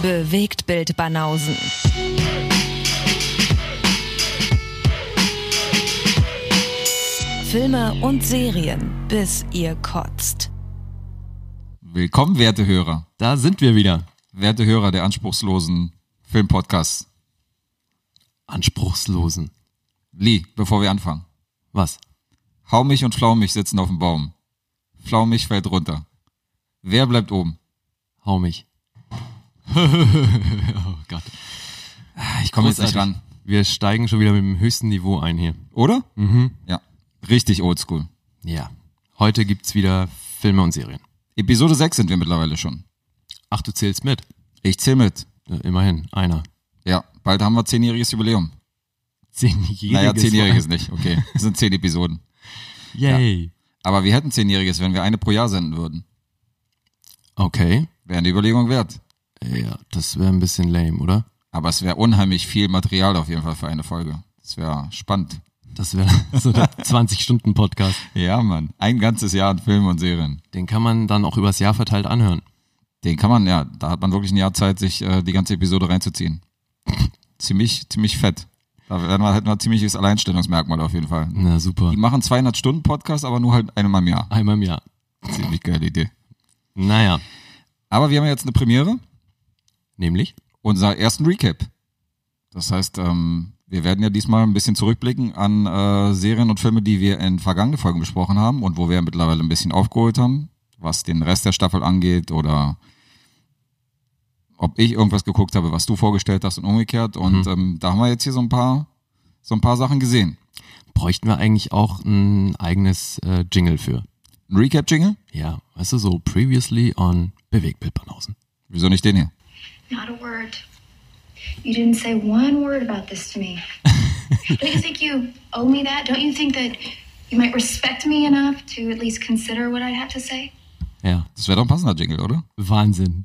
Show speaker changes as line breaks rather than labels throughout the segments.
Bewegtbild Banausen. Filme und Serien, bis ihr kotzt.
Willkommen, werte Hörer.
Da sind wir wieder.
Werte Hörer der anspruchslosen Filmpodcasts.
Anspruchslosen.
Lee, bevor wir anfangen.
Was?
Haumich und Flaumich sitzen auf dem Baum. Flaumich fällt runter. Wer bleibt oben?
Hau mich. oh Gott.
Ich komme jetzt nicht ran.
Wir steigen schon wieder mit dem höchsten Niveau ein hier.
Oder? Mhm. Ja. Richtig oldschool.
Ja. Heute gibt's wieder Filme und Serien.
Episode 6 sind wir mittlerweile schon.
Ach, du zählst mit.
Ich zähl mit.
Ja, immerhin, einer.
Ja, bald haben wir zehnjähriges Jubiläum.
Zehnjähriges.
Naja, zehnjähriges nicht. Okay. Das sind zehn Episoden.
Yay.
Aber wir hätten zehnjähriges, wenn wir eine pro Jahr senden würden.
Okay.
Wäre eine Überlegung wert.
Ja, das wäre ein bisschen lame, oder?
Aber es wäre unheimlich viel Material auf jeden Fall für eine Folge. Das wäre spannend.
Das wäre so ein 20-Stunden-Podcast.
Ja, Mann. Ein ganzes Jahr an Filmen und Serien.
Den kann man dann auch übers Jahr verteilt anhören.
Den kann man, ja, da hat man wirklich ein Jahr Zeit, sich äh, die ganze Episode reinzuziehen. ziemlich, ziemlich fett. Da werden wir, hätten wir ein ziemliches Alleinstellungsmerkmal auf jeden Fall.
Na super.
Die machen 200 Stunden Podcast, aber nur halt einmal im Jahr.
Einmal im Jahr.
Ziemlich geile Idee.
Naja,
Aber wir haben jetzt eine Premiere,
nämlich?
unser ersten Recap. Das heißt, ähm, wir werden ja diesmal ein bisschen zurückblicken an äh, Serien und Filme, die wir in vergangenen Folgen besprochen haben und wo wir mittlerweile ein bisschen aufgeholt haben, was den Rest der Staffel angeht oder ob ich irgendwas geguckt habe, was du vorgestellt hast und umgekehrt. Und ähm, da haben wir jetzt hier so ein paar, so ein paar Sachen gesehen.
Bräuchten wir eigentlich auch ein eigenes äh, Jingle für.
Ein Recap-Jingle?
Ja, weißt du, so previously on Bewegtbild Banausen.
Wieso nicht den hier?
Not a word. You didn't say one word about this to me. Don't you think you owe me that? Don't you think that you might respect me enough to at least consider what I have to say?
Ja,
Das wäre doch ein passender Jingle, oder?
Wahnsinn.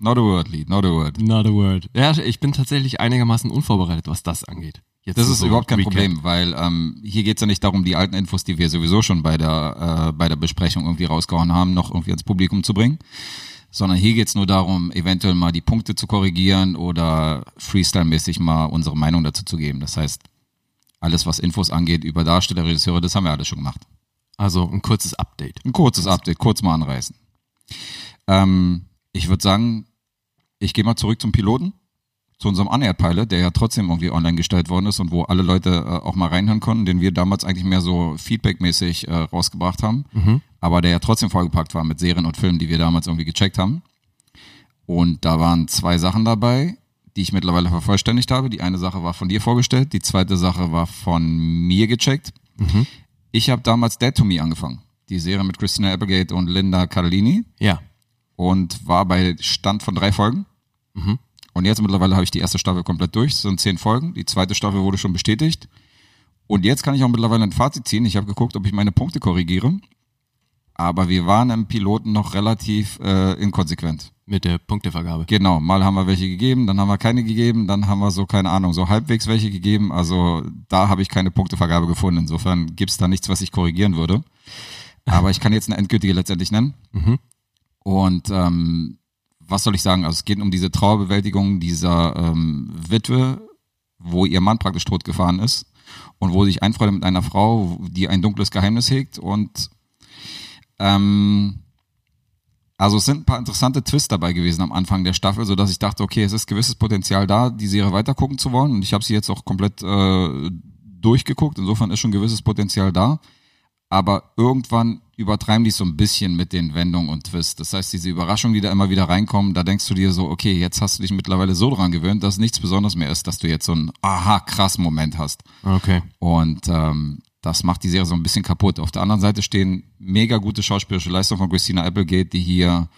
Not a word, Lee, not a word.
Not a word. Ja, ich bin tatsächlich einigermaßen unvorbereitet, was das angeht. Jetzt
Das ist
so
überhaupt kein
Recap.
Problem, weil ähm, hier geht's ja nicht darum, die alten Infos, die wir sowieso schon bei der, äh, bei der Besprechung irgendwie rausgehauen haben, noch irgendwie ans Publikum zu bringen. Sondern hier geht's nur darum, eventuell mal die Punkte zu korrigieren oder freestyle-mäßig mal unsere Meinung dazu zu geben. Das heißt, alles, was Infos angeht über Darsteller, Regisseure, das haben wir alles schon gemacht.
Also ein kurzes Update.
Ein kurzes Update, kurz mal anreißen. Ähm, ich würde sagen, ich gehe mal zurück zum Piloten, zu unserem Unaired-Pilot, der ja trotzdem irgendwie online gestellt worden ist und wo alle Leute äh, auch mal reinhören konnten, den wir damals eigentlich mehr so feedbackmäßig äh, rausgebracht haben, aber der ja trotzdem vollgepackt war mit Serien und Filmen, die wir damals irgendwie gecheckt haben. Und da waren zwei Sachen dabei, die ich mittlerweile vervollständigt habe. Die eine Sache war von dir vorgestellt, die zweite Sache war von mir gecheckt. Ich habe damals Dead to Me angefangen. Die Serie mit Christina Applegate und Linda Cardellini
Ja.
und war bei Stand von drei Folgen. Und jetzt mittlerweile habe ich die erste Staffel komplett durch. Es sind zehn Folgen. Die zweite Staffel wurde schon bestätigt. Und jetzt kann ich auch mittlerweile ein Fazit ziehen. Ich habe geguckt, ob ich meine Punkte korrigiere. Aber wir waren im Piloten noch relativ äh, inkonsequent.
Mit der Punktevergabe.
Genau, mal haben wir welche gegeben, dann haben wir keine gegeben, dann haben wir so, keine Ahnung, so halbwegs welche gegeben. Also da habe ich keine Punktevergabe gefunden. Insofern gibt's da nichts, was ich korrigieren würde. Aber ich kann jetzt eine endgültige letztendlich nennen. Und ähm, was soll ich sagen? Also es geht um diese Trauerbewältigung dieser ähm, Witwe, wo ihr Mann praktisch tot gefahren ist und wo sich einfreundet mit einer Frau, die ein dunkles Geheimnis hegt und ähm, also es sind ein paar interessante Twists dabei gewesen am Anfang der Staffel, so dass ich dachte, okay, es ist gewisses Potenzial da, die Serie weitergucken zu wollen. Und ich habe sie jetzt auch komplett äh, durchgeguckt. Insofern ist schon gewisses Potenzial da. Aber irgendwann übertreiben die es so ein bisschen mit den Wendungen und Twists. Das heißt, diese Überraschungen, die da immer wieder reinkommen, da denkst du dir so, okay, jetzt hast du dich mittlerweile so dran gewöhnt, dass nichts Besonderes mehr ist, dass du jetzt so einen aha, krass Moment hast.
Okay.
Und ähm, das macht die Serie so ein bisschen kaputt. Auf der anderen Seite stehen mega gute schauspielerische Leistungen von Christina Applegate, die hier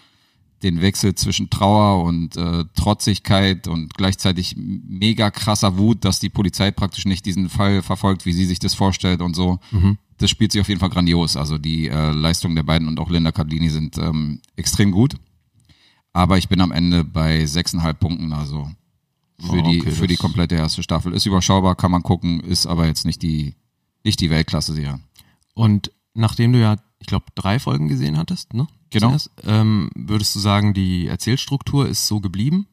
den Wechsel zwischen Trauer und äh, Trotzigkeit und gleichzeitig mega krasser Wut, dass die Polizei praktisch nicht diesen Fall verfolgt, wie sie sich das vorstellt und so.
Mhm.
Das spielt sich auf jeden Fall grandios. Also die äh, Leistungen der beiden und auch Linda Cardini sind ähm, extrem gut. Aber ich bin am Ende bei sechseinhalb Punkten, also für,
Oh,
die,
okay,
für die
das-
komplette erste Staffel. Ist überschaubar, kann man gucken, ist aber jetzt nicht die, nicht die Weltklasse-Serie.
Und nachdem du ja, ich glaube, drei Folgen gesehen hattest, ne?
Genau.
Zuerst, Ähm, würdest du sagen, die Erzählstruktur ist so geblieben?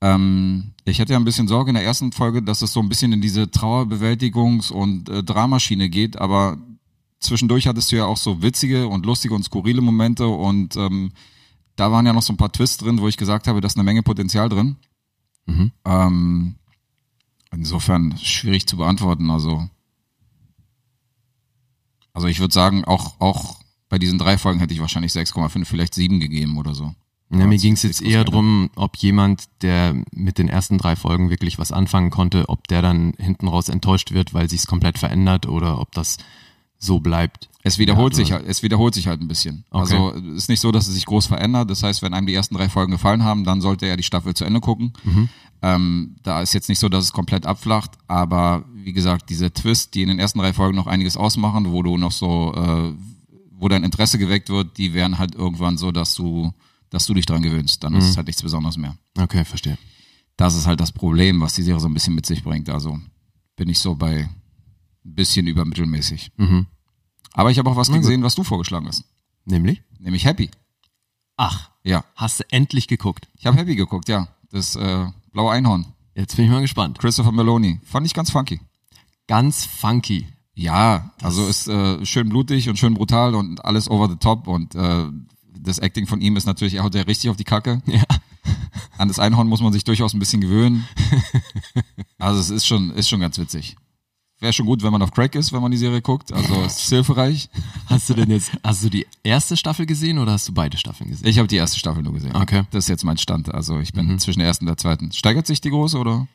Ähm, ich hatte ja ein bisschen Sorge in der ersten Folge, dass es so ein bisschen in diese Trauerbewältigungs- und äh, Dramaschiene geht, aber zwischendurch hattest du ja auch so witzige und lustige und skurrile Momente und ähm, da waren ja noch so ein paar Twists drin, wo ich gesagt habe, da ist eine Menge Potenzial drin. Ähm, insofern schwierig zu beantworten. Also, also ich würde sagen, auch, auch bei diesen drei Folgen hätte ich wahrscheinlich 6,5, vielleicht 7 gegeben oder so.
Ja, mir ging es jetzt eher
drum.
drum, ob jemand, der mit den ersten drei Folgen wirklich was anfangen konnte, ob der dann hinten raus enttäuscht wird, weil sich's komplett verändert oder ob das so bleibt.
Es wiederholt
Ja,
sich
du-
halt, es wiederholt sich halt ein bisschen.
Okay.
Also es ist nicht so, dass es sich groß verändert. Das heißt, wenn einem die ersten drei Folgen gefallen haben, dann sollte er die Staffel zu Ende gucken.
Mhm.
Ähm, da ist jetzt nicht so, dass es komplett abflacht, aber wie gesagt, diese Twist, die in den ersten drei Folgen noch einiges ausmachen, wo du noch so, äh, wo dein Interesse geweckt wird, die wären halt irgendwann so, dass du, dass du dich dran gewöhnst. Dann
Mhm.
ist es halt nichts Besonderes mehr.
Okay, verstehe.
Das ist halt das Problem, was die Serie so ein bisschen mit sich bringt. Also bin ich so bei ein bisschen übermittelmäßig. Aber ich habe auch was gesehen, was du vorgeschlagen hast.
Nämlich?
Nämlich Happy.
Ach,
Ja.
hast du endlich geguckt.
Ich habe Happy geguckt, ja. Das äh, blaue Einhorn.
Jetzt bin ich mal gespannt.
Christopher Meloni. Fand ich ganz funky.
Ganz funky.
Ja, also ist äh, schön blutig und schön brutal und alles over the top. Und äh, das Acting von ihm ist natürlich, er haut ja richtig auf die Kacke.
Ja.
An das Einhorn muss man sich durchaus ein bisschen gewöhnen. Also es ist schon, ist schon ganz witzig. Wäre schon gut, wenn man auf Crack ist, wenn man die Serie guckt. Also es ist hilfreich.
Hast du denn jetzt, hast du die erste Staffel gesehen oder hast du beide Staffeln gesehen?
Ich habe die erste Staffel nur gesehen.
Okay.
Das ist jetzt mein Stand. Also ich bin zwischen der ersten und der zweiten. Steigert sich die große oder?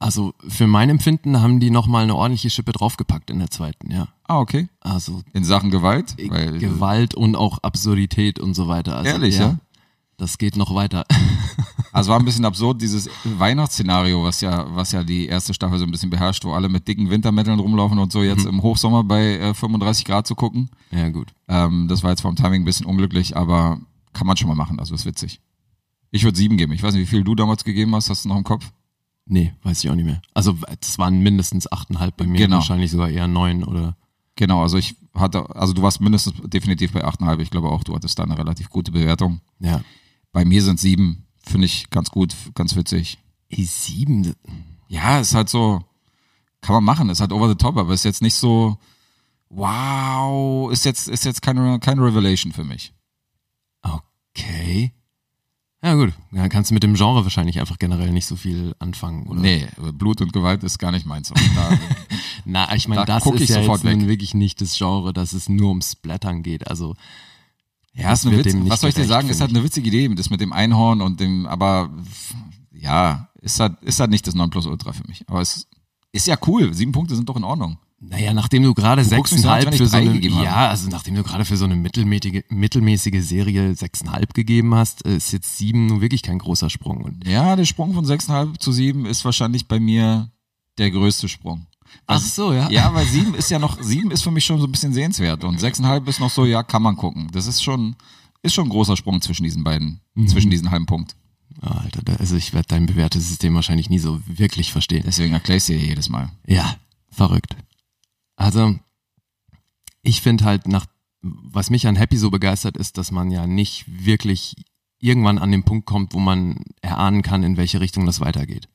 Also für mein Empfinden haben die nochmal eine ordentliche Schippe draufgepackt in der zweiten, ja.
Ah, okay.
Also
In Sachen Gewalt?
äh,
Weil-
Gewalt und auch Absurdität und so weiter. Also,
Ehrlich, ja?
Das geht noch weiter.
Also war ein bisschen absurd, dieses Weihnachtsszenario, was ja, was ja die erste Staffel so ein bisschen beherrscht, wo alle mit dicken Wintermänteln rumlaufen und so jetzt im Hochsommer bei äh, 35 Grad zu gucken.
ja, gut.
Ähm, das war jetzt vom Timing ein bisschen unglücklich, aber kann man schon mal machen, also ist witzig. Ich würde sieben geben. Ich weiß nicht, wie viel du damals gegeben hast, hast du noch im Kopf?
Nee, weiß ich auch nicht mehr. Also das waren mindestens 8,5 bei mir,
Genau.
wahrscheinlich sogar eher 9 oder
Genau, also ich hatte, also du warst mindestens definitiv bei 8,5. Ich glaube auch, du hattest da eine relativ gute Bewertung.
ja.
Bei mir sind sieben, finde ich ganz gut, ganz witzig.
Ey, 7.
ja, ist halt so, kann man machen, ist halt over the top, aber ist jetzt nicht so, wow, ist jetzt, ist jetzt keine, keine Revelation für mich.
Okay. Ja gut, dann kannst du mit dem Genre wahrscheinlich einfach generell nicht so viel anfangen, oder?
Nee, Blut und Gewalt ist gar nicht meins. Und Da,
Na, ich meine,
Da
das
guck
ist
ich
ja
sofort
jetzt nun
weg.
wirklich nicht das Genre, dass es nur ums Blättern geht. Also
ja, ist eine
wird
Witz,
dem nicht
was soll ich dir
gerecht,
sagen, ist
finde
halt eine witzige Idee, das mit dem Einhorn und dem, aber pff, ja, ist halt, ist halt nicht das Nonplusultra für mich. Aber es ist ja cool, sieben Punkte sind doch in Ordnung.
Naja, nachdem du gerade
guckst mich so an, als wenn
sechseinhalb
ich
für so
drei
eine,
gegeben habe.
ja, also nachdem du gerade für so eine mittelmäßige, mittelmäßige Serie sechseinhalb gegeben hast, äh, ist jetzt sieben nun wirklich kein großer Sprung. Und
Ja, der Sprung von 6,5 zu 7 ist wahrscheinlich bei mir der größte Sprung.
Ach so, ja.
Ja, weil sieben ist ja noch, sieben ist für mich schon so ein bisschen sehenswert und sechseinhalb ist noch so, ja, kann man gucken. Das ist schon, ist schon ein großer Sprung zwischen diesen beiden,
Mhm.
zwischen diesen halben Punkt.
Ah, Alter, da- also ich werde dein bewährtes System wahrscheinlich nie so wirklich verstehen.
Deswegen erkläre ich es dir jedes Mal.
Ja, verrückt. Also, ich finde halt nach, was mich an Happy so begeistert ist, dass man ja nicht wirklich irgendwann an den Punkt kommt, wo man erahnen kann, in welche Richtung das weitergeht.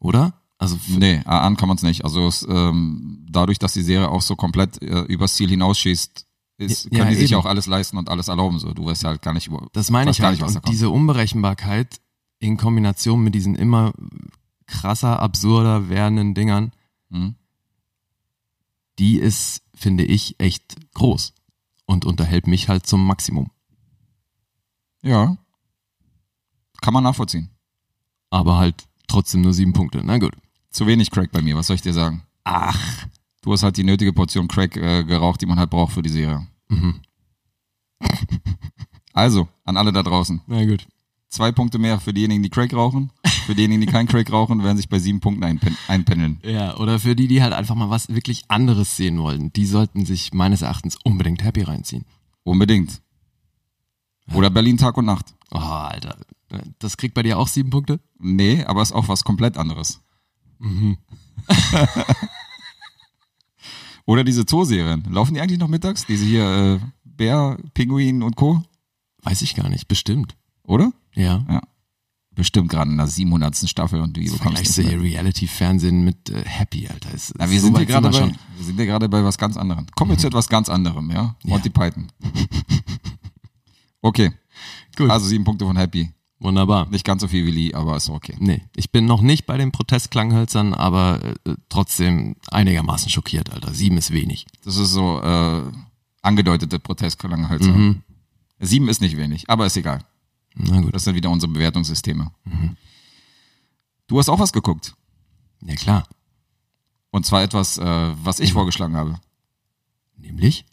Oder? Also, f-
Nee, an kann man es nicht. Also es, ähm, dadurch, dass die Serie auch so komplett äh, übers Ziel hinausschießt, ist,
Ja,
können die sich
eben.
auch alles leisten und alles erlauben. So, du wirst ja halt gar nicht über.
Das meine
Weiß
ich
gar
halt.
nicht, was da
und
kommt.
diese Unberechenbarkeit in Kombination mit diesen immer krasser, absurder werdenden Dingern,
Mhm.
die ist, finde ich, echt groß und unterhält mich halt zum Maximum.
Ja. Kann man nachvollziehen.
Aber halt trotzdem nur sieben Punkte. Na gut.
Zu wenig Crack bei mir, was soll ich dir sagen?
Ach,
Du hast halt die nötige Portion Crack äh, geraucht, die man halt braucht für die Serie.
Mhm.
Also, an alle da draußen.
na gut.
Zwei Punkte mehr für diejenigen, die Crack rauchen. Für diejenigen, die kein Crack rauchen, werden sich bei sieben Punkten einpen einpendeln.
Ja, oder für die, die halt einfach mal was wirklich anderes sehen wollen, die sollten sich meines Erachtens unbedingt Happy reinziehen.
Unbedingt. Oder Berlin Tag und Nacht.
Oh, Alter. Das kriegt bei dir auch sieben Punkte?
Nee, aber ist auch was komplett anderes. Oder diese Zooserien. Laufen die eigentlich noch mittags? Diese hier äh, Bär, Pinguin und Co.
Weiß ich gar nicht. Bestimmt.
Oder?
Ja.
Ja. bestimmt gerade in der 700. Staffel und die bekommst
Vergleichst du
nicht
hier
mit.
Reality-Fernsehen mit äh, Happy, Alter. Ist,
Na,
so
wir sind
weit
hier gerade
wir
bei, wir sind hier gerade bei was ganz anderem. Kommen wir zu etwas ganz anderem, ja? Monty Python. Okay,
Gut,
also sieben Punkte von Happy.
wunderbar.
Nicht ganz so viel wie Lee, aber ist okay.
Nee, ich bin noch nicht bei den Protestklanghölzern, aber äh, trotzdem einigermaßen schockiert, Alter. Sieben ist wenig.
Das ist so äh, angedeutete Protestklänge halt so. Sieben ist nicht wenig, aber ist egal.
Na gut,
Das sind wieder unsere Bewertungssysteme. Du hast auch was geguckt.
ja klar.
Und zwar etwas, äh, was ich vorgeschlagen habe.
Nämlich?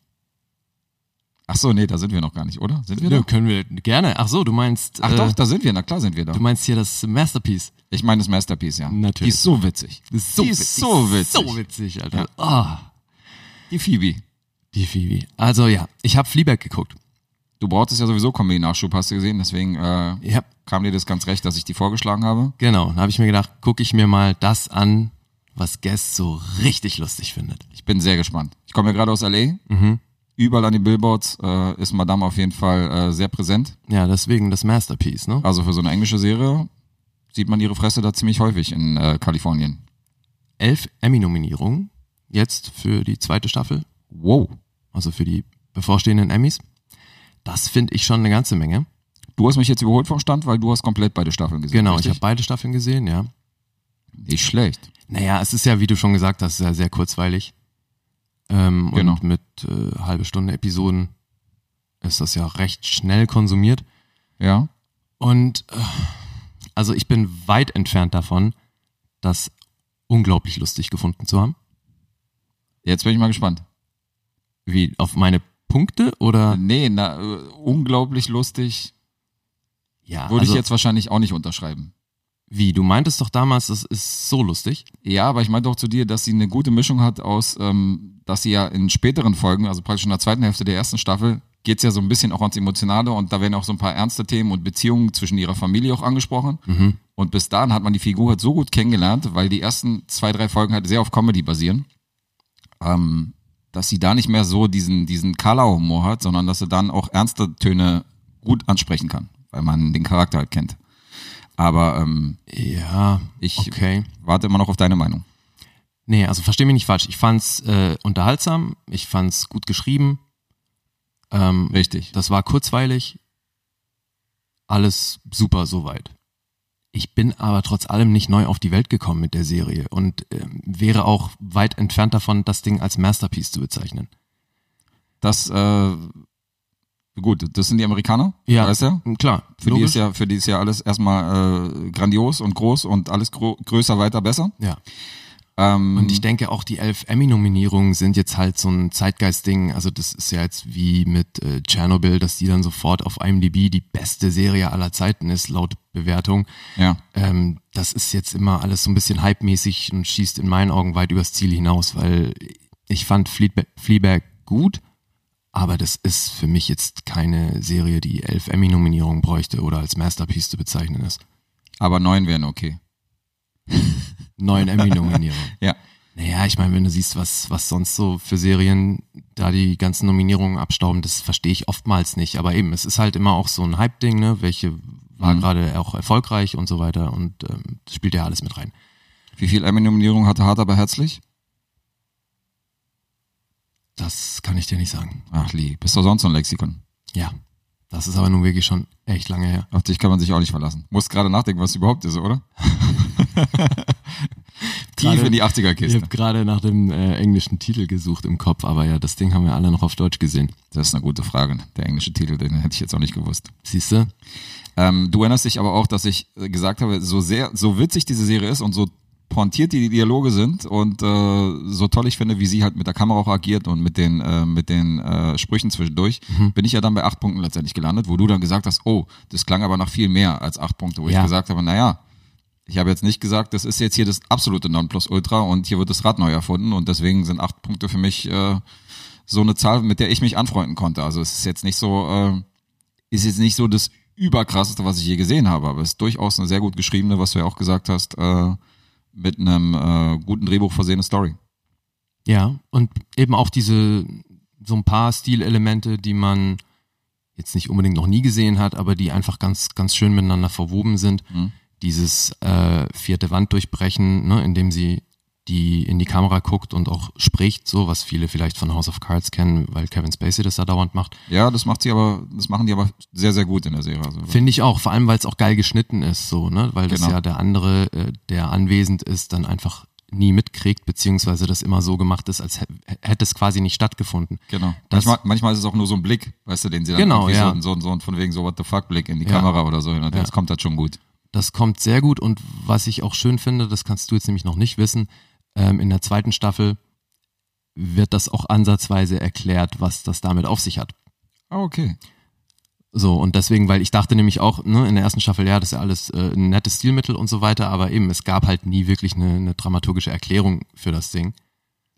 Ach so, nee, da sind wir noch gar nicht, oder? Sind wir
Ja,
da?
können wir gerne. Ach so, du meinst.
Ach
äh,
doch, da sind wir, na klar sind wir da.
Du meinst hier das Masterpiece.
Ich meine das Masterpiece, ja.
Natürlich.
Die ist so witzig. die ist so witzig.
So witzig, Alter. Ah,
Die Phoebe.
die Phoebe. Also ja, ich habe Fleabag geguckt.
Du brauchtest ja sowieso Comedy-Nachschub, hast du gesehen, deswegen äh,
Ja,
kam dir das ganz recht, dass ich die vorgeschlagen habe.
genau. Da habe ich mir gedacht, gucke ich mir mal das an, was Guest so richtig lustig findet.
Ich bin sehr gespannt. Ich komme ja gerade aus L.A. Überall an den Billboards äh, ist Madame auf jeden Fall äh, sehr präsent.
Ja, deswegen das Masterpiece, ne?
Also für so eine englische Serie sieht man ihre Fresse da ziemlich häufig in äh, Kalifornien.
Elf Emmy-Nominierungen jetzt für die zweite Staffel,
Wow.
also für die bevorstehenden Emmys. Das finde ich schon eine ganze Menge.
Du hast mich jetzt überholt vom Stand, weil du hast komplett beide Staffeln gesehen.
Genau, ich
richtig?
habe beide Staffeln gesehen, ja.
Nicht schlecht.
Naja, es ist ja, wie du schon gesagt hast, sehr, sehr kurzweilig. Ähm,
Genau.
Und mit äh, halbe Stunde Episoden ist das ja recht schnell konsumiert.
Ja.
Und äh, also ich bin weit entfernt davon, das unglaublich lustig gefunden zu haben.
Jetzt bin ich mal gespannt.
Wie, auf meine Punkte oder?
Nee, na, äh, unglaublich lustig.
Ja,
Würde
also,
ich jetzt wahrscheinlich auch nicht unterschreiben.
wie, du meintest doch damals, das ist so lustig.
Ja, aber ich meinte auch zu dir, dass sie eine gute Mischung hat aus, ähm, dass sie ja in späteren Folgen, also praktisch in der zweiten Hälfte der ersten Staffel, geht's ja so ein bisschen auch ans Emotionale und da werden auch so ein paar ernste Themen und Beziehungen zwischen ihrer Familie auch angesprochen. Und bis dahin hat man die Figur halt so gut kennengelernt, weil die ersten zwei, drei Folgen halt sehr auf Comedy basieren, ähm, dass sie da nicht mehr so diesen, diesen Color-Humor hat, sondern dass sie dann auch ernste Töne gut ansprechen kann, weil man den Charakter halt kennt. Aber ähm,
Ja,
Ich-
okay.
warte immer noch auf deine Meinung.
Nee, also versteh mich nicht falsch. Ich fand's äh, unterhaltsam, ich fand's gut geschrieben. Ähm,
Richtig.
Das war kurzweilig. Alles super soweit. Ich bin aber trotz allem nicht neu auf die Welt gekommen mit der Serie und ähm, wäre auch weit entfernt davon, das Ding als Masterpiece zu bezeichnen.
Das, äh, gut, das sind die Amerikaner, weißt du?
klar.
Für die,
logisch.
ist ja, für die ist ja alles erstmal äh, grandios und groß und alles gro größer, weiter, besser.
ja.
Ähm,
Und ich denke auch die elf Emmy-Nominierungen sind jetzt halt so ein Zeitgeist-Ding. Also das ist ja jetzt wie mit äh, Tschernobyl, dass die dann sofort auf IMDb die beste Serie aller Zeiten ist, laut Bewertung.
ja.
Ähm, das ist jetzt immer alles so ein bisschen hypemäßig und schießt in meinen Augen weit übers Ziel hinaus, weil ich fand Fleabag, Fleabag gut, aber das ist für mich jetzt keine Serie, die elf Emmy-Nominierungen bräuchte oder als Masterpiece zu bezeichnen ist.
Aber neun wären okay.
Neun Emmy-Nominierungen.
Ja.
Naja, ich meine, wenn du siehst, was, was sonst so für Serien da die ganzen Nominierungen abstauben, das verstehe ich oftmals nicht. Aber eben, es ist halt immer auch so ein Hype-Ding, ne? Welche
Mhm.
war gerade auch erfolgreich und so weiter und ähm, das spielt ja alles mit rein.
Wie viel Emmy-Nominierung hatte Hart aber herzlich?
Das kann ich dir nicht sagen.
Ach, Lee, bist du sonst so ein Lexikon?
Ja. Das ist aber nun wirklich schon echt lange her.
Auf dich kann man sich auch nicht verlassen. Musst gerade nachdenken, was es überhaupt ist, oder? Tief
Gerade-
in die
Ich
80er-Kiste.
habe gerade nach dem äh, englischen Titel gesucht im Kopf, aber ja, das Ding haben wir alle noch auf Deutsch gesehen.
Das ist eine gute Frage. Der englische Titel, den hätte ich jetzt auch nicht gewusst.
Siehst du?
Ähm, du erinnerst dich aber auch, dass ich äh, gesagt habe, so sehr, so witzig diese Serie ist und so pointiert die Dialoge sind und äh, so toll ich finde, wie sie halt mit der Kamera auch agiert und mit den äh, mit den äh, Sprüchen zwischendurch, bin ich ja dann bei acht Punkten letztendlich gelandet, wo du dann gesagt hast, oh, das klang aber nach viel mehr als acht Punkte, wo ich
Ja.
gesagt habe, naja, ich habe jetzt nicht gesagt, das ist jetzt hier das absolute Nonplusultra und hier wird das Rad neu erfunden und deswegen sind acht Punkte für mich äh, so eine Zahl, mit der ich mich anfreunden konnte. Also es ist jetzt nicht so, äh, ist jetzt nicht so das überkrasseste, was ich je gesehen habe, aber es ist durchaus eine sehr gut geschriebene, was du ja auch gesagt hast, äh, mit einem äh, guten Drehbuch versehene Story.
Ja, und eben auch diese, so ein paar Stilelemente, die man jetzt nicht unbedingt noch nie gesehen hat, aber die einfach ganz, ganz schön miteinander verwoben sind.
Mhm.
Dieses äh, vierte Wand durchbrechen, ne, indem sie die in die Kamera guckt und auch spricht, so was viele vielleicht von House of Cards kennen, weil Kevin Spacey das da dauernd macht.
Ja, das macht sie aber, das machen die aber sehr, sehr gut in der Serie. Also,
Finde ich auch, vor allem weil es auch geil geschnitten ist, so, ne? Weil das
Genau.
ja der andere, äh, der anwesend ist, dann einfach nie mitkriegt, beziehungsweise das immer so gemacht ist, als hä- hätte es quasi nicht stattgefunden.
genau.
Das-
Manchmal, manchmal ist es auch nur so ein Blick, weißt du, den sie dann
Genau,
irgendwie
ja.
so, so, so von wegen so What the fuck Blick in die
Ja.
Kamera oder so. hin und her.
Ja.
Das kommt halt schon gut.
Das kommt sehr gut und was ich auch schön finde, das kannst du jetzt nämlich noch nicht wissen, ähm, in der zweiten Staffel wird das auch ansatzweise erklärt, was das damit auf sich hat.
Ah, okay.
So, und deswegen, weil ich dachte nämlich auch, ne, in der ersten Staffel, ja, das ist ja alles äh, ein nettes Stilmittel und so weiter, aber eben, es gab halt nie wirklich eine, eine dramaturgische Erklärung für das Ding.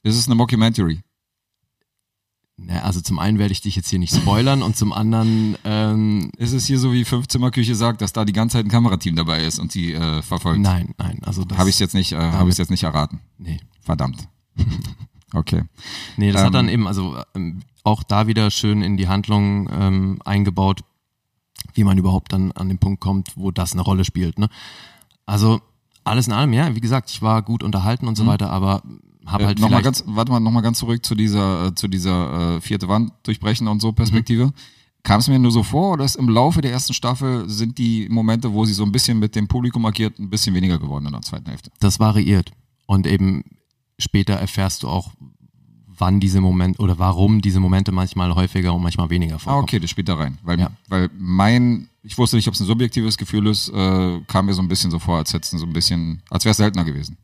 Ist es eine Mockumentary?
Na, also zum einen werde ich dich jetzt hier nicht spoilern und zum anderen, ähm,
Ist es hier so, wie Fünfzimmerküche sagt, dass da die ganze Zeit ein Kamerateam dabei ist und sie äh, verfolgt?
nein, nein, also das.
Habe ich jetzt nicht, äh, habe ich jetzt nicht erraten.
Nee.
Verdammt. Okay.
Nee, das
Ähm,
hat dann eben, also ähm, auch da wieder schön in die Handlung ähm, eingebaut, wie man überhaupt dann an den Punkt kommt, wo das eine Rolle spielt. Ne? Also alles in allem, ja, wie gesagt, ich war gut unterhalten und so weiter, aber habe halt
äh, Mhm. noch mal ganz,
vielleicht,
warte mal, nochmal ganz zurück zu dieser, äh, zu dieser äh, vierte Wand durchbrechen und so Perspektive. Kam es mir nur so vor, oder ist im Laufe der ersten Staffel sind die Momente, wo sie so ein bisschen mit dem Publikum agiert, ein bisschen weniger geworden in der zweiten Hälfte?
das variiert. Und eben später erfährst du auch, wann diese Momente oder warum diese Momente manchmal häufiger und manchmal weniger
Ah,
vorkommen.
okay, das spielt da rein. Weil,
Ja.
weil mein, ich wusste nicht, ob es ein subjektives Gefühl ist, äh, kam mir so ein bisschen so vor, als hätten so ein bisschen, als wäre es seltener gewesen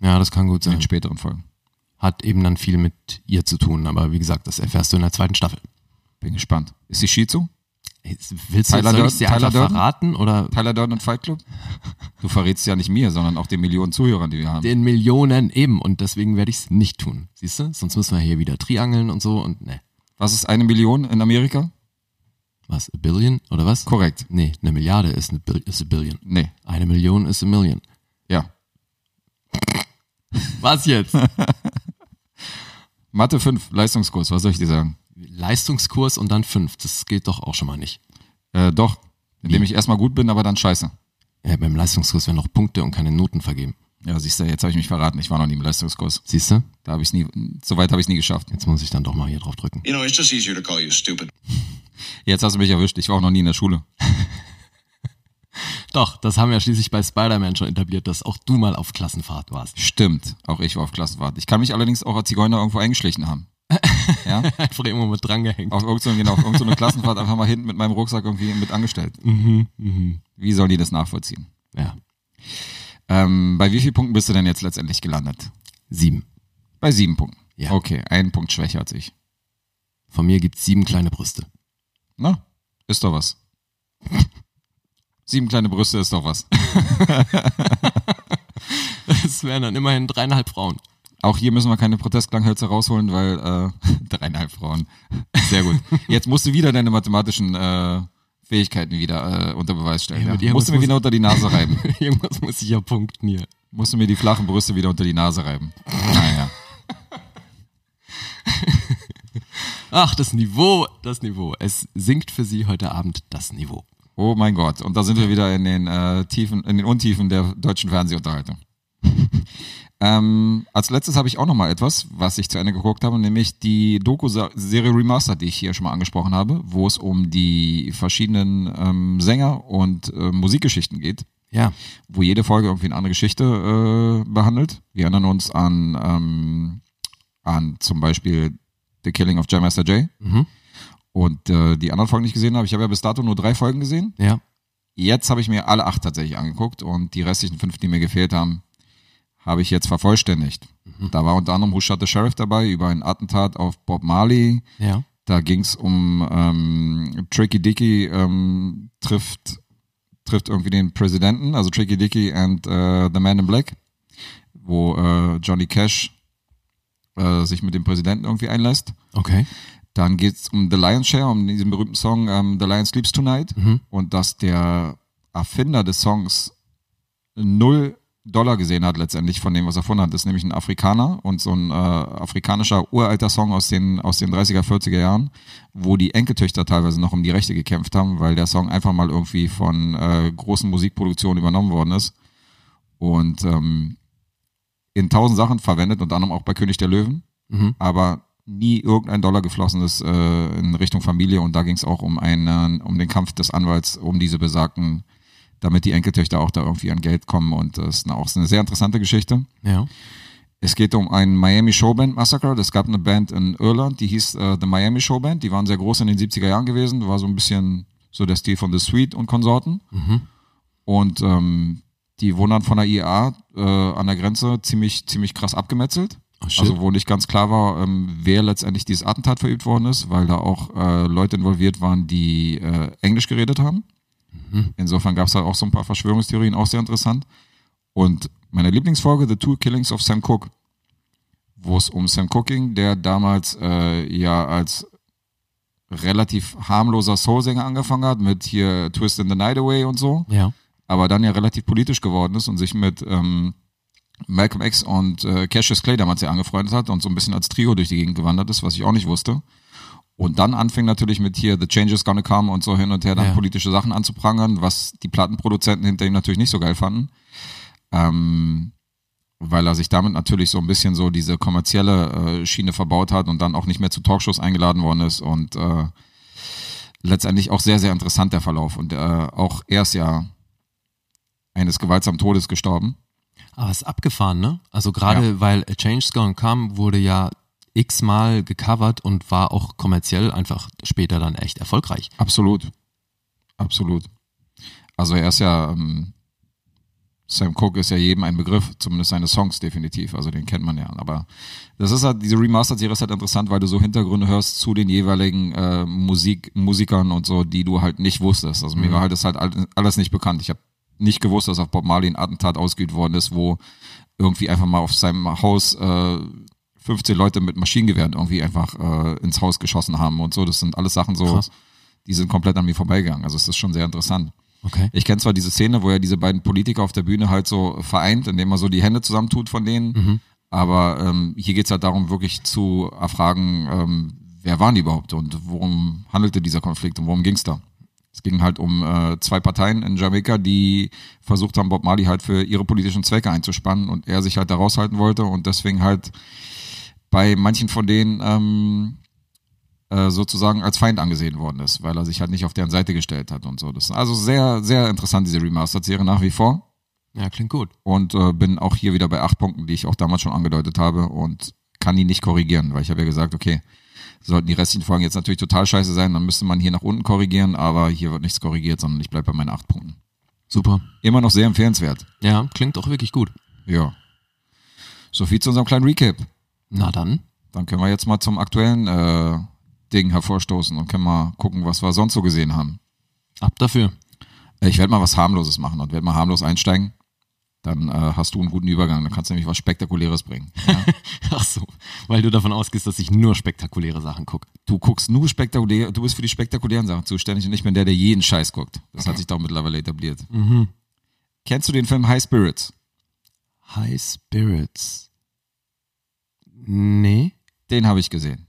Ja, das kann gut
in den
sein.
späteren Folgen.
Hat eben dann viel mit ihr zu tun, aber wie gesagt, das erfährst du in der zweiten Staffel.
Bin gespannt. Ist sie Shizu?
Jetzt Willst
Tyler
du jetzt, soll
Durden-
ich sie
Tyler
einfach
Durden?
verraten oder
Tyler Durden und Fight Club? Du verrätst ja nicht mir, sondern auch den Millionen Zuhörern, die wir haben.
den Millionen eben und deswegen werde ich es nicht tun. Siehst du? Sonst müssen wir hier wieder triangeln und so und ne.
Was ist eine Million in Amerika?
Was? A billion oder was?
Korrekt.
Nee, eine Milliarde ist eine Bil ist a billion.
Nee.
Eine Million ist a million.
Ja.
Was jetzt?
Mathe 5, Leistungskurs, was soll ich dir sagen?
Leistungskurs und dann fünf. Das geht doch auch schon mal nicht.
Äh, doch, indem ich erstmal gut bin, aber dann scheiße.
Ja, beim Leistungskurs werden noch Punkte und keine Noten vergeben.
Ja, siehst du, jetzt habe ich mich verraten. Ich war noch nie im Leistungskurs.
Siehst du?
Da habe ich nie, so weit habe ich nie geschafft.
Jetzt muss ich dann doch mal hier drauf drücken.
You know, it's just easier to call you stupid.
Jetzt hast du mich erwischt. Ich war auch noch nie in der Schule.
Doch, das haben wir schließlich bei Spider-Man schon etabliert, dass auch du mal auf Klassenfahrt warst.
Stimmt. Auch ich war auf Klassenfahrt. Ich kann mich allerdings auch als Zigeuner irgendwo eingeschlichen haben. Ja?
Einfach immer mit drangehängt.
Auf irgendeine, genau, auf irgendeine Klassenfahrt einfach mal hinten mit meinem Rucksack irgendwie mit angestellt. Wie sollen die das nachvollziehen?
Ja,
Ähm, bei wie vielen Punkten bist du denn jetzt letztendlich gelandet?
sieben.
Bei sieben Punkten.
Ja.
Okay, einen Punkt schwächer als ich.
Von mir gibt's sieben kleine Brüste.
Na, ist doch was. Sieben kleine Brüste ist doch was.
Es wären dann immerhin dreieinhalb Frauen.
Auch hier müssen wir keine Protestklanghölzer rausholen, weil äh, dreieinhalb Frauen. Sehr gut. Jetzt musst du wieder deine mathematischen äh, Fähigkeiten wieder äh, unter Beweis stellen.
Ey, mit
Ja.
irgendwas
Musst du mir
muss-
wieder unter die Nase reiben.
Irgendwas muss ich ja punkten hier.
musst du mir die flachen Brüste wieder unter die Nase reiben. Naja.
Ach, das Niveau, das Niveau. Es sinkt für Sie heute Abend das Niveau.
Oh mein Gott. Und da sind wir wieder in den äh, Tiefen, in den Untiefen der deutschen Fernsehunterhaltung. ähm, als letztes habe ich auch noch mal etwas, was ich zu Ende geguckt habe, nämlich die Doku-Serie Remastered, die ich hier schon mal angesprochen habe, wo es um die verschiedenen ähm, Sänger und äh, Musikgeschichten geht,
Ja,
wo jede Folge irgendwie eine andere Geschichte äh, behandelt. Wir erinnern uns an, ähm, an zum Beispiel The Killing of Jam Master Jay. Und äh, die anderen Folgen, die ich gesehen habe, ich habe ja bis dato nur drei Folgen gesehen.
ja.
Jetzt habe ich mir alle acht tatsächlich angeguckt und die restlichen fünf, die mir gefehlt haben, habe ich jetzt vervollständigt. Da war unter anderem Who Shot the Sheriff dabei über ein Attentat auf Bob Marley.
Ja.
Da ging es um ähm, Tricky Dicky ähm, trifft, trifft irgendwie den Präsidenten, also Tricky Dicky and äh, The Man in Black, wo äh, Johnny Cash äh, sich mit dem Präsidenten irgendwie einlässt.
Okay.
Dann geht's um The Lion's Share, um diesen berühmten Song ähm, The Lion Sleeps Tonight. Und dass der Erfinder des Songs null Dollar gesehen hat letztendlich von dem, was er erfunden hat. Das ist nämlich ein Afrikaner und so ein äh, afrikanischer uralter Song aus den, aus den 30er, 40er Jahren, wo die Enkeltöchter teilweise noch um die Rechte gekämpft haben, weil der Song einfach mal irgendwie von äh, großen Musikproduktionen übernommen worden ist und ähm, in tausend Sachen verwendet, unter anderem auch bei König der Löwen, aber nie irgendein Dollar geflossen ist äh, in Richtung Familie und da ging es auch um einen, um den Kampf des Anwalts um diese besagten damit die Enkeltöchter auch da irgendwie an Geld kommen. Und das ist eine, auch eine sehr interessante Geschichte.
Ja.
Es geht um ein Miami Showband Massacre. Es gab eine Band in Irland, die hieß äh, The Miami Showband. Die waren sehr groß in den 70er Jahren gewesen. War so ein bisschen so der Stil von The Sweet und Konsorten. Und ähm, die wurden dann von der IA äh, an der Grenze ziemlich, ziemlich krass abgemetzelt.
Oh, shit.
also wo nicht ganz klar war, ähm, wer letztendlich dieses Attentat verübt worden ist, weil da auch äh, Leute involviert waren, die äh, Englisch geredet haben. Insofern gab es halt auch so ein paar Verschwörungstheorien, auch sehr interessant. Und meine Lieblingsfolge, The Two Killings of Sam Cooke, wo es um Sam Cooke ging, der damals äh, ja als relativ harmloser Soul-Sänger angefangen hat, mit hier Twist in the Night Away und so,
Ja.
aber dann ja relativ politisch geworden ist und sich mit ähm, Malcolm X und äh, Cassius Clay damals ja angefreundet hat und so ein bisschen als Trio durch die Gegend gewandert ist, was ich auch nicht wusste. Und dann anfing natürlich mit hier The Change is Gonna Come und so hin und her dann
Ja.
politische Sachen anzuprangern, was die Plattenproduzenten hinter ihm natürlich nicht so geil fanden. Ähm, weil er sich damit natürlich so ein bisschen so diese kommerzielle äh, Schiene verbaut hat und dann auch nicht mehr zu Talkshows eingeladen worden ist und äh, letztendlich auch sehr, sehr interessant der Verlauf. Und äh, auch er ist ja eines gewaltsamen Todes gestorben.
Aber es ist abgefahren, ne? Also gerade weil A Change's Gonna Come wurde ja x-mal gecovert und war auch kommerziell einfach später dann echt erfolgreich.
Absolut. Absolut. Also er ist ja, ähm, Sam Cooke ist ja jedem ein Begriff, zumindest seine Songs definitiv, also den kennt man ja. Aber das ist halt, diese Remastered-Serie ist halt interessant, weil du so Hintergründe hörst zu den jeweiligen äh, Musik, Musikern und so, die du halt nicht wusstest. Also mir war halt das halt all- alles nicht bekannt. Ich habe nicht gewusst, dass auf Bob Marley ein Attentat ausgeübt worden ist, wo irgendwie einfach mal auf seinem Haus äh, 15 Leute mit Maschinengewehren irgendwie einfach äh, ins Haus geschossen haben und so. Das sind alles Sachen so,
Krass.
die sind komplett an mir vorbeigegangen. Also es ist schon sehr interessant.
Okay.
Ich kenne zwar diese Szene, wo er diese beiden Politiker auf der Bühne halt so vereint, indem er so die Hände zusammentut von denen. Aber ähm, hier geht's halt darum, wirklich zu erfragen, ähm, wer waren die überhaupt und worum handelte dieser Konflikt und worum ging's da? Es ging halt um äh, zwei Parteien in Jamaika, die versucht haben, Bob Marley halt für ihre politischen Zwecke einzuspannen und er sich halt da raushalten wollte und deswegen halt bei manchen von denen ähm, äh, sozusagen als Feind angesehen worden ist, weil er sich halt nicht auf deren Seite gestellt hat und so. Das ist also sehr, sehr interessant, diese Remastered-Serie nach wie vor.
Ja, klingt gut.
Und äh, bin auch hier wieder bei acht Punkten, die ich auch damals schon angedeutet habe und kann die nicht korrigieren, weil ich habe ja gesagt, okay, sollten die restlichen Folgen jetzt natürlich total scheiße sein, dann müsste man hier nach unten korrigieren, aber hier wird nichts korrigiert, sondern ich bleibe bei meinen acht Punkten.
Super.
Immer noch sehr empfehlenswert.
Ja, klingt auch wirklich gut.
Ja. So viel zu unserem kleinen Recap.
Na dann.
Dann können wir jetzt mal zum aktuellen äh, Ding hervorstoßen und können mal gucken, was wir sonst so gesehen haben.
Ab dafür.
Ich werde mal was harmloses machen und werde mal harmlos einsteigen. Dann äh, hast du einen guten Übergang. Dann kannst du nämlich was Spektakuläres bringen. Ja?
Ach so, weil du davon ausgehst, dass ich nur spektakuläre Sachen gucke.
du guckst nur spektakulär, du bist für die spektakulären Sachen zuständig und nicht mehr der, der jeden Scheiß guckt. Das hat sich doch mittlerweile etabliert. Kennst du den Film High Spirits?
High Spirits. Nee.
Den habe ich gesehen.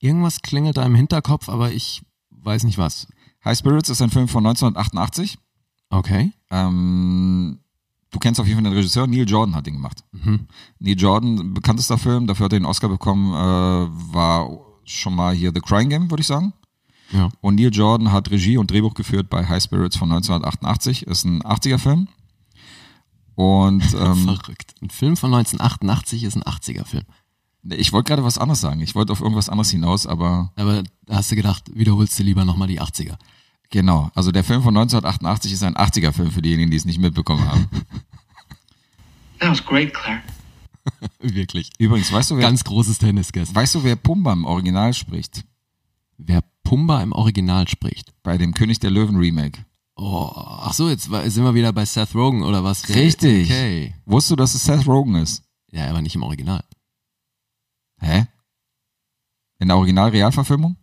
Irgendwas klingelt da im Hinterkopf, aber ich weiß nicht was.
High Spirits ist ein Film von 1988.
Okay.
Ähm, du kennst auf jeden Fall den Regisseur, Neil Jordan hat den gemacht.
Mhm.
Neil Jordan, bekanntester Film, dafür hat er den Oscar bekommen, äh, war schon mal hier The Crying Game, würde ich sagen.
Ja.
Und Neil Jordan hat Regie und Drehbuch geführt bei High Spirits von 1988. Ist ein 80er-Film. Und ähm,
Verrückt. Ein Film von 1988 ist ein 80er-Film.
ich wollte gerade was anderes sagen. Ich wollte auf irgendwas anderes hinaus, aber
Aber da hast du gedacht, wiederholst du lieber nochmal die 80er.
genau. Also der Film von 1988 ist ein 80er-Film für diejenigen, die es nicht mitbekommen haben.
That was great, Claire.
Wirklich.
Übrigens, weißt du, wer,
Ganz großes Tennisgast.
weißt du, wer Pumba im Original spricht?
Wer Pumba im Original spricht.
Bei dem König der Löwen Remake.
Oh, ach so, jetzt wa- sind wir wieder bei Seth Rogen oder was? Der- Okay.
Wusstest du, dass es Seth Rogen ist?
Ja, aber nicht im Original.
Hä? In der Original-Realverfilmung?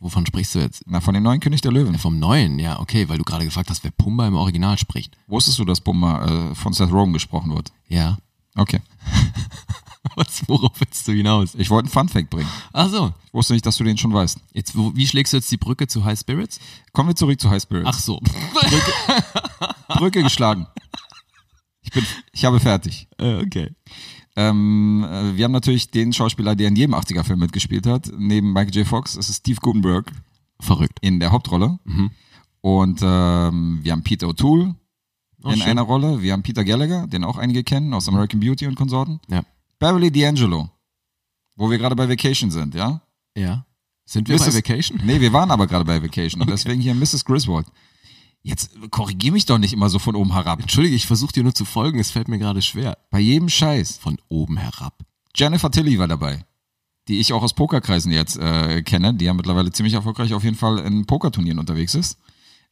Wovon sprichst du jetzt?
Na, von dem neuen König der Löwen.
Vom Neuen, ja, okay, weil du gerade gefragt hast, wer Pumba im Original spricht.
Wusstest du, dass Bumba äh, von Seth Rogen gesprochen wird?
Ja.
Okay.
Was, worauf willst du hinaus?
Ich wollte einen Funfact bringen.
Ach so,
Ich wusste nicht, dass du den schon weißt.
jetzt, wo, wie schlägst du jetzt die Brücke zu High Spirits?
Kommen wir zurück zu High Spirits.
Ach so.
Brücke geschlagen. Ich bin, ich habe fertig.
äh, okay.
Ähm, äh, wir haben natürlich den Schauspieler, der in jedem 80er-Film mitgespielt hat. Neben Michael J. Fox ist es Steve Gutenberg
Verrückt.
in der Hauptrolle. Und ähm, wir haben Peter O'Toole
Oh,
in
schön.
einer Rolle. Wir haben Peter Gallagher, den auch einige kennen aus American Beauty und Konsorten.
Ja.
Beverly D'Angelo, wo wir gerade bei Vacation sind, ja?
Ja. Sind wir bei
Mrs.
Vacation?
Nee, wir waren aber gerade bei Vacation und deswegen hier Mrs. Griswold. Jetzt korrigier mich doch nicht immer so von oben herab.
Entschuldige, ich versuche dir nur zu folgen, es fällt mir gerade schwer.
Bei jedem Scheiß.
Von oben herab.
Jennifer Tilly war dabei, die ich auch aus Pokerkreisen jetzt äh, kenne, die ja mittlerweile ziemlich erfolgreich auf jeden Fall in Pokerturnieren unterwegs ist.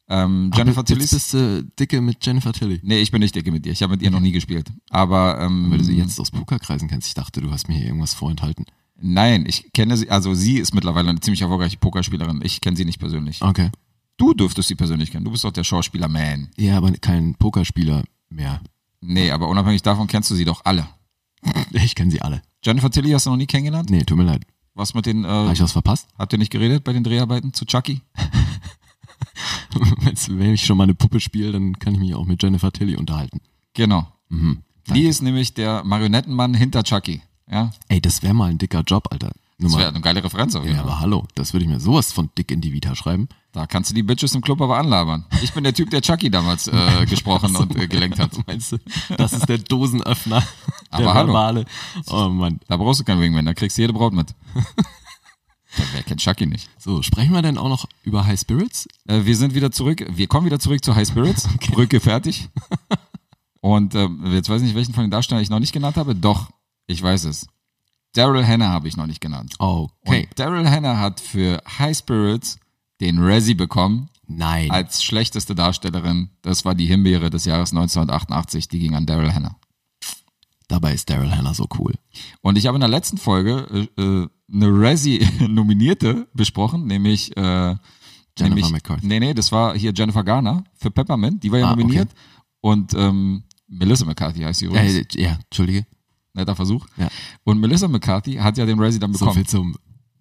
Ähm, Jennifer
Ach, jetzt
Tilly. ist-
bist du dicke mit Jennifer Tilly.
Nee, ich bin nicht dicke mit ihr. Ich habe mit ihr noch nie gespielt. Aber ähm,
Weil du sie jetzt aus Pokerkreisen kennst. Ich dachte, du hast mir hier irgendwas vorenthalten.
nein, ich kenne sie. Also sie ist mittlerweile eine ziemlich erfolgreiche Pokerspielerin. Ich kenne sie nicht persönlich.
Okay.
Du dürftest sie persönlich kennen. Du bist doch der Schauspieler-Man.
Ja, aber kein Pokerspieler mehr.
Nee, aber unabhängig davon kennst du sie doch alle.
Ich kenne sie alle.
Jennifer Tilly hast du noch nie kennengelernt?
Nee, tut mir leid.
Was mit den?
Habe
Äh,
ich was verpasst?
habt ihr nicht geredet bei den Dreharbeiten zu Chucky?
Wenn's- Wenn ich schon mal eine Puppe spiele, dann kann ich mich auch mit Jennifer Tilly unterhalten.
Genau. Die ist nämlich der Marionettenmann hinter Chucky. Ja,
Ey, das wäre mal ein dicker Job, Alter. Nur
das
mal-
wäre eine geile Referenz auf jeden
ja,
Fall.
aber hallo, das würde ich mir sowas von dick in die Vita schreiben.
Da kannst du die Bitches im Club aber anlabern. Ich bin der Typ, der Chucky damals äh, gesprochen und äh, gelenkt hat.
Meinst du, das ist der Dosenöffner, der
Aber hallo.
verbale. Oh Mann.
Da brauchst du keinen Wingman, da kriegst du jede Braut mit. Ja, Wer kennt Chucky nicht?
So, sprechen wir denn auch noch über High Spirits?
Äh, wir sind wieder zurück, wir kommen wieder zurück zu High Spirits. Brücke fertig. Und äh, jetzt weiß ich nicht, welchen von den Darstellern ich noch nicht genannt habe. Doch, ich weiß es. Daryl Hannah habe ich noch nicht genannt.
Okay.
Und Daryl Hannah hat für High Spirits den Razzie bekommen
Nein.
als schlechteste Darstellerin. Das war die Himbeere des Jahres 1988, die ging an Daryl Hannah.
Dabei ist Daryl Hannah so cool.
Und ich habe in der letzten Folge äh, äh, eine Razzie-Nominierte besprochen, nämlich, äh, Jennifer nämlich
McCarthy.
Nee, nee, das war hier Jennifer Garner für Peppermint, die war ja
Ah, okay.
nominiert. Und ähm, Melissa McCarthy heißt sie übrigens.
Äh, ja, entschuldige.
Netter Versuch.
Ja.
Und Melissa McCarthy hat ja den Razzie dann
So
bekommen.
viel zum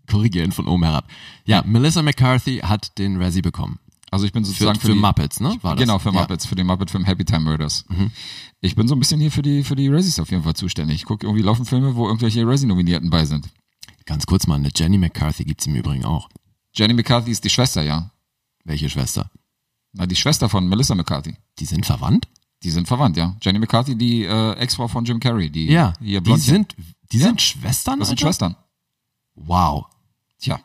Korrigieren von oben herab. Ja, Melissa McCarthy hat den Razzie bekommen.
also ich bin
Für,
sozusagen
für,
die-
Muppets, ne? War das?
Genau, für
ja. Mhm.
Muppets, für den Muppet-Film Happy Time Murders. Ich bin so ein bisschen hier für die, für die Razzies auf jeden Fall zuständig. Ich gucke irgendwie laufen Filme, wo irgendwelche Razzie-Nominierten bei sind.
Ganz kurz mal, eine Jenny McCarthy gibt's im Übrigen auch.
Jenny McCarthy ist die Schwester, ja.
Welche Schwester?
Na, die Schwester von Melissa McCarthy.
Die sind verwandt?
Die sind verwandt, ja. Jenny McCarthy, die äh, Ex-Frau von Jim Carrey, die
Die,
ihr Blondchen.
sind, die sind Schwestern,
das sind
Alter?
Schwestern.
Wow.
Tja,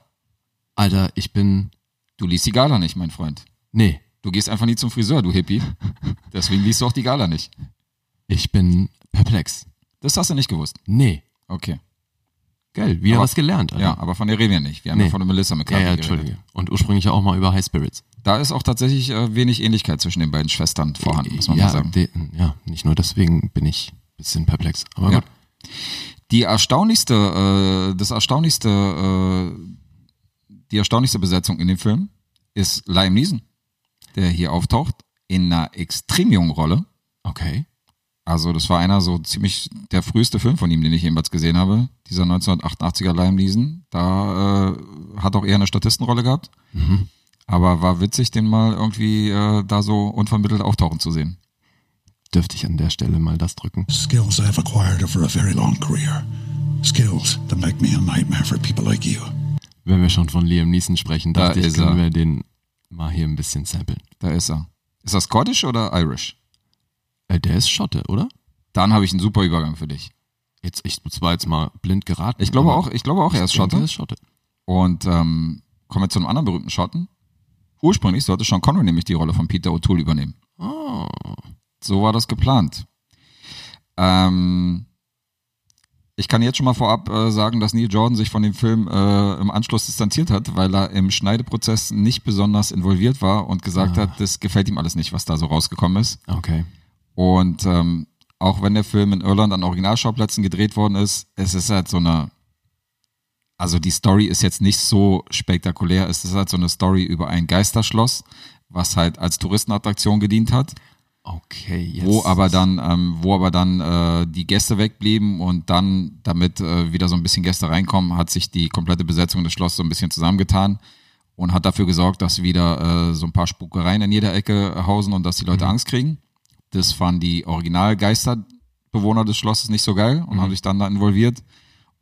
Alter, ich bin,
du liest die Gala nicht, mein Freund.
nee,
Du gehst einfach nie zum Friseur, du Hippie. Deswegen liest du auch die Gala nicht.
ich bin perplex.
Das hast du nicht gewusst.
Nee.
Okay.
Geil, wieder
Aber-
was gelernt, Alter.
Ja, aber von der reden wir nicht. Wir haben
Nee.
ja von der Melissa
ja,
McCarthy
ja,
geredet.
entschuldige. Und ursprünglich ja auch mal über High Spirits.
Da ist auch tatsächlich äh, wenig Ähnlichkeit zwischen den beiden Schwestern vorhanden, muss man
ja,
mal sagen.
de- ja, nicht nur deswegen bin ich ein bisschen perplex. Aber
Ja.
gut.
Die erstaunlichste, äh, das erstaunlichste, äh, die erstaunlichste Besetzung in dem Film ist Liam Neeson, der hier auftaucht in einer extrem jungen Rolle.
Okay.
Also das war einer so ziemlich der früheste Film von ihm, den ich jemals gesehen habe. Dieser 1988er Lime Leeson. Da äh, hat auch eher eine Statistenrolle gehabt.
Mhm.
Aber war witzig, den mal irgendwie äh, da so unvermittelt auftauchen zu sehen.
Dürfte ich an der Stelle mal das drücken?
Skills I've acquired over a very long career. Skills that make me a nightmare for people like you.
Wenn wir schon von Liam Neeson sprechen,
Da
dachte ich,
ist
können
er.
wir den mal hier ein bisschen samplen.
Da ist er. Ist er Scottish oder Irish?
Äh, der ist Schotte, oder?
Dann habe ich einen super Übergang für dich.
Jetzt, ich zwar jetzt mal blind geraten.
Ich glaube
aber
auch, ich glaube auch, er ist
ich denke,
Schotte.
er ist Schotte.
Und ähm, kommen wir zu einem anderen berühmten Schotten. Ursprünglich sollte Sean Connery nämlich die Rolle von Peter O'Toole übernehmen.
Oh.
So war das geplant. Ähm, ich kann jetzt schon mal vorab äh, sagen, dass Neil Jordan sich von dem Film äh, im Anschluss distanziert hat, weil er im Schneideprozess nicht besonders involviert war und gesagt hat, das gefällt ihm alles nicht, was da so rausgekommen ist.
Okay.
Und ähm, auch wenn der Film in Irland an Originalschauplätzen gedreht worden ist, es ist halt so eine also die Story ist jetzt nicht so spektakulär. Es ist halt so eine Story über ein Geisterschloss, was halt als Touristenattraktion gedient hat,
Okay, jetzt.
wo aber dann, ähm, wo aber dann äh, die Gäste wegblieben und dann, damit äh, wieder so ein bisschen Gäste reinkommen, hat sich die komplette Besetzung des Schlosses so ein bisschen zusammengetan und hat dafür gesorgt, dass wieder äh, so ein paar Spukereien in jeder Ecke hausen und dass die Leute Angst kriegen. Das fanden die Originalgeisterbewohner des Schlosses nicht so geil und haben sich dann da involviert.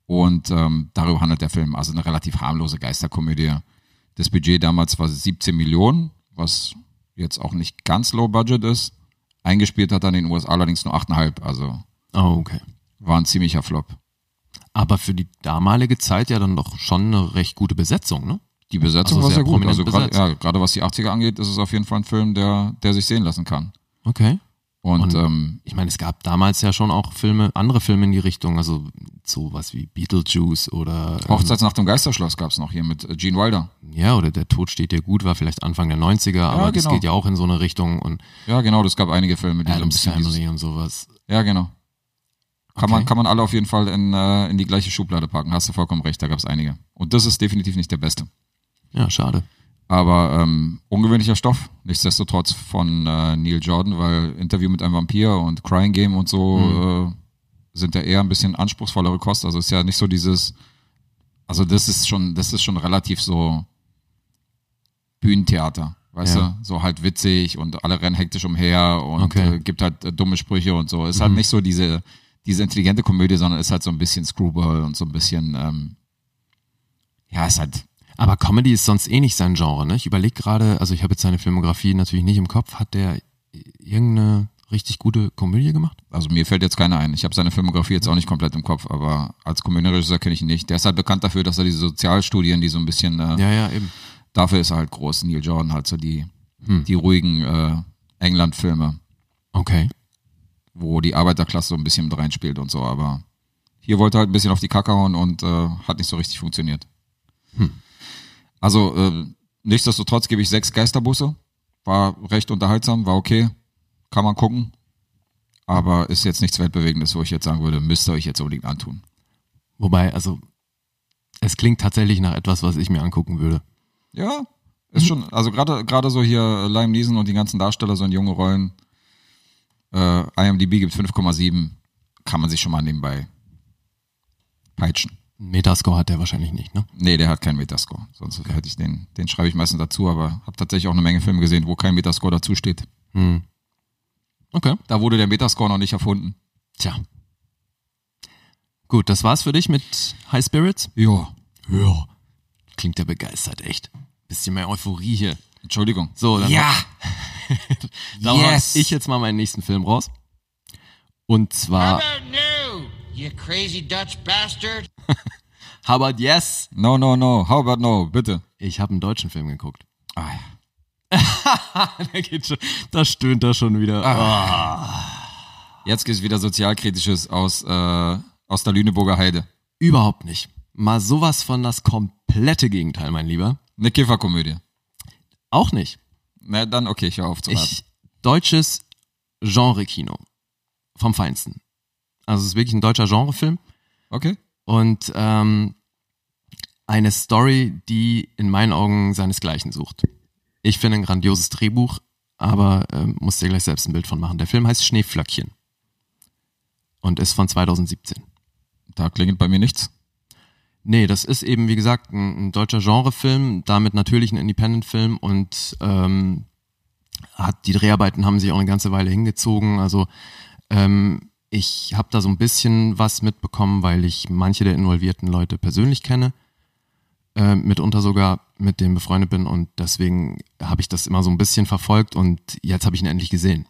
Und ähm, darüber handelt der Film. Also eine relativ harmlose Geisterkomödie. Das Budget damals war 17 Millionen, was jetzt auch nicht ganz low budget ist. Eingespielt hat er in den USA allerdings nur 8,5. Also
Oh, okay.
war ein ziemlicher Flop.
Aber für die damalige Zeit ja dann doch schon eine recht gute Besetzung, ne?
Die Besetzung
Also
war
sehr
sehr gut.
prominent
Also gerade
besetzt.
ja, gerade was die 80er angeht, ist es auf jeden Fall ein Film, der, der sich sehen lassen kann.
Okay.
Und,
Und-
ähm,
Ich meine, es gab damals ja schon auch Filme, andere Filme in die Richtung, also sowas wie Beetlejuice oder ähm,
Hochzeitsnacht im Geisterschloss gab es noch hier mit äh, Gene Wilder.
ja, oder Der Tod steht dir gut, war vielleicht Anfang der 90er, aber das
genau.
geht ja auch in so eine Richtung und
Ja, genau, das gab einige Filme, die so ein
Adams
bisschen dieses-
Family und sowas.
Ja, genau. Kann, man,
Okay.
kann man alle auf jeden Fall in, äh, in die gleiche Schublade packen. Hast du vollkommen recht, da gab es einige. Und das ist definitiv nicht der beste.
Ja, schade.
Aber ähm, ungewöhnlicher Stoff, nichtsdestotrotz von äh, Neil Jordan, weil Interview mit einem Vampir und Crying Game und so
Mhm.
äh, sind ja eher ein bisschen anspruchsvollere Kost. Also ist ja nicht so dieses, also das ist schon, das ist schon relativ so Bühnentheater, weißt
Ja.
du? So halt witzig und alle rennen hektisch umher und
Okay. Mhm.
äh, gibt halt äh, dumme Sprüche und so. Ist halt nicht so diese, diese intelligente Komödie, sondern ist halt so ein bisschen Screwball und so ein bisschen, ähm, ja, ist halt
Aber Comedy ist sonst eh nicht sein Genre, ne? Ich überlege gerade, also ich habe jetzt seine Filmografie natürlich nicht im Kopf, hat der irgendeine richtig gute Komödie gemacht?
Also mir fällt jetzt keiner ein. Ich habe seine Filmografie jetzt auch nicht komplett im Kopf, aber als Komödienregisseur kenne ich ihn nicht. Der ist halt bekannt dafür, dass er diese Sozialstudien, die so ein bisschen, äh,
Ja, ja, eben.
dafür ist er halt groß. Neil Jordan halt so die, die ruhigen äh, England-Filme,
Okay.
wo die Arbeiterklasse so ein bisschen mit reinspielt und so. Aber hier wollte er halt ein bisschen auf die Kacke hauen und äh, hat nicht so richtig funktioniert. Also äh, nichtsdestotrotz gebe ich sechs Geisterbusse. War recht unterhaltsam, war okay, kann man gucken. Aber ist jetzt nichts Weltbewegendes, wo ich jetzt sagen würde, müsst ihr euch jetzt unbedingt antun.
Wobei, also es klingt tatsächlich nach etwas, was ich mir angucken würde.
Ja, ist schon, also gerade gerade so hier äh, Liam Neeson und die ganzen Darsteller so in junge Rollen. Äh, IMDb gibt 5,7, kann man sich schon mal nebenbei peitschen.
Einen Metascore hat der wahrscheinlich nicht, ne?
Nee, der hat keinen Metascore. Sonst hätte ich den, den schreibe ich meistens dazu, aber habe tatsächlich auch eine Menge Filme gesehen, wo kein Metascore dazu steht.
Okay.
Da wurde der Metascore noch nicht erfunden.
Tja. Gut, das war's für dich mit High Spirits?
Ja.
Ja. Klingt ja begeistert, echt. Bisschen mehr Euphorie hier.
Entschuldigung.
So, dann
ja.
da
Yes.
hau ich jetzt mal meinen nächsten Film raus. Und zwar
no, you crazy Dutch bastard.
Hubbard Yes.
No, no, no. How about no? Bitte.
Ich habe einen deutschen Film geguckt.
Ah, ja.
da, geht schon, da stöhnt er schon
Ah.
wieder. Oh.
Jetzt gibt's wieder Sozialkritisches aus, äh, aus der Lüneburger Heide.
Überhaupt nicht. Mal sowas von das komplette Gegenteil, mein Lieber.
Eine Kifferkomödie.
Auch nicht.
Na, dann okay, ich höre auf zu raten.
Ich, deutsches Genre-Kino. Vom Feinsten. Also es ist wirklich ein deutscher Genrefilm.
Okay.
und ähm, eine Story, die in meinen Augen seinesgleichen sucht. Ich finde ein grandioses Drehbuch, aber ähm, muss dir gleich selbst ein Bild von machen. Der Film heißt Schneeflöckchen und ist von 2017.
Da klingelt bei mir nichts.
Nee, das ist eben, wie gesagt, ein, ein deutscher Genrefilm, damit natürlich ein Independent-Film und ähm, hat, die Dreharbeiten haben sich auch eine ganze Weile hingezogen. Also ähm, ich habe da so ein bisschen was mitbekommen, weil ich manche der involvierten Leute persönlich kenne, äh, mitunter sogar mit denen befreundet bin und deswegen habe ich das immer so ein bisschen verfolgt und jetzt habe ich ihn endlich gesehen.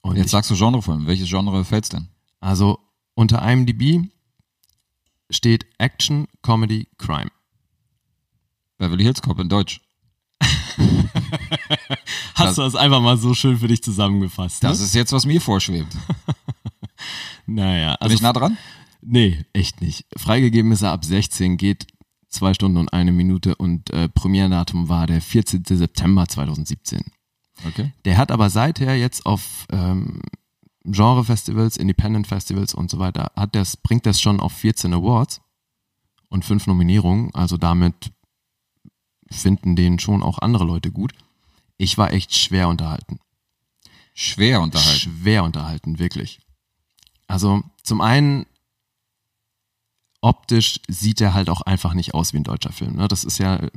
Und
Jetzt
ich-
sagst du Genrefilm. Welches Genre fällt's denn?
also unter IMDb steht Action, Comedy, Crime.
Beverly Hills Cop in Deutsch.
Hast du das einfach mal so schön für dich zusammengefasst?
Das
ne?
ist jetzt, was mir vorschwebt. Bin
naja, also
ich nah dran?
nee, echt nicht. Freigegeben ist er ab 16, geht zwei Stunden und eine Minute und äh, Premierdatum war der 14. September 2017.
Okay.
Der hat aber seither jetzt auf ähm, Genre-Festivals, Independent-Festivals und so weiter, hat das, bringt das schon auf 14 Awards und fünf Nominierungen. Also damit finden den schon auch andere Leute gut. Ich war echt schwer unterhalten.
Schwer unterhalten.
Schwer unterhalten, wirklich. Also zum einen optisch sieht er halt auch einfach nicht aus wie ein deutscher Film. Ne? Das ist ja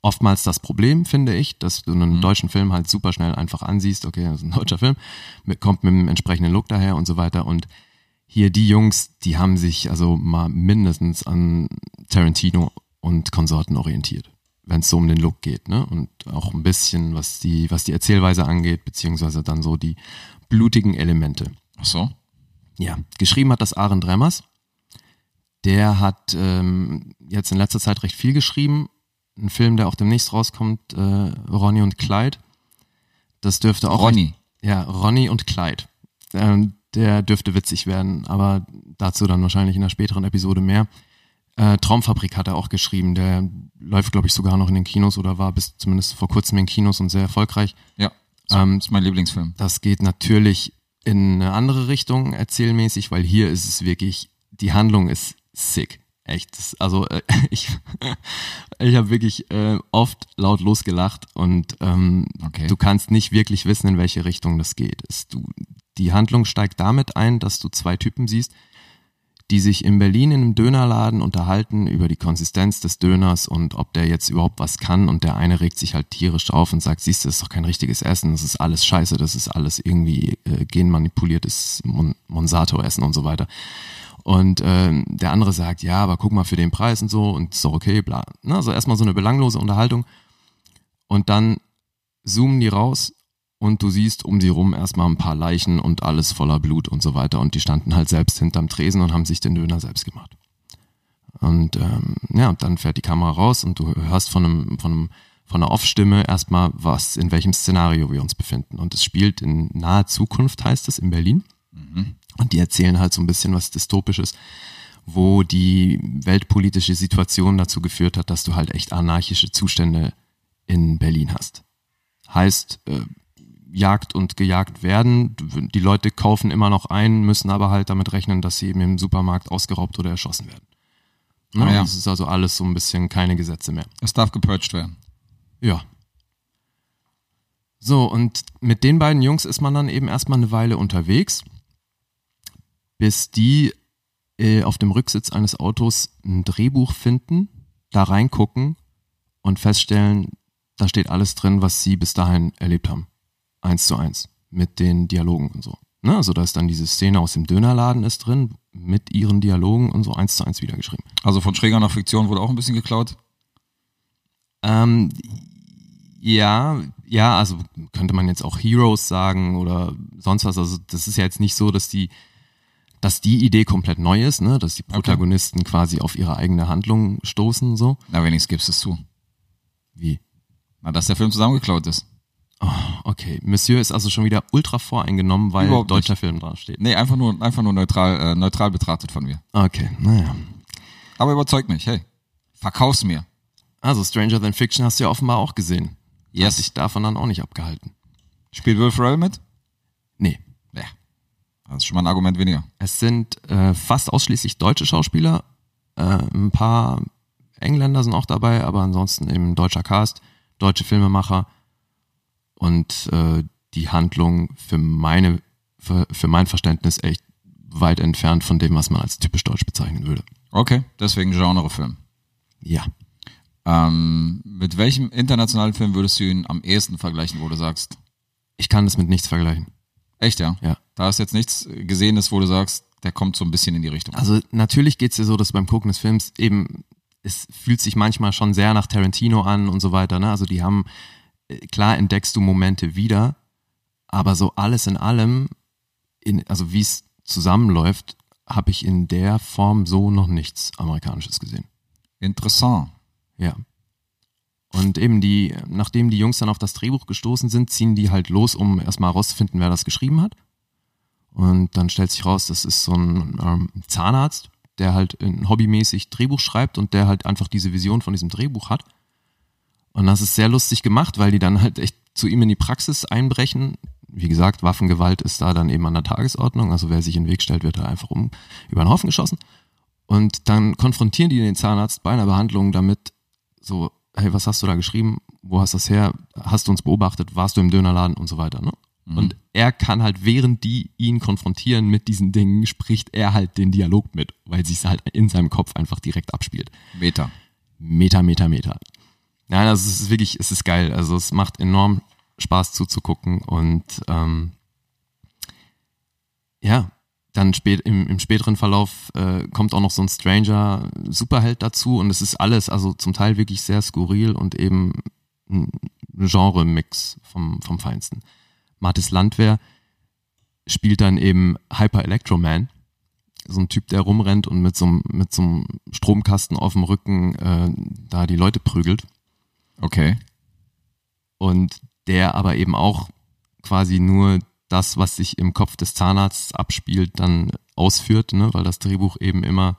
oftmals das Problem, finde ich, dass du einen deutschen Film halt super schnell einfach ansiehst, okay, das ist ein deutscher Film, mit- kommt mit dem entsprechenden Look daher und so weiter. Und hier die Jungs, die haben sich also mal mindestens an Tarantino und Konsorten orientiert, wenn es so um den Look geht, ne? Und auch ein bisschen, was die, was die Erzählweise angeht, beziehungsweise dann so die blutigen Elemente.
Ach so.
Ja, geschrieben hat das Aaron Dremmers. Der hat ähm, jetzt in letzter Zeit recht viel geschrieben. Ein Film, der auch demnächst rauskommt, äh, Ronny und Clyde. Das dürfte auch.
Ronny.
ja, Ronny und Clyde. Ähm, der dürfte witzig werden, aber dazu dann wahrscheinlich in einer späteren Episode mehr. Äh, Traumfabrik hat er auch geschrieben. Der läuft, glaube ich, sogar noch in den Kinos oder war bis zumindest vor kurzem in Kinos und sehr erfolgreich.
Ja. So,
Ähm,
ist mein Lieblingsfilm.
Das geht natürlich in eine andere Richtung erzählmäßig, weil hier ist es wirklich, die Handlung ist sick. Echt. Das, also äh, ich, ich habe wirklich äh, oft laut losgelacht und ähm,
Okay.
du kannst nicht wirklich wissen, in welche Richtung das geht. Es, du, die Handlung steigt damit ein, dass du zwei Typen siehst, die sich in Berlin in einem Dönerladen unterhalten über die Konsistenz des Döners und ob der jetzt überhaupt was kann. Und der eine regt sich halt tierisch auf und sagt, siehst du, das ist doch kein richtiges Essen, das ist alles scheiße, das ist alles irgendwie äh, genmanipuliertes Mon Monsanto-Essen und so weiter. Und ähm, der andere sagt, ja, aber guck mal für den Preis und so und so, okay, bla. Na, also erstmal so eine belanglose Unterhaltung. Und dann zoomen die raus und du siehst um sie rum erstmal ein paar Leichen und alles voller Blut und so weiter. Und die standen halt selbst hinterm Tresen und haben sich den Döner selbst gemacht. Und ähm, ja, und dann fährt die Kamera raus und du hörst von einem, von einem von einer Off-Stimme erstmal, was, in welchem Szenario wir uns befinden. Und es spielt in naher Zukunft, heißt es, in Berlin. Und die erzählen halt so ein bisschen was Dystopisches, wo die weltpolitische Situation dazu geführt hat, dass du halt echt anarchische Zustände in Berlin hast. Heißt, äh, jagt und gejagt werden. Die Leute kaufen immer noch ein, müssen aber halt damit rechnen, dass sie eben im Supermarkt ausgeraubt oder erschossen werden. Ne?
Ah ja.
Das ist also alles so ein bisschen keine Gesetze mehr.
Es darf gepurcht werden.
Ja. So, und mit den beiden Jungs ist man dann eben erstmal eine Weile unterwegs, bis die äh, auf dem Rücksitz eines Autos ein Drehbuch finden, da reingucken und feststellen, da steht alles drin, was sie bis dahin erlebt haben. Eins zu eins. Mit den Dialogen und so. Ne? Also da ist dann diese Szene aus dem Dönerladen ist drin, mit ihren Dialogen und so eins zu eins wiedergeschrieben.
Also von Schräger nach Fiktion wurde auch ein bisschen geklaut.
Ähm, ja, ja, also könnte man jetzt auch Heroes sagen oder sonst was. Also das ist ja jetzt nicht so, dass die, dass die Idee komplett neu ist, ne? Dass die Protagonisten quasi auf ihre eigene Handlung stoßen so.
Na, wenigstens gibst du es zu.
Wie?
Na, dass der Film zusammengeklaut ist.
Okay, Monsieur ist also schon wieder ultra voreingenommen, weil
Überhaupt
deutscher Film dran steht.
Nee, einfach nur, einfach nur neutral, äh, neutral betrachtet von mir.
Okay, naja.
Aber überzeug mich, hey. Verkauf's mir.
Also Stranger Than Fiction hast du ja offenbar auch gesehen. Hat
Yes.
dich davon dann auch nicht abgehalten.
Spielt Will Ferrell mit?
Nee.
Ja. Das ist schon mal ein Argument weniger.
Es sind äh, fast ausschließlich deutsche Schauspieler. Äh, ein paar Engländer sind auch dabei, aber ansonsten eben deutscher Cast, deutsche Filmemacher. Und äh, die Handlung für, meine, für, für mein Verständnis echt weit entfernt von dem, was man als typisch deutsch bezeichnen würde.
Okay, deswegen Genrefilm.
Ja.
Ähm, mit welchem internationalen Film würdest du ihn am ehesten vergleichen, wo du sagst,
Ich kann das mit nichts vergleichen.
echt ja?
Ja.
Da ist jetzt nichts Gesehenes, wo du sagst, der kommt so ein bisschen in die Richtung.
Also natürlich geht's dir so, dass beim Gucken des Films eben, es fühlt sich manchmal schon sehr nach Tarantino an und so weiter. Ne? Also die haben, äh, klar entdeckst du Momente wieder, aber so alles in allem, in, also wie es zusammenläuft, habe ich in der Form so noch nichts Amerikanisches gesehen.
Interessant.
Ja. Und eben die, nachdem die Jungs dann auf das Drehbuch gestoßen sind, ziehen die halt los, um erstmal rauszufinden, wer das geschrieben hat. Und dann stellt sich raus, das ist so ein ähm, Zahnarzt, der halt in, hobbymäßig Drehbuch schreibt und der halt einfach diese Vision von diesem Drehbuch hat. Und das ist sehr lustig gemacht, weil die dann halt echt zu ihm in die Praxis einbrechen. Wie gesagt, Waffengewalt ist da dann eben an der Tagesordnung. Also wer sich in den Weg stellt, wird da einfach um über den Haufen geschossen. Und dann konfrontieren die den Zahnarzt bei einer Behandlung damit, so, hey, was hast du da geschrieben? Wo hast du das her? Hast du uns beobachtet? Warst du im Dönerladen und so weiter, ne? Und er kann halt, während die ihn konfrontieren mit diesen Dingen, spricht er halt den Dialog mit, weil sich's halt in seinem Kopf einfach direkt abspielt.
Meter.
Meter, Meter, Meter. Nein, also es ist wirklich, es ist geil. Also es macht enorm Spaß zuzugucken und ähm, ja, dann spät, im, im späteren Verlauf äh, kommt auch noch so ein Stranger Superheld dazu und es ist alles, also zum Teil wirklich sehr skurril und eben ein Genre-Mix vom, vom Feinsten. Martis Landwehr spielt dann eben Hyper Electro Man so ein Typ, der rumrennt und mit so einem, mit so einem Stromkasten auf dem Rücken äh, da die Leute prügelt.
Okay.
Und der aber eben auch quasi nur das, was sich im Kopf des Zahnarztes abspielt, dann ausführt, ne? weil das Drehbuch eben immer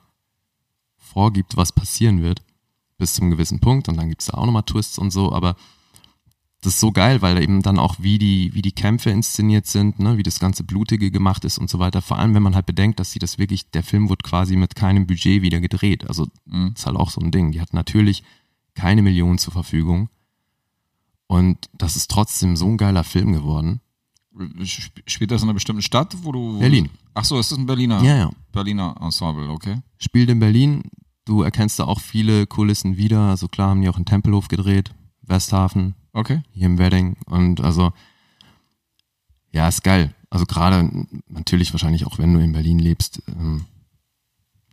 vorgibt, was passieren wird, bis zum gewissen Punkt. Und dann gibt's da auch nochmal Twists und so, aber das ist so geil, weil eben dann auch wie die, wie die Kämpfe inszeniert sind, ne, wie das ganze Blutige gemacht ist und so weiter. Vor allem, wenn man halt bedenkt, dass sie das wirklich, der Film wurde quasi mit keinem Budget wieder gedreht. Also das ist halt auch so ein Ding. Die hat natürlich keine Millionen zur Verfügung. Und das ist trotzdem so ein geiler Film geworden.
Sp- Spielt das in einer bestimmten Stadt, wo du.
Berlin.
Ach so, ist das ein Berliner?
Ja, ja.
Berliner Ensemble, okay.
Spielt in Berlin, du erkennst da auch viele Kulissen wieder. Also klar haben die auch in Tempelhof gedreht, Westhafen,
Okay.
hier im Wedding. Und also, ja, ist geil. Also gerade natürlich wahrscheinlich auch, wenn du in Berlin lebst, ähm,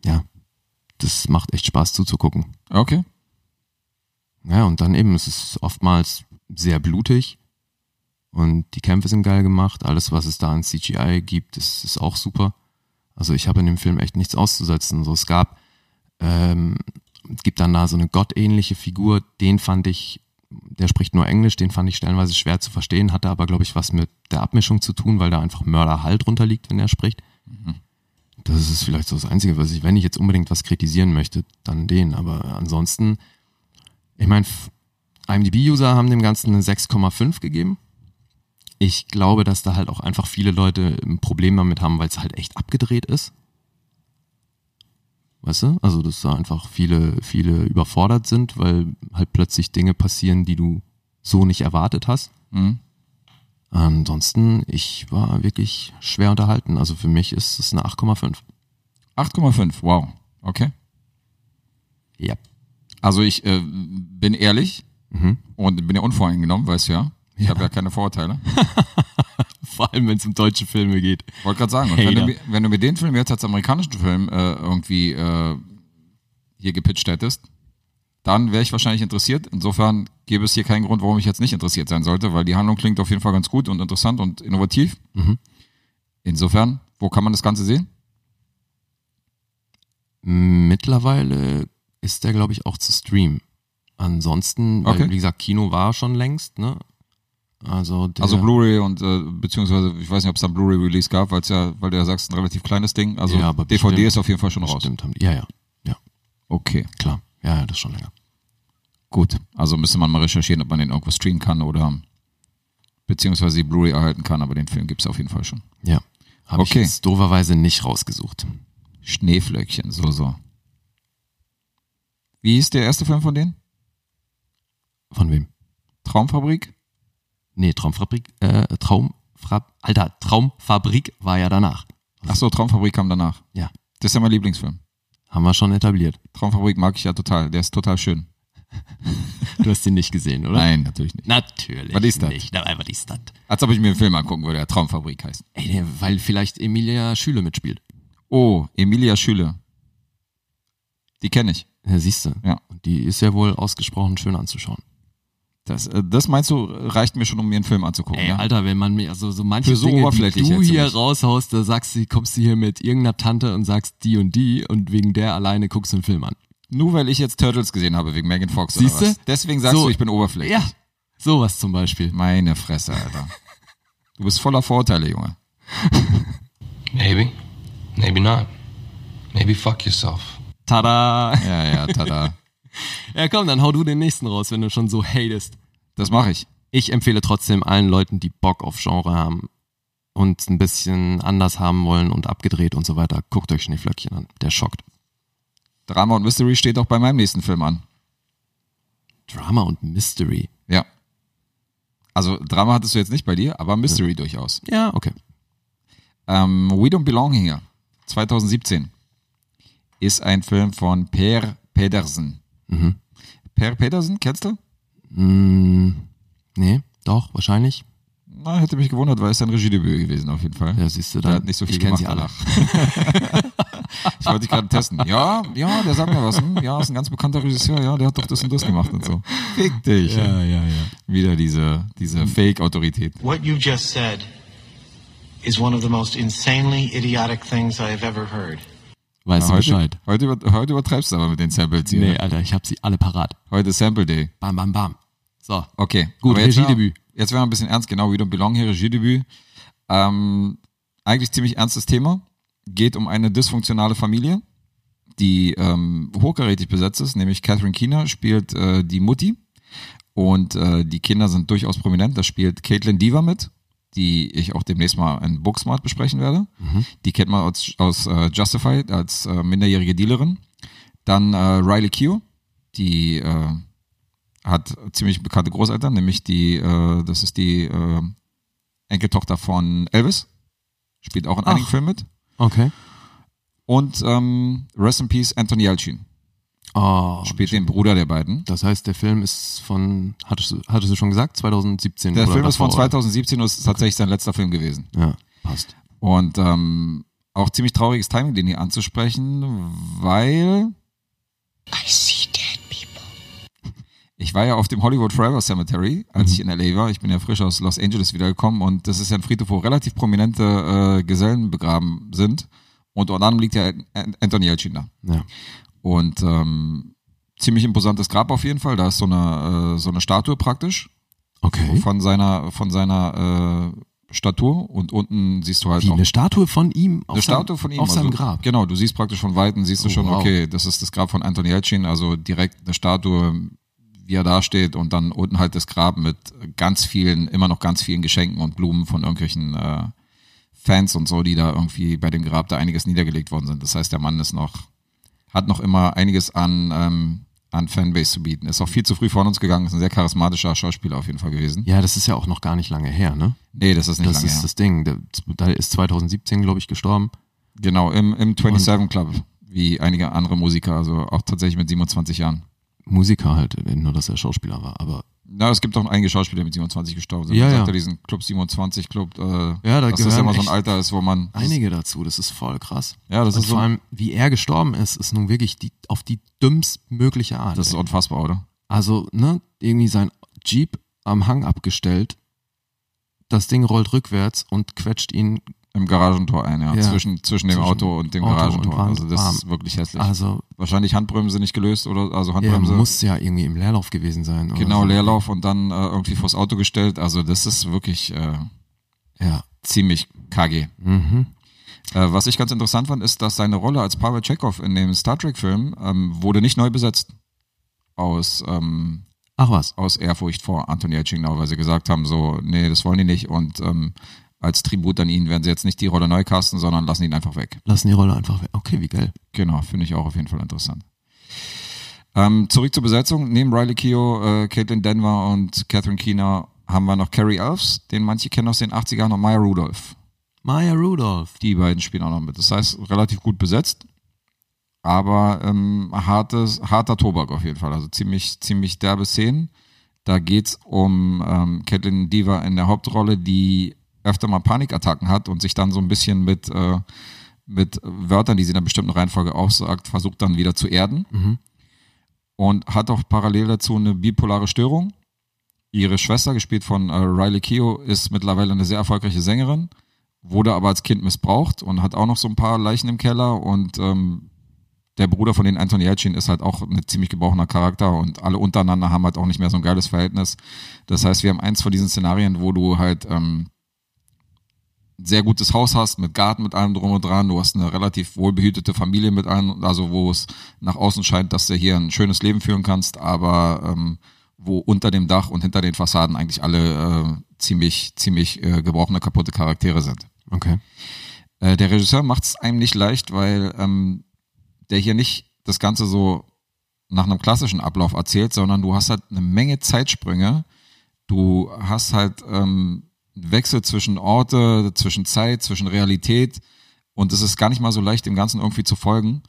ja, das macht echt Spaß zuzugucken.
Okay.
Ja, und dann eben, es ist oftmals sehr blutig und die Kämpfe sind geil gemacht. Alles, was es da an CGI gibt, ist, ist auch super. Also ich habe in dem Film echt nichts auszusetzen. So, es gab, ähm, es gibt dann da so eine gottähnliche Figur, den fand ich, der spricht nur Englisch, den fand ich stellenweise schwer zu verstehen, hatte aber, glaube ich, was mit der Abmischung zu tun, weil da einfach Mörderhall drunter liegt, wenn er spricht. Das ist vielleicht so das Einzige, was ich, wenn ich jetzt unbedingt was kritisieren möchte, dann den. Aber ansonsten, ich meine, f- IMDb-User haben dem Ganzen eine 6,5 gegeben. Ich glaube, dass da halt auch einfach viele Leute ein Problem damit haben, weil es halt echt abgedreht ist. Weißt du? Also, dass da einfach viele, viele überfordert sind, weil halt plötzlich Dinge passieren, die du so nicht erwartet hast.
Mhm.
Ansonsten, ich war wirklich schwer unterhalten. Also für mich ist es eine 8,5.
8,5, wow. Okay.
Ja.
Also ich äh, bin ehrlich
Mhm.
und bin ja unvoreingenommen, weißt du ja. Ich habe ja keine Vorurteile.
Vor allem, wenn es um deutsche Filme geht.
Wollte gerade sagen, und wenn, du,
Hater.
mir- wenn du mir den Film jetzt als amerikanischen Film äh, irgendwie äh, hier gepitcht hättest, dann wäre ich wahrscheinlich interessiert. Insofern gäbe es hier keinen Grund, warum ich jetzt nicht interessiert sein sollte, weil die Handlung klingt auf jeden Fall ganz gut und interessant und innovativ.
Mhm.
Insofern, wo kann man das Ganze sehen?
Mittlerweile ist der, glaube ich, auch zu streamen. Ansonsten, weil,
Okay.
wie gesagt, Kino war schon längst, ne? Also, der,
Also Blu-ray und äh, beziehungsweise, ich weiß nicht, ob es da einen Blu-ray-Release gab, weil's ja, weil du ja sagst, ein relativ kleines Ding. Also
Ja, aber
DVD
bestimmt.
ist auf jeden Fall schon raus.
Stimmt, haben die. Ja, ja. Ja,
Okay,
klar. Ja, ja, das ist schon länger.
gut. Also müsste man mal recherchieren, ob man den irgendwo streamen kann oder beziehungsweise die Blu-ray erhalten kann, aber den Film gibt's auf jeden Fall schon.
Ja. Habe
Okay.
ich jetzt dooferweise nicht rausgesucht.
Schneeflöckchen, so, so. Wie hieß der erste Film von denen?
Von wem?
Traumfabrik?
Nee, Traumfabrik, äh, Traumfra Alter, Traumfabrik war ja danach.
Ach so, Traumfabrik kam danach.
Ja.
Das ist ja mein Lieblingsfilm.
Haben wir schon etabliert.
Traumfabrik mag ich ja total. Der ist total schön.
Du hast ihn nicht gesehen, oder?
Nein, natürlich nicht.
Natürlich.
Was ist das?
nicht. Na, was ist das?
Als ob ich mir einen Film angucken würde, der Traumfabrik heißt.
Ey, der- weil vielleicht Emilia Schüle mitspielt.
Oh, Emilia Schüle. Die kenne ich.
Ja, siehst du.
Ja.
Und die ist ja wohl ausgesprochen schön anzuschauen.
Das, äh, das meinst du, reicht mir schon, um mir einen Film anzugucken.
Ey,
ja?
Alter, wenn man mir, also so manche
Für so
Dinge, die
oberflächlich
du
jetzt
hier
nicht.
raushaust, da sagst du, kommst du hier mit irgendeiner Tante und sagst die und die und wegen der alleine guckst du einen Film an.
Nur weil ich jetzt Turtles gesehen habe wegen Megan Fox
Siehste?
oder was. Deswegen sagst
So.
du, ich bin oberflächlich.
Ja. Sowas zum Beispiel.
Meine Fresse, Alter. Du bist voller Vorurteile, Junge.
Maybe. Maybe not. Maybe fuck yourself.
Tada!
Ja, ja, tada.
Ja, komm, dann hau du den nächsten raus, wenn du schon so hatest.
Das mache ich.
Ich empfehle trotzdem allen Leuten, die Bock auf Genre haben und ein bisschen anders haben wollen und abgedreht und so weiter, guckt euch Schneeflöckchen an. Der schockt.
Drama und Mystery steht auch bei meinem nächsten Film an.
Drama und Mystery.
Ja. Also Drama hattest du jetzt nicht bei dir, aber Mystery durchaus.
Ja, okay.
Ähm, We Don't Belong Here, 2017, ist ein Film von Per Pedersen.
Mhm.
Per Pedersen, kennst du?
Mm, nee, doch, wahrscheinlich.
Na, hätte mich gewundert, weil es sein Regiedebüt gewesen auf jeden Fall.
Ja, siehst du,
Der
dann-
hat nicht so
ich
viel
kenn
gemacht.
sie alle.
danach. ich wollte dich gerade testen. Ja, ja, der sagt mir was. Hm, ja, ist ein ganz bekannter Regisseur. Ja, der hat doch das und das gemacht und so. Fick dich.
ja, ja.
Wieder diese, diese Fake-Autorität.
What you just said is one of the most insanely idiotic things I have ever heard.
Weißt du
Heute,
Bescheid?
heute, über- heute übertreibst du aber mit den Samples hier.
Nee,
ne?
Alter, ich hab sie alle parat.
Heute ist Sample Day.
Bam, bam, bam. So.
Okay,
Gut,
aber jetzt
Regiedebüt.
Mal, jetzt werden wir ein bisschen ernst, genau, We Don't Belong Here, Regiedebüt. Ähm, eigentlich ziemlich ernstes Thema. Geht um eine dysfunktionale Familie, die ähm, hochkarätig besetzt ist, nämlich Catherine Keener spielt äh, die Mutti und äh, die Kinder sind durchaus prominent. Da spielt Caitlin Diva mit, die ich auch demnächst mal in Booksmart besprechen werde.
Mhm.
Die kennt man aus, aus äh, Justified als äh, minderjährige Dealerin. Dann äh, Riley Keough, die äh, hat ziemlich bekannte Großeltern, nämlich die, äh, das ist die äh, Enkeltochter von Elvis, spielt auch in einigen
Ach.
Filmen mit.
Okay.
Und ähm, Rest in Peace Anthony Yelchin
Oh,
spielt den Bruder der beiden.
das heißt, der Film ist von, hattest du, hattest du schon gesagt, 2017
Der
oder
Film ist von
davor, oder?
2017 und ist tatsächlich sein letzter Film gewesen.
Ja, passt.
Und ähm, auch ziemlich trauriges Timing, den hier anzusprechen, weil ich war ja auf dem Hollywood Forever Cemetery, als ich in LA war. Ich bin ja frisch aus Los Angeles wiedergekommen und das ist ja ein Friedhof, wo relativ prominente äh, Gesellen begraben sind. Und unter anderem liegt ja An- Anthony Yelchin da.
Ja.
Und ähm, ziemlich imposantes Grab auf jeden Fall. Da ist so eine, äh, so eine Statue praktisch
Okay.
von seiner, von seiner äh, Statur und unten siehst du halt
Wie
noch
eine Statue von ihm auf,
eine
seinem,
Statue von ihm
auf seinem
also,
Grab.
Genau, du siehst praktisch von Weitem, siehst du
Oh,
schon,
wow.
okay, das ist das Grab von Anthony Yelchin, also direkt eine Statue, wie er da steht und dann unten halt das Grab mit ganz vielen, immer noch ganz vielen Geschenken und Blumen von irgendwelchen äh, Fans und so, die da irgendwie bei dem Grab da einiges niedergelegt worden sind. Das heißt, der Mann ist noch, hat noch immer einiges an, ähm, an Fanbase zu bieten. Ist auch viel zu früh von uns gegangen, ist ein sehr charismatischer Schauspieler auf jeden Fall gewesen.
Ja, das ist ja auch noch gar nicht lange her, ne?
Nee, das ist nicht
Das
lange
ist
her.
das Ding. Der- Da ist 2017, glaube ich, gestorben.
Genau, im, im 27 Club, wie einige andere Musiker, also auch tatsächlich mit 27 Jahren.
Musiker halt, nur dass er Schauspieler war. Aber
Na, es gibt auch einige Schauspieler, die mit 27 gestorben sind.
Ja,
Man
ja.
sagt diesen Club 27 Club, äh,
Ja, da
das ist
gehören
immer so ein
echt
Alter ist, wo man.
einige dazu, das ist voll krass.
Ja, das
Und
ist so-
vor allem, wie er gestorben ist, ist nun wirklich die, auf die dümmstmögliche Art.
Das ist
ey.
unfassbar, oder?
Also, ne, irgendwie sein Jeep am Hang abgestellt, das Ding rollt rückwärts und quetscht ihn.
Im Garagentor ein, ja.
Ja.
Zwischen, zwischen dem
Zwischen
Auto und dem
Auto und
Garagentor.
Wand-
also, das ist
Arm.
wirklich hässlich.
Also,
Wahrscheinlich Handbremse nicht gelöst oder, also
er
Handbremse.
muss ja irgendwie im Leerlauf gewesen sein. Oder
genau,
so.
Leerlauf und dann äh, irgendwie vors Auto gestellt. Also, das ist wirklich äh,
Ja.
ziemlich KG.
Mhm.
Äh, was ich ganz interessant fand, ist, dass seine Rolle als Pavel Chekhov in dem Star Trek-Film ähm, wurde nicht neu besetzt. Aus, ähm,
Ach was.
aus Ehrfurcht vor Anthony Etchinglau, weil sie gesagt haben, so, nee, das wollen die nicht. Und ähm, als Tribut an ihn werden sie jetzt nicht die Rolle neu casten, sondern lassen ihn einfach weg.
Lassen die Rolle einfach weg. Okay, wie geil.
Genau, finde ich auch auf jeden Fall interessant. Ähm, zurück zur Besetzung. Neben Riley Keough, äh, Caitlin Denver und Catherine Keener haben wir noch Carrie Elves, den manche kennen aus den 80ern, und Maya Rudolph.
Maya Rudolph.
die beiden spielen auch noch mit. Das heißt, relativ gut besetzt, aber ähm, hartes, harter Tobak auf jeden Fall. Also ziemlich, ziemlich derbe Szenen. Da geht's um ähm, Caitlin Diva in der Hauptrolle, die öfter mal Panikattacken hat und sich dann so ein bisschen mit, äh, mit Wörtern, die sie in einer bestimmten Reihenfolge aufsagt, versucht dann wieder zu erden. Und hat auch parallel dazu eine bipolare Störung. Ihre Schwester, gespielt von äh, Riley Keough, ist mittlerweile eine sehr erfolgreiche Sängerin wurde aber als Kind missbraucht und hat auch noch so ein paar Leichen im Keller und ähm, der Bruder von den Anthony Yelchin ist halt auch ein ziemlich gebrochener Charakter und alle untereinander haben halt auch nicht mehr so ein geiles Verhältnis. Das heißt, wir haben eins von diesen Szenarien, wo du halt ähm, ein sehr gutes Haus hast, mit Garten, mit allem drum und dran. Du hast eine relativ wohlbehütete Familie mit allen, also wo es nach außen scheint, dass du hier ein schönes Leben führen kannst, aber ähm, wo unter dem Dach und hinter den Fassaden eigentlich alle äh, ziemlich, ziemlich äh, gebrochene, kaputte Charaktere sind.
Okay.
Äh, der Regisseur macht es einem nicht leicht, weil ähm, der hier nicht das Ganze so nach einem klassischen Ablauf erzählt, sondern du hast halt eine Menge Zeitsprünge. Du hast halt ähm, Wechsel zwischen Orte, zwischen Zeit, zwischen Realität und es ist gar nicht mal so leicht, dem Ganzen irgendwie zu folgen.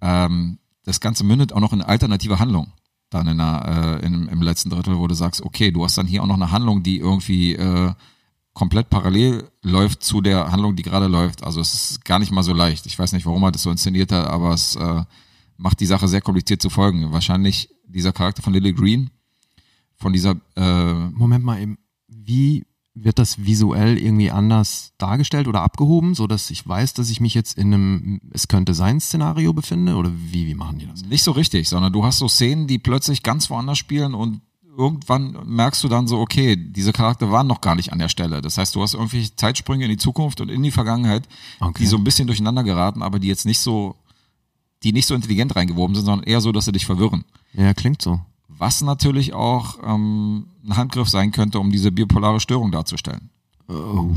Ähm, das Ganze mündet auch noch in alternative Handlung. Dann in einer, äh, in, im letzten Drittel, wo du sagst, okay, du hast dann hier auch noch eine Handlung, die irgendwie äh, komplett parallel läuft zu der Handlung, die gerade läuft. Also es ist gar nicht mal so leicht. Ich weiß nicht, warum er das so inszeniert hat, aber es äh, macht die Sache sehr kompliziert zu folgen. Wahrscheinlich dieser Charakter von Lily Green, von dieser äh,
Moment mal eben, wie wird das visuell irgendwie anders dargestellt oder abgehoben, so dass ich weiß, dass ich mich jetzt in einem es könnte sein Szenario befinde oder wie wie machen die das?
Nicht so richtig, sondern du hast so Szenen, die plötzlich ganz woanders spielen und irgendwann merkst du dann so, okay, diese Charakter waren noch gar nicht an der Stelle. Das heißt, du hast irgendwelche Zeitsprünge in die Zukunft und in die Vergangenheit,
Okay.
die so ein bisschen durcheinander geraten, aber die jetzt nicht so, die nicht so intelligent reingewoben sind, sondern eher so, dass sie dich verwirren.
Ja, klingt so.
Was natürlich auch ähm, ein Handgriff sein könnte, um diese bipolare Störung darzustellen.
Oh,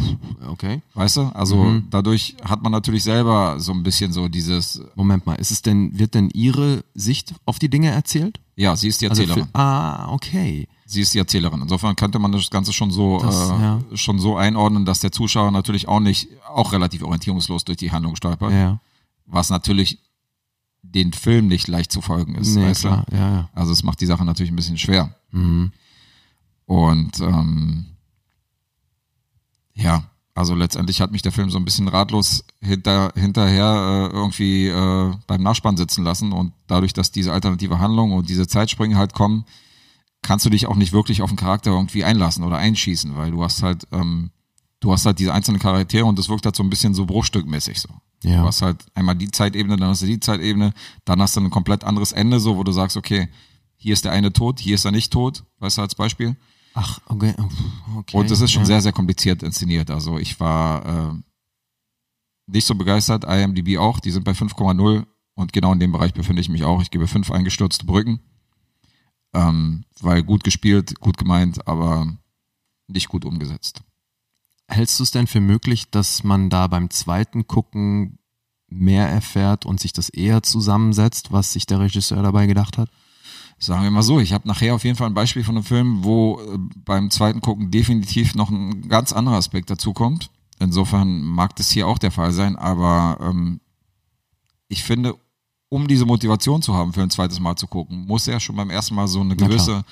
okay.
Weißt du? Also
Mhm.
dadurch hat man natürlich selber so ein bisschen so dieses,
Moment mal, ist es denn wird denn ihre Sicht auf die Dinge erzählt?
ja, sie ist die
Also
Erzählerin.
für, ah, okay.
sie ist die Erzählerin. Insofern könnte man das Ganze schon so,
Das,
äh,
ja.
schon so einordnen, dass der Zuschauer natürlich auch nicht, auch relativ orientierungslos durch die Handlung stolpert,
Ja.
was natürlich den Film nicht leicht zu folgen ist.
Nee,
weißt du?
klar, ja, ja.
Also es macht die Sache natürlich ein bisschen schwer. Und ähm, ja, also letztendlich hat mich der Film so ein bisschen ratlos hinter, hinterher äh, irgendwie äh, beim Nachspann sitzen lassen. Und dadurch, dass diese alternative Handlung und diese Zeitsprünge halt kommen, kannst du dich auch nicht wirklich auf den Charakter irgendwie einlassen oder einschießen, weil du hast halt, ähm, du hast halt diese einzelnen Charaktere und das wirkt halt so ein bisschen so bruchstückmäßig so.
Ja.
Du hast halt einmal die Zeitebene, dann hast du die Zeitebene, dann hast du ein komplett anderes Ende, so wo du sagst, okay, hier ist der eine tot, hier ist er nicht tot, weißt du als Beispiel.
Ach, okay. oh, okay
Und das ist schon
ja.
sehr, sehr kompliziert inszeniert. Also ich war äh, nicht so begeistert. IMDb auch, die sind bei 5,0 und genau in dem Bereich befinde ich mich auch. Ich gebe fünf eingestürzte Brücken, ähm, weil gut gespielt, gut gemeint, aber nicht gut umgesetzt.
Hältst du es denn für möglich, dass man da beim zweiten Gucken mehr erfährt und sich das eher zusammensetzt, was sich der Regisseur dabei gedacht hat?
Sagen wir mal so, ich habe nachher auf jeden Fall ein Beispiel von einem Film, wo äh, beim zweiten Gucken definitiv noch ein ganz anderer Aspekt dazukommt. Insofern mag das hier auch der Fall sein, aber ähm, ich finde, um diese Motivation zu haben, für ein zweites Mal zu gucken, muss er schon beim ersten Mal so eine
Na klar.
gewisse,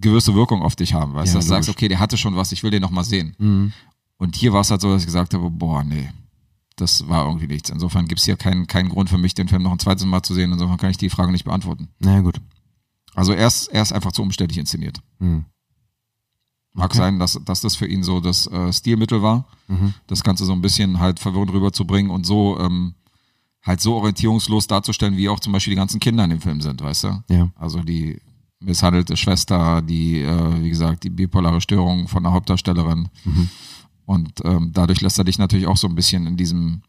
gewisse Wirkung auf dich haben. Weißt
Ja,
du, dass du sagst,
logisch. Mhm.
okay, der hatte schon was, ich will den noch mal sehen. Und hier war es halt so, dass ich gesagt habe, boah, nee, das war irgendwie nichts. Insofern gibt es hier keinen, keinen Grund für mich, den Film noch ein zweites Mal zu sehen. Insofern kann ich die Frage nicht beantworten.
Na ja, gut.
Also er ist, er ist einfach zu umständlich inszeniert.
Hm.
Mag sein, dass, dass das für ihn so das äh, Stilmittel war, das Ganze so ein bisschen halt verwirrend rüberzubringen und so ähm, halt so orientierungslos darzustellen, wie auch zum Beispiel die ganzen Kinder in dem Film sind, weißt du?
Ja.
Also die misshandelte Schwester, die, äh, wie gesagt, die bipolare Störung von der Hauptdarstellerin. Und ähm, dadurch lässt er dich natürlich auch so ein bisschen in diesem,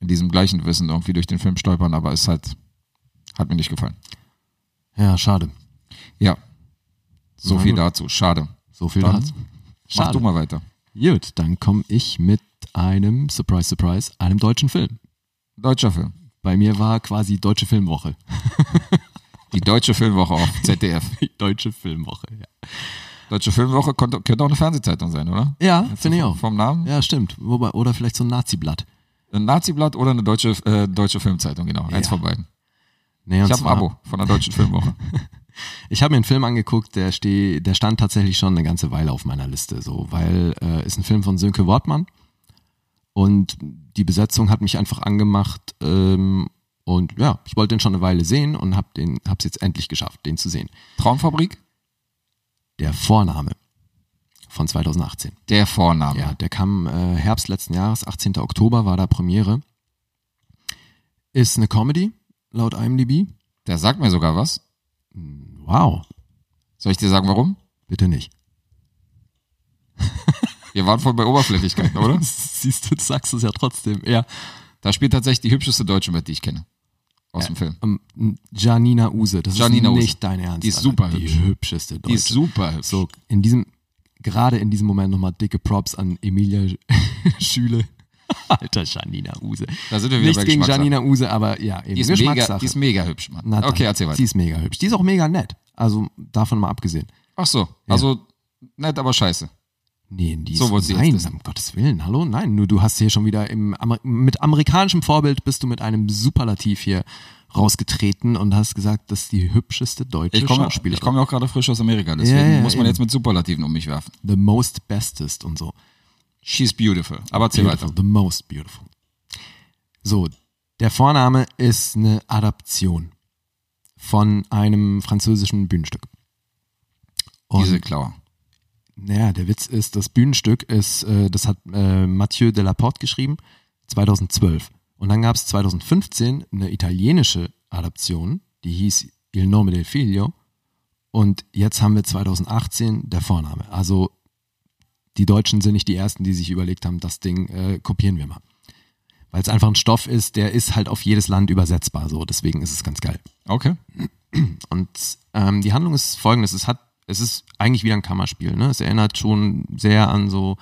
in diesem gleichen Wissen irgendwie durch den Film stolpern, aber ist halt, hat mir nicht gefallen.
Ja, schade.
Ja. So
Na
viel
gut.
dazu. Schade.
So viel
Dann
dazu.
Mach du mal weiter.
Gut, dann komme ich mit einem, surprise, surprise, einem deutschen Film.
Deutscher Film.
Bei mir war quasi deutsche Filmwoche.
Die Deutsche Filmwoche auf ZDF.
Die deutsche Filmwoche, ja.
Deutsche Filmwoche könnte, könnte auch eine Fernsehzeitung sein, oder?
Ja, finde ich auch.
Vom Namen?
Ja, stimmt. Wobei, oder vielleicht so ein Nazi-Blatt.
Ein Nazi-Blatt oder eine deutsche, äh, deutsche Filmzeitung, genau. Eins
Ja.
von beiden.
Nee, und
Ich habe ein
zwar-
Abo von der Deutschen Filmwoche.
Ich habe mir einen Film angeguckt, der, steh, der stand tatsächlich schon eine ganze Weile auf meiner Liste, so, weil äh, ist ein Film von Sönke Wortmann und die Besetzung hat mich einfach angemacht ähm, und ja, ich wollte den schon eine Weile sehen und habe den, hab's jetzt endlich geschafft, den zu sehen.
Traumfabrik?
Der Vorname von 2018.
Der Vorname.
Ja, der kam äh, Herbst letzten Jahres, 18. Oktober war da Premiere. Ist eine Comedy laut IMDb.
Der sagt mir sogar was.
Wow,
Soll ich dir sagen, warum?
bitte nicht.
Wir waren voll bei Oberflächlichkeiten, oder?
Siehst du, du sagst es ja trotzdem. Ja,
Da spielt tatsächlich die hübscheste Deutsche mit, die ich kenne. Aus dem Film.
Ähm, Janina Use, das
Janina
ist
Use.
nicht dein Ernst.
Die ist
Alter.
super
Die
hübsch.
hübscheste Deutsche.
Die ist super hübsch.
So, in diesem, gerade in diesem Moment nochmal dicke Props an Emilia Schüle. Alter, Janina Use.
Da sind wir wieder
Nichts
bei
gegen
Geschmackssache.
Janina Use, aber ja, eben
Die ist, mega,
Geschmackssache.
die ist mega hübsch, Mann.
Na dann,
okay, erzähl
Sie
weiter.
ist mega hübsch. Die ist auch mega nett. Also davon mal abgesehen.
Ach so, also nett, aber scheiße.
Nee, die
So
ist,
wollte sie jetzt
nein,
wissen.
um Gottes Willen, hallo, nein, nur du hast hier schon wieder im Amer mit amerikanischem Vorbild bist du mit einem Superlativ hier rausgetreten und hast gesagt, das ist die hübscheste deutsche
Ich komme
Schauspielerin.
ich komme ja auch gerade frisch aus Amerika, deswegen
ja,
muss man
eben.
jetzt mit Superlativen um mich werfen.
The most bestest und so.
She's beautiful. Aber erzähl
Beautiful, the most beautiful. So, der Vorname ist eine Adaption von einem französischen Bühnenstück.
weiter. Diese Klauer.
Naja, der Witz ist, das Bühnenstück ist, äh, das hat äh, Mathieu Delaporte geschrieben, 2012. Und dann gab es 2015 eine italienische Adaption, die hieß Il nome del figlio. Und jetzt haben wir 2018 der Vorname. Also die Deutschen sind nicht die Ersten, die sich überlegt haben, das Ding äh, kopieren wir mal. Weil es einfach ein Stoff ist, der ist halt auf jedes Land übersetzbar. So, deswegen ist es ganz geil.
Okay.
Und ähm, die Handlung ist folgendes: Es hat, es ist eigentlich wieder ein Kammerspiel. Ne? Es erinnert schon sehr an so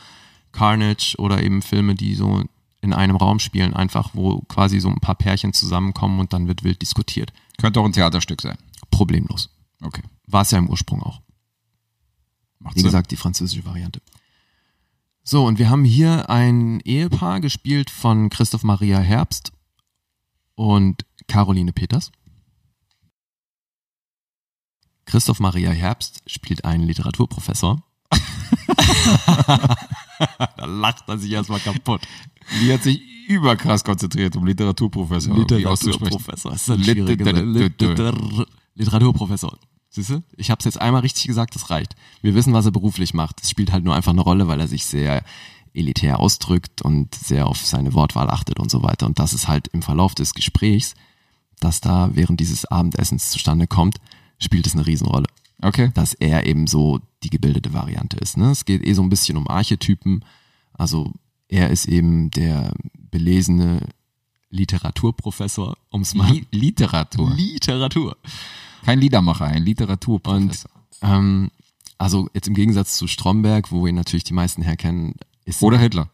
Carnage oder eben Filme, die so in einem Raum spielen, einfach wo quasi so ein paar Pärchen zusammenkommen und dann wird wild diskutiert.
Könnte auch ein Theaterstück sein.
Problemlos.
Okay.
War es ja im Ursprung auch.
Macht
Wie gesagt, die französische Variante. So, und wir haben hier ein Ehepaar gespielt von Christoph Maria Herbst und Caroline Peters. Christoph Maria Herbst spielt einen Literaturprofessor. da lacht er sich erstmal kaputt.
Die hat sich überkrass konzentriert, um Literaturprofessor irgendwie auszusprechen.
Literaturprofessor. Ist ein schwieriges Wort.
Literatur.
Liter- Literaturprofessor. Siehst du? Ich habe es jetzt einmal richtig gesagt, das reicht. Wir wissen, was er beruflich macht. Es spielt halt nur einfach eine Rolle, weil er sich sehr elitär ausdrückt und sehr auf seine Wortwahl achtet und so weiter. Und das ist halt im Verlauf des Gesprächs, das da während dieses Abendessens zustande kommt, spielt es eine Riesenrolle
Okay.
dass er eben so die gebildete Variante ist. Ne? Es geht eh so ein bisschen um Archetypen. Also er ist eben der belesene Literaturprofessor, um es mal.
Li Literatur.
Literatur.
Kein Liedermacher, ein Literaturprofessor.
Ähm, also jetzt im Gegensatz zu Stromberg, wo ihn natürlich die meisten herkennen, ist
Oder Hitler.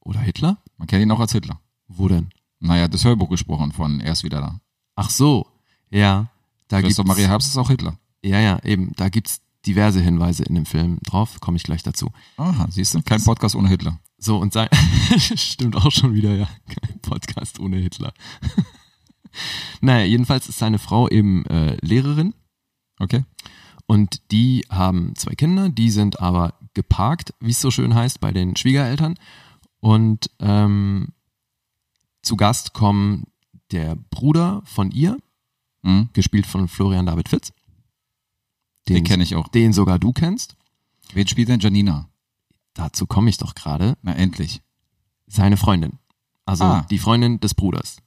oder Hitler?
Man kennt ihn auch als Hitler.
Wo denn?
Naja, das Hörbuch gesprochen von Er ist wieder da.
Ach so, ja. Da
Christoph
gibt's-
Maria Herbst ist auch Hitler.
Ja, ja, eben. Da gibt's diverse Hinweise in dem Film drauf, komme ich gleich dazu.
Aha, siehst du, kein Podcast ohne Hitler.
So, und sein, stimmt auch schon wieder, ja, kein Podcast ohne Hitler. naja, jedenfalls ist seine Frau eben äh, Lehrerin
Okay?
und die haben zwei Kinder, die sind aber geparkt, wie es so schön heißt, bei den Schwiegereltern. Und ähm, zu Gast kommen der Bruder von ihr,
Mhm.
gespielt von Florian David Fitz.
Den kenne ich auch.
Den sogar du kennst.
Wen spielt denn Janina?
Dazu komme ich doch gerade.
Na, endlich.
Seine Freundin. Also
Ah.
die Freundin des Bruders.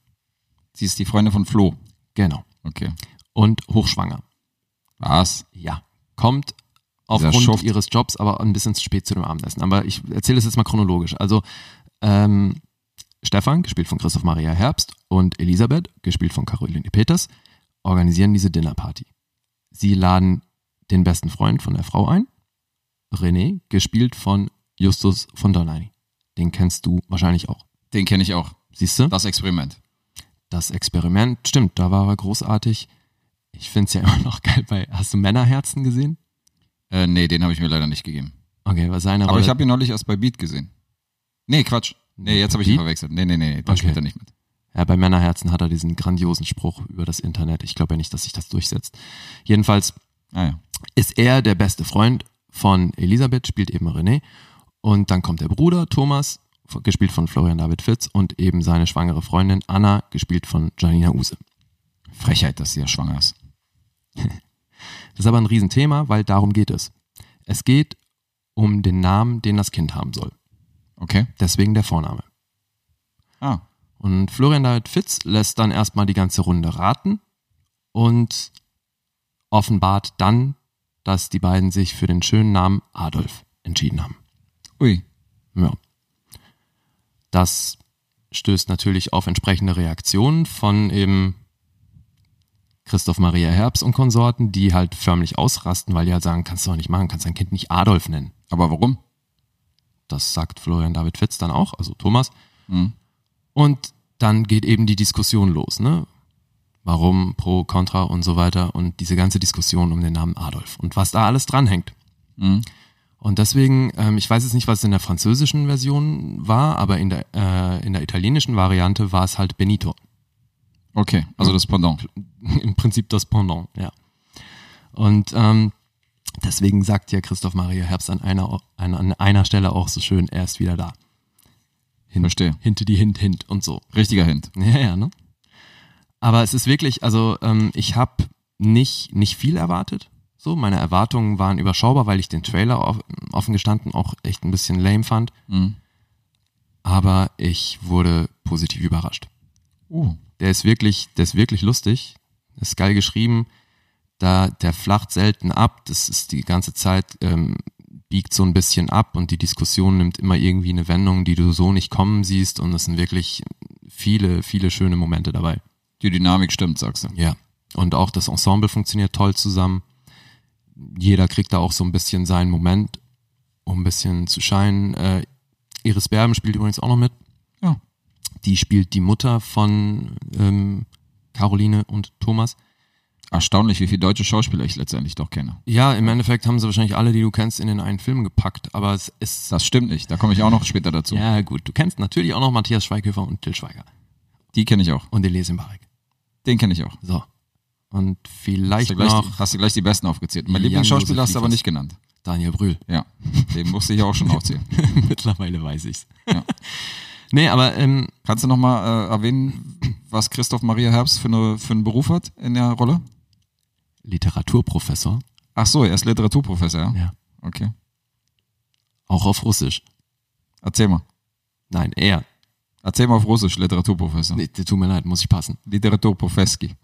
Sie ist die Freundin von Flo.
Genau.
Okay.
und hochschwanger.
Was?
Ja. Kommt
Dieser
aufgrund
Schuft.
ihres Jobs aber ein bisschen zu spät zu dem Abendessen. Aber ich erzähle es jetzt mal chronologisch. Also ähm, Stefan, gespielt von Christoph Maria Herbst, und Elisabeth, gespielt von Caroline Peters, organisieren diese Dinnerparty. Sie laden den besten Freund von der Frau ein, René, gespielt von Justus von Donani. Den kennst du wahrscheinlich auch.
Den kenne ich auch.
Siehst du?
Das Experiment.
Das Experiment, stimmt, da war er großartig. Ich finde es ja immer noch geil bei. Hast du Männerherzen gesehen?
Äh, nee, den habe ich mir leider nicht gegeben.
Okay, war seine
Aber
Rolle.
ich habe ihn neulich erst bei Beat gesehen. Nee, Quatsch. Nee, jetzt habe ich ihn
Beat?
verwechselt. Nee, nee, nee, nee da
Okay.
spielt er nicht mit.
ja, bei Männerherzen hat er diesen grandiosen Spruch über das Internet. Ich glaube ja nicht, dass sich das durchsetzt. Jedenfalls
Ah ja.
ist er der beste Freund von Elisabeth, spielt eben René. Und dann kommt der Bruder Thomas, f- gespielt von Florian David Fitz, und eben seine schwangere Freundin Anna, gespielt von Janina Use.
Frechheit, dass sie ja schwanger ist.
Das ist aber ein Riesenthema, weil darum geht es. Es geht um den Namen, den das Kind haben soll.
Okay.
Deswegen der Vorname.
Ah,
Und Florian David Fitz lässt dann erstmal die ganze Runde raten und offenbart dann, dass die beiden sich für den schönen Namen Adolf entschieden haben.
ui.
Ja. Das stößt natürlich auf entsprechende Reaktionen von eben Christoph Maria Herbst und Konsorten, die halt förmlich ausrasten, weil die halt sagen, kannst du doch nicht machen, kannst dein Kind nicht Adolf nennen.
Aber warum?
Das sagt Florian David Fitz dann auch, also Thomas. Und dann geht eben die Diskussion los, ne? Warum, pro, contra und so weiter und diese ganze Diskussion um den Namen Adolf und was da alles dranhängt. Und deswegen, ähm, ich weiß jetzt nicht, was in der französischen Version war, aber in der, äh, in der italienischen Variante war es halt Benito.
Okay, also das Pendant.
Im Prinzip das Pendant, ja. Und ähm, deswegen sagt ja Christoph Maria Herbst an einer, an, an einer Stelle auch so schön, er ist wieder da. Hin,
Verstehe.
Hinte die Hint, Hint und so.
Richtiger Hint.
Ja, ja, ne? Aber es ist wirklich, also ähm, ich habe nicht, nicht viel erwartet. So, meine Erwartungen waren überschaubar, weil ich den Trailer off- offen gestanden auch echt ein bisschen lame fand. Aber ich wurde positiv überrascht.
Uh.
Der ist wirklich, der ist wirklich lustig. Ist geil geschrieben. Da, der flacht selten ab. Das ist die ganze Zeit, ähm, biegt so ein bisschen ab und die Diskussion nimmt immer irgendwie eine Wendung, die du so nicht kommen siehst. Und es sind wirklich viele, viele schöne Momente dabei.
Die Dynamik stimmt, sagst du.
Ja. Und auch das Ensemble funktioniert toll zusammen. Jeder kriegt da auch so ein bisschen seinen Moment, um ein bisschen zu scheinen. Äh, Iris Berben spielt übrigens auch noch mit.
Ja.
Die spielt die Mutter von ähm, Caroline und Thomas.
Erstaunlich, wie viele deutsche Schauspieler ich letztendlich doch kenne.
Ja, im Endeffekt haben sie wahrscheinlich alle, die du kennst, in den einen Film gepackt. Aber es ist
Das stimmt nicht. Da komme ich auch noch später dazu.
ja gut. Du kennst natürlich auch noch Matthias Schweighöfer und Till Schweiger
Die kenne ich auch.
und Elise Barek.
Den kenne ich auch.
So. Und
Hast
vielleicht
du, gleich
noch
die, hast du gleich die besten aufgezählt. Mein
Jan
Lieblingsschauspieler hast du aber
Josef
nicht genannt.
Daniel Brühl.
Ja. Den musste ich ja auch schon aufzählen.
Mittlerweile weiß ich's.
Ja.
nee, aber ähm,
Kannst du nochmal äh, erwähnen, was Christoph Maria Herbst für, eine, für einen Beruf hat in der Rolle?
Literaturprofessor,
Ach so, er ist Literaturprofessor, ja?
ja,
Okay.
auch auf Russisch.
Erzähl mal.
Nein, er.
Erzähl mal auf Russisch, Literaturprofessor.
Nee, tut mir leid, muss ich passen.
Literaturprofeski.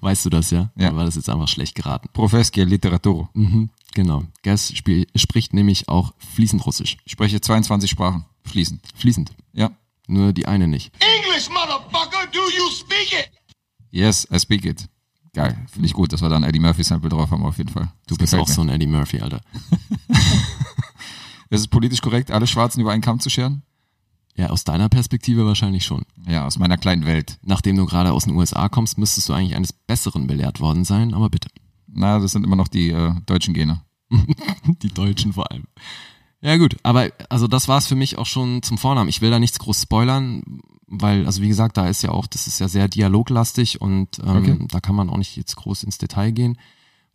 Weißt du das ja?
Ja.
Da war das jetzt einfach schlecht geraten.
Profeski Literatur.
Mhm, genau. Gas spiel, spricht nämlich auch fließend Russisch.
Ich spreche 22 Sprachen. Fließend.
Fließend.
Ja.
Nur die eine nicht.
English, motherfucker, do you speak it?
Yes, I speak it. Geil. Finde ich gut, dass wir da ein Eddie Murphy-Sample drauf haben, auf jeden Fall.
Du
Das
bist
gefällt
auch
mir.
so ein Eddie Murphy, Alter.
ne? Ist es politisch korrekt, alle Schwarzen über einen Kamm zu scheren?
Ja, aus deiner Perspektive wahrscheinlich schon.
Ja, aus meiner kleinen Welt.
Nachdem du gerade aus den USA kommst, müsstest du eigentlich eines Besseren belehrt worden sein, aber bitte.
Na, das sind immer noch die äh, deutschen Gene.
Die Deutschen vor allem. Ja gut, aber also das war's für mich auch schon zum Vornamen. Ich will da nichts groß spoilern, weil, also wie gesagt, da ist ja auch, das ist ja sehr dialoglastig und ähm,
Okay.
da kann man auch nicht jetzt groß ins Detail gehen,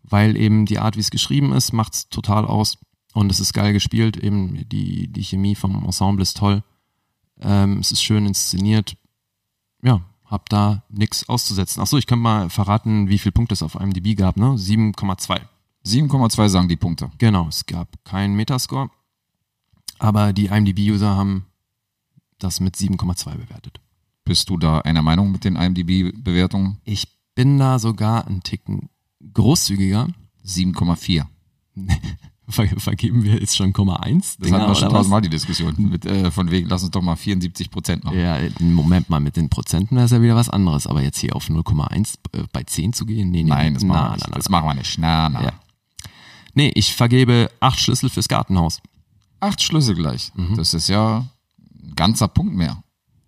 weil eben die Art, wie es geschrieben ist, macht's total aus und es ist geil gespielt, eben die, die Chemie vom Ensemble ist toll, ähm, es ist schön inszeniert, ja, hab da nichts auszusetzen. Achso, ich kann mal verraten, wie viel Punkte es auf IMDb gab, ne? 7,2.
7,2 sagen die Punkte.
Genau, es gab keinen Metascore, aber die IMDb-User haben das mit 7,2 bewertet.
Bist du da einer Meinung mit den IMDb-Bewertungen?
Ich bin da sogar einen Ticken großzügiger.
7,4.
Ver vergeben wir jetzt schon Komma 1.
Das hatten wir schon tausendmal die Diskussion. Mit, äh, von wegen, lass uns doch mal 74 Prozent machen.
Ja, Moment mal, mit den Prozenten wäre es ja wieder was anderes, aber jetzt hier auf 0,1 äh, bei 10 zu gehen, nee, nee,
Nein, das
nee,
machen wir
na,
nicht.
na, na,
das machen wir nicht. Na, na.
na. Ja. Nee, ich vergebe acht Schlüssel fürs Gartenhaus.
Acht Schlüsse gleich.
Mhm.
Das ist ja ein ganzer Punkt mehr.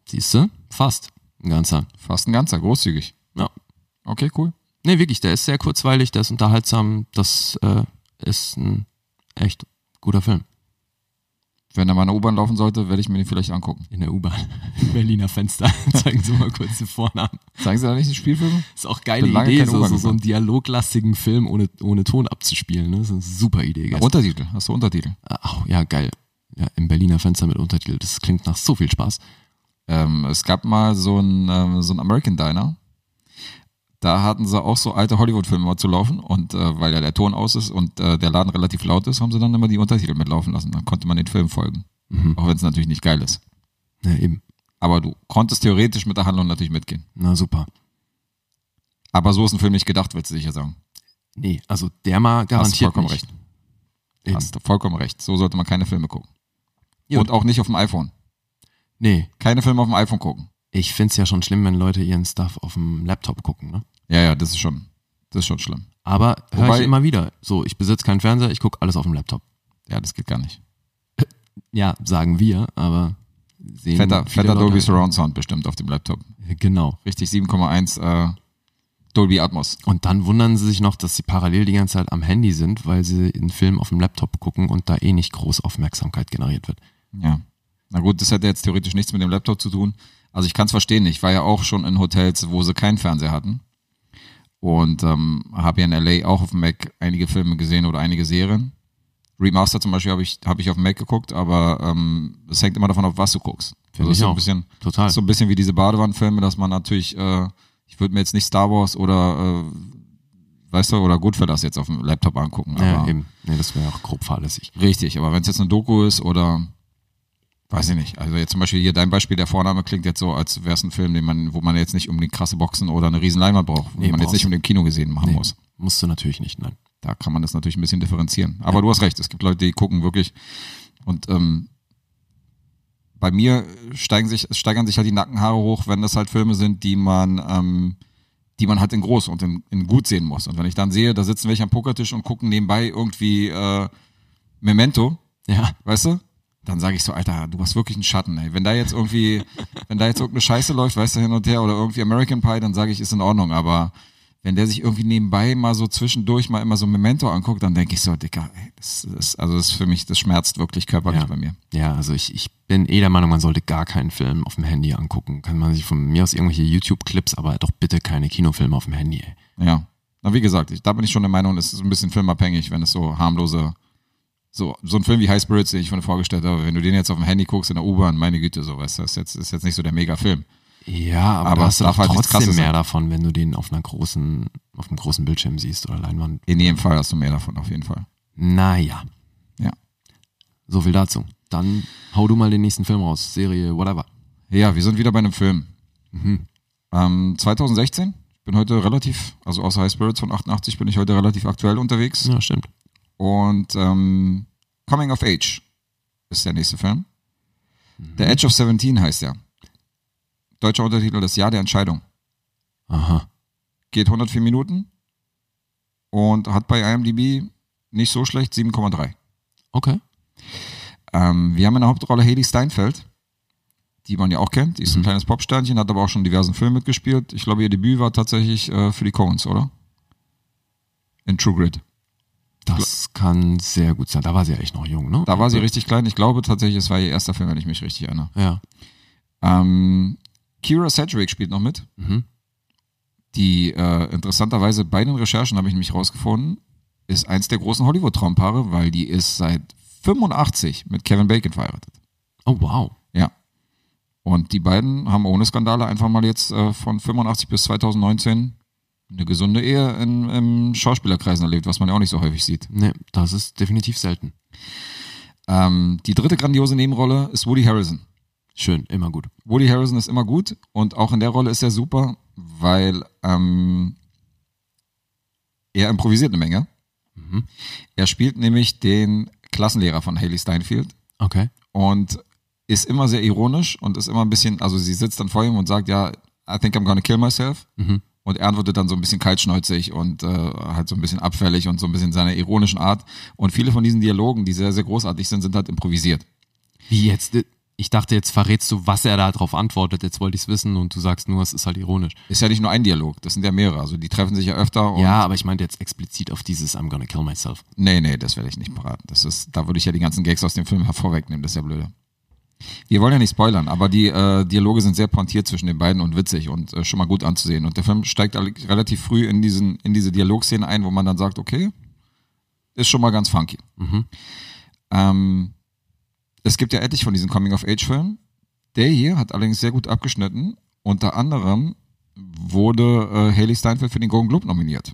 Siehst du? Fast. Ein ganzer.
Fast ein ganzer, großzügig.
Ja.
Okay, cool.
Nee, wirklich, der ist sehr kurzweilig, der ist unterhaltsam, das äh, ist ein echt guter Film.
Wenn er mal in der U-Bahn laufen sollte, werde ich mir den vielleicht angucken.
In der U-Bahn. Berliner Fenster. Zeigen Sie mal kurz den Vornamen.
Zeigen Sie da nicht den Spielfilm?
Ist auch geile
Bin lange
Idee,
keine
so,
U-Bahn
so, so einen
gefahren.
dialoglastigen Film ohne, ohne Ton abzuspielen. Ne? Das ist eine super Idee. Gast.
Untertitel. Hast du Untertitel?
Ach, ja, geil. Ja, Im Berliner Fenster mit Untertitel. Das klingt nach so viel Spaß.
Ähm, es gab mal so ein, ähm, so ein American Diner. Da hatten sie auch so alte Hollywood-Filme mal zu laufen und äh, weil ja der Ton aus ist und äh, der Laden relativ laut ist, haben sie dann immer die Untertitel mitlaufen lassen. Dann konnte man den Film folgen.
Mhm.
Auch wenn es natürlich nicht geil ist.
Ja, eben.
Aber du konntest theoretisch mit der Handlung natürlich mitgehen.
Na super.
Aber so ist ein Film nicht gedacht, willst du sicher sagen.
Nee, also der mal garantiert.
Hast du vollkommen
nicht.
recht.
Eben.
Hast du vollkommen recht. So sollte man keine Filme gucken.
Gut.
Und auch nicht auf dem iPhone.
Nee,
Keine Filme auf dem iPhone gucken.
ich find's ja schon schlimm, wenn Leute ihren Stuff auf dem Laptop gucken. Ne?
Ja, ja, das ist schon, das ist schon schlimm.
Aber höre
Wobei-
ich immer wieder. So, ich besitze keinen Fernseher, ich gucke alles auf dem Laptop.
Ja, das geht gar nicht.
Ja, sagen wir, aber sehen.
Fetter, fetter
viele Leute. halt, ne?
Dolby Surround Sound bestimmt auf dem Laptop.
Genau.
Richtig 7,1 äh, Dolby Atmos.
Und dann wundern sie sich noch, dass sie parallel die ganze Zeit am Handy sind, weil sie einen Film auf dem Laptop gucken und da eh nicht groß Aufmerksamkeit generiert wird.
Ja. Na gut, das hätte jetzt theoretisch nichts mit dem Laptop zu tun. Also ich kann es verstehen. Ich war ja auch schon in Hotels, wo sie keinen Fernseher hatten. Und ähm, habe ja in LA auch auf dem Mac einige Filme gesehen oder einige Serien. Remaster zum Beispiel habe ich, hab ich auf dem Mac geguckt, aber ähm, es hängt immer davon ab, was du guckst. Also
Finde
ist
ich
so
auch.
ein bisschen,
Total.
ist So ein bisschen wie diese Badewannenfilme, dass man natürlich, äh, ich würde mir jetzt nicht Star Wars oder, äh, weißt du, oder Goodfellas jetzt auf dem Laptop angucken.
Ja,
aber-
eben. Nee, das wäre auch grob fahrlässig.
Richtig, aber wenn es jetzt eine Doku ist oder weiß ich nicht, also jetzt zum Beispiel hier dein Beispiel, der Vorname klingt jetzt so, als wäre es ein Film, den man, wo man jetzt nicht unbedingt krasse Boxen oder eine riesen Leinwand braucht, wo
Nee,
man jetzt
brauchst
nicht
du.
unbedingt im Kino gesehen machen muss.
Musst du natürlich nicht, nein.
Da kann man das natürlich ein bisschen differenzieren. Aber du hast recht, es gibt Leute, die gucken wirklich und ähm, bei mir steigen sich, steigern sich halt die Nackenhaare hoch, wenn das halt Filme sind, die man, ähm, die man halt in groß und in, in gut sehen muss. Und wenn ich dann sehe, da sitzen welche am Pokertisch und gucken nebenbei irgendwie äh, Memento,
Ja.
weißt du? Dann sage ich so, Alter, du hast wirklich einen Schatten, ey. Wenn da jetzt irgendwie, wenn da jetzt irgendeine Scheiße läuft, weißt du, hin und her oder irgendwie American Pie, dann sage ich, ist in Ordnung. Aber wenn der sich irgendwie nebenbei mal so zwischendurch mal immer so ein Memento anguckt, dann denke ich so, Dicker, ey, das ist, also das ist für mich, das schmerzt wirklich körperlich
Ja.
bei mir.
Ja, also ich, ich bin eh der Meinung, man sollte gar keinen Film auf dem Handy angucken. Kann man sich von mir aus irgendwelche YouTube-Clips, aber doch bitte keine Kinofilme auf dem Handy, ey.
Ja. Na, wie gesagt, ich, da bin ich schon der Meinung, es ist ein bisschen filmabhängig, wenn es so harmlose, so, so ein Film wie High Spirits, den ich mir vorgestellt habe, wenn du den jetzt auf dem Handy guckst in der U-Bahn, meine Güte, so, weißt du, das ist jetzt, ist jetzt nicht so der Mega-Film.
Ja, aber,
Aber
da hast du
darf
doch
halt nichts
trotzdem
Krasses
mehr
sein.
davon, wenn du den auf einer großen, auf einem großen Bildschirm siehst oder Leinwand.
In jedem Fall hast du mehr davon, auf jeden Fall.
Naja.
Ja.
So viel dazu. Dann hau du mal den nächsten Film raus. Serie, whatever.
Ja, wir sind wieder bei einem Film. Ähm, 2016, ich bin heute relativ, also außer High Spirits von 88 bin ich heute relativ aktuell unterwegs.
Ja, stimmt.
Und ähm, Coming of Age ist der nächste Film. The Edge of 17 heißt er. Deutscher Untertitel, das Jahr der Entscheidung.
Aha.
Geht 104 Minuten und hat bei IMDb nicht so schlecht 7,3.
Okay.
Ähm, wir haben in der Hauptrolle Haley Steinfeld, die man ja auch kennt. Die ist
Mhm.
ein kleines Popsternchen, hat aber auch schon in diversen Filmen mitgespielt. Ich glaube, ihr Debüt war tatsächlich äh, für die Coens, oder? In True Grit.
Das kann sehr gut sein. Da war sie ja echt noch jung, ne?
Da war sie richtig klein. Ich glaube tatsächlich, es war ihr erster Film, wenn ich mich richtig erinnere.
Ja.
Ähm, Kira Sedgwick spielt noch mit.
Mhm.
Die äh, interessanterweise bei den Recherchen habe ich nämlich rausgefunden, ist eins der großen Hollywood-Traumpaare, weil die ist seit 85 mit Kevin Bacon verheiratet.
Oh, wow.
Ja. Und die beiden haben ohne Skandale einfach mal jetzt äh, von 85 bis 2019 eine gesunde Ehe in, in Schauspielerkreisen erlebt, was man ja auch nicht so häufig sieht.
Ne, das ist definitiv selten.
Ähm, die dritte grandiose Nebenrolle ist Woody Harrison.
Schön, immer gut.
Woody Harrison ist immer gut und auch in der Rolle ist er super, weil ähm, er improvisiert eine Menge. Er spielt nämlich den Klassenlehrer von Haley Steinfeld,
Okay.
und ist immer sehr ironisch und ist immer ein bisschen, also sie sitzt dann vor ihm und sagt, ja, I think I'm gonna kill myself. Und er antwortet dann so ein bisschen kaltschnäuzig und äh, halt so ein bisschen abfällig und so ein bisschen seiner ironischen Art. Und viele von diesen Dialogen, die sehr, sehr großartig sind, sind halt improvisiert.
Wie jetzt? Ich dachte, jetzt verrätst du, was er da drauf antwortet. Jetzt wollte ich es wissen und du sagst nur, es ist halt ironisch.
Ist ja nicht nur ein Dialog, das sind ja mehrere. Also die treffen sich ja öfter und
ja, aber ich meinte jetzt explizit auf dieses I'm gonna kill myself.
Nee, nee, das werde ich nicht verraten. Das ist, da würde ich ja die ganzen Gags aus dem Film hervorwegnehmen, das ist ja blöde. Wir wollen ja nicht spoilern, aber die äh, Dialoge sind sehr pointiert zwischen den beiden und witzig und äh, schon mal gut anzusehen. Und der Film steigt alle- relativ früh in, diesen, in diese Dialogszenen ein, wo man dann sagt, okay, ist schon mal ganz funky. Ähm, es gibt ja etlich von diesen Coming-of-Age-Filmen. Der hier hat allerdings sehr gut abgeschnitten. Unter anderem wurde äh, Haley Steinfeld für den Golden Globe nominiert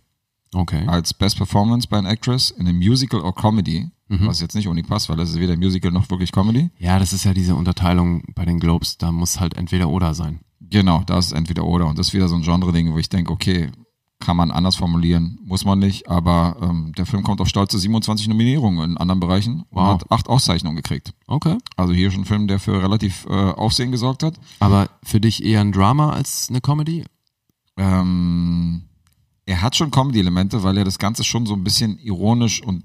Okay.
als Best Performance by an Actress in a Musical or Comedy, was jetzt nicht unbedingt passt, weil das ist weder Musical noch wirklich Comedy.
Ja, das ist ja diese Unterteilung bei den Globes. Da muss halt entweder oder sein.
Genau, da ist es entweder oder. Und das ist wieder so ein Genre-Ding, wo ich denke, okay, kann man anders formulieren, muss man nicht, aber ähm, der Film kommt auf stolze 27 Nominierungen in anderen Bereichen und
Wow. Oh.
hat acht Auszeichnungen gekriegt.
Okay.
Also hier schon ein Film, der für relativ äh, Aufsehen gesorgt hat.
Aber für dich eher ein Drama als eine Comedy?
Ähm, er hat schon Comedy-Elemente, weil er das Ganze schon so ein bisschen ironisch und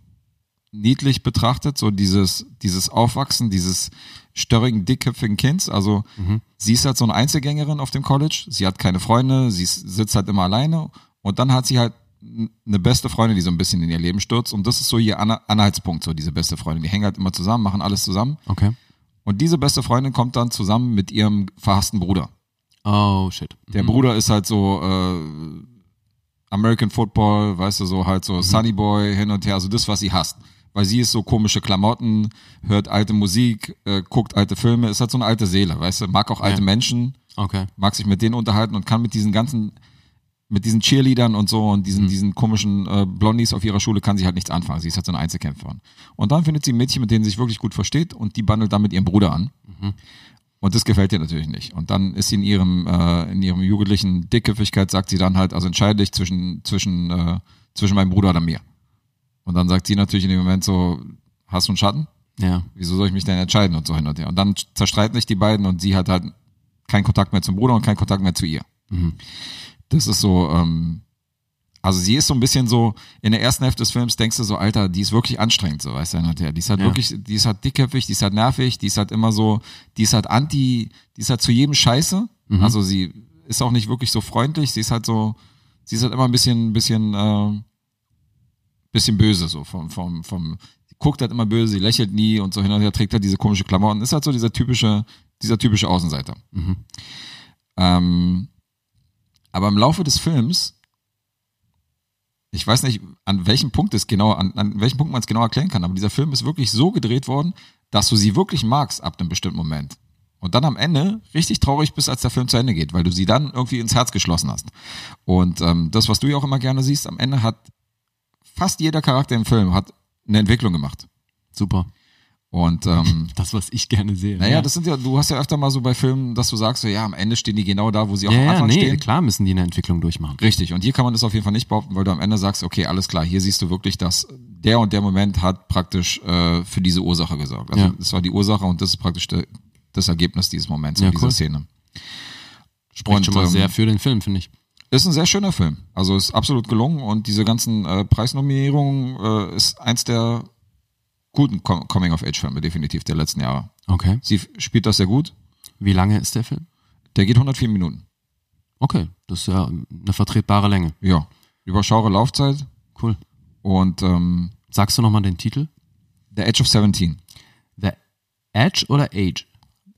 niedlich betrachtet, so dieses, dieses Aufwachsen, dieses störrigen, dickköpfigen Kinds. Also sie ist halt so eine Einzelgängerin auf dem College, sie hat keine Freunde, sie s- sitzt halt immer alleine und dann hat sie halt n- eine beste Freundin, die so ein bisschen in ihr Leben stürzt und das ist so ihr Ana- Anhaltspunkt, so diese beste Freundin. Die hängen halt immer zusammen, machen alles zusammen
Okay.
und diese beste Freundin kommt dann zusammen mit ihrem verhassten Bruder.
Oh, shit.
Der Bruder ist halt so äh, American Football, weißt du, so halt so Sunny Boy hin und her, also das, was sie hasst. Weil sie ist so komische Klamotten, hört alte Musik, äh, guckt alte Filme, ist halt so eine alte Seele, weißt du, mag auch alte
Ja.
Menschen,
Okay.
mag sich mit denen unterhalten und kann mit diesen ganzen, mit diesen Cheerleadern und so und diesen, diesen komischen äh, Blondies auf ihrer Schule kann sie halt nichts anfangen. Sie ist halt so eine Einzelkämpferin. Und dann findet sie ein Mädchen, mit denen sie sich wirklich gut versteht und die bandelt dann mit ihrem Bruder an. Und das gefällt ihr natürlich nicht. Und dann ist sie in ihrem, äh, in ihrem jugendlichen Dickköpfigkeit, sagt sie dann halt, also entscheide dich zwischen, zwischen, äh, zwischen meinem Bruder oder mir. Und dann sagt sie natürlich in dem Moment so, hast du einen Schatten?
Ja.
wieso soll ich mich denn entscheiden und so hin und her. Und dann zerstreiten sich die beiden und sie hat halt keinen Kontakt mehr zum Bruder und keinen Kontakt mehr zu ihr. Das ist so, ähm, also sie ist so ein bisschen so, in der ersten Hälfte des Films denkst du so, Alter, die ist wirklich anstrengend, so weißt du, hin und her. Die ist halt
Ja.
wirklich, die ist halt dickköpfig, die ist halt nervig, die ist halt immer so, die ist halt anti, die ist halt zu jedem scheiße. Also sie ist auch nicht wirklich so freundlich, sie ist halt so, sie ist halt immer ein bisschen, bisschen, äh, bisschen böse, so vom, vom, vom, sie guckt halt immer böse, sie lächelt nie und so hin und her, trägt halt diese komische Klamotten, ist halt so dieser typische, dieser typische Außenseiter. Ähm, aber im Laufe des Films, ich weiß nicht, an welchem Punkt es genau, an, an welchem Punkt man es genau erklären kann, aber dieser Film ist wirklich so gedreht worden, dass du sie wirklich magst ab einem bestimmten Moment. Und dann am Ende richtig traurig bist, als der Film zu Ende geht, weil du sie dann irgendwie ins Herz geschlossen hast. Und ähm, das, was du ja auch immer gerne siehst, am Ende hat fast jeder Charakter im Film hat eine Entwicklung gemacht.
Super.
Und ähm,
Das, was ich gerne sehe.
naja, das sind ja, du hast ja öfter mal so bei Filmen, dass du sagst, so, ja, am Ende stehen die genau da, wo sie auch
ja,
am
ja,
Anfang
nee,
stehen.
klar müssen die eine Entwicklung durchmachen.
Richtig. Und hier kann man das auf jeden Fall nicht behaupten, weil du am Ende sagst, okay, alles klar, hier siehst du wirklich, dass der und der Moment hat praktisch äh, für diese Ursache gesorgt. Also
Ja.
das war die Ursache und das ist praktisch de, das Ergebnis dieses Moments
Ja,
und dieser
cool.
Szene.
Spricht
Und,
schon mal
ähm,
sehr für den Film, finde ich.
Ist ein sehr schöner Film. Also ist absolut gelungen und diese ganzen äh, Preisnominierungen äh, ist eins der guten Com Coming-of-Age-Filme, definitiv der letzten Jahre.
Okay.
Sie f- spielt das sehr gut.
Wie lange ist der Film?
Der geht 104 Minuten.
Okay, das ist ja eine vertretbare Länge.
Ja. Überschaure Laufzeit
Cool.
und ähm,
Sagst du nochmal den Titel?
The Edge of 17.
The Edge oder Age?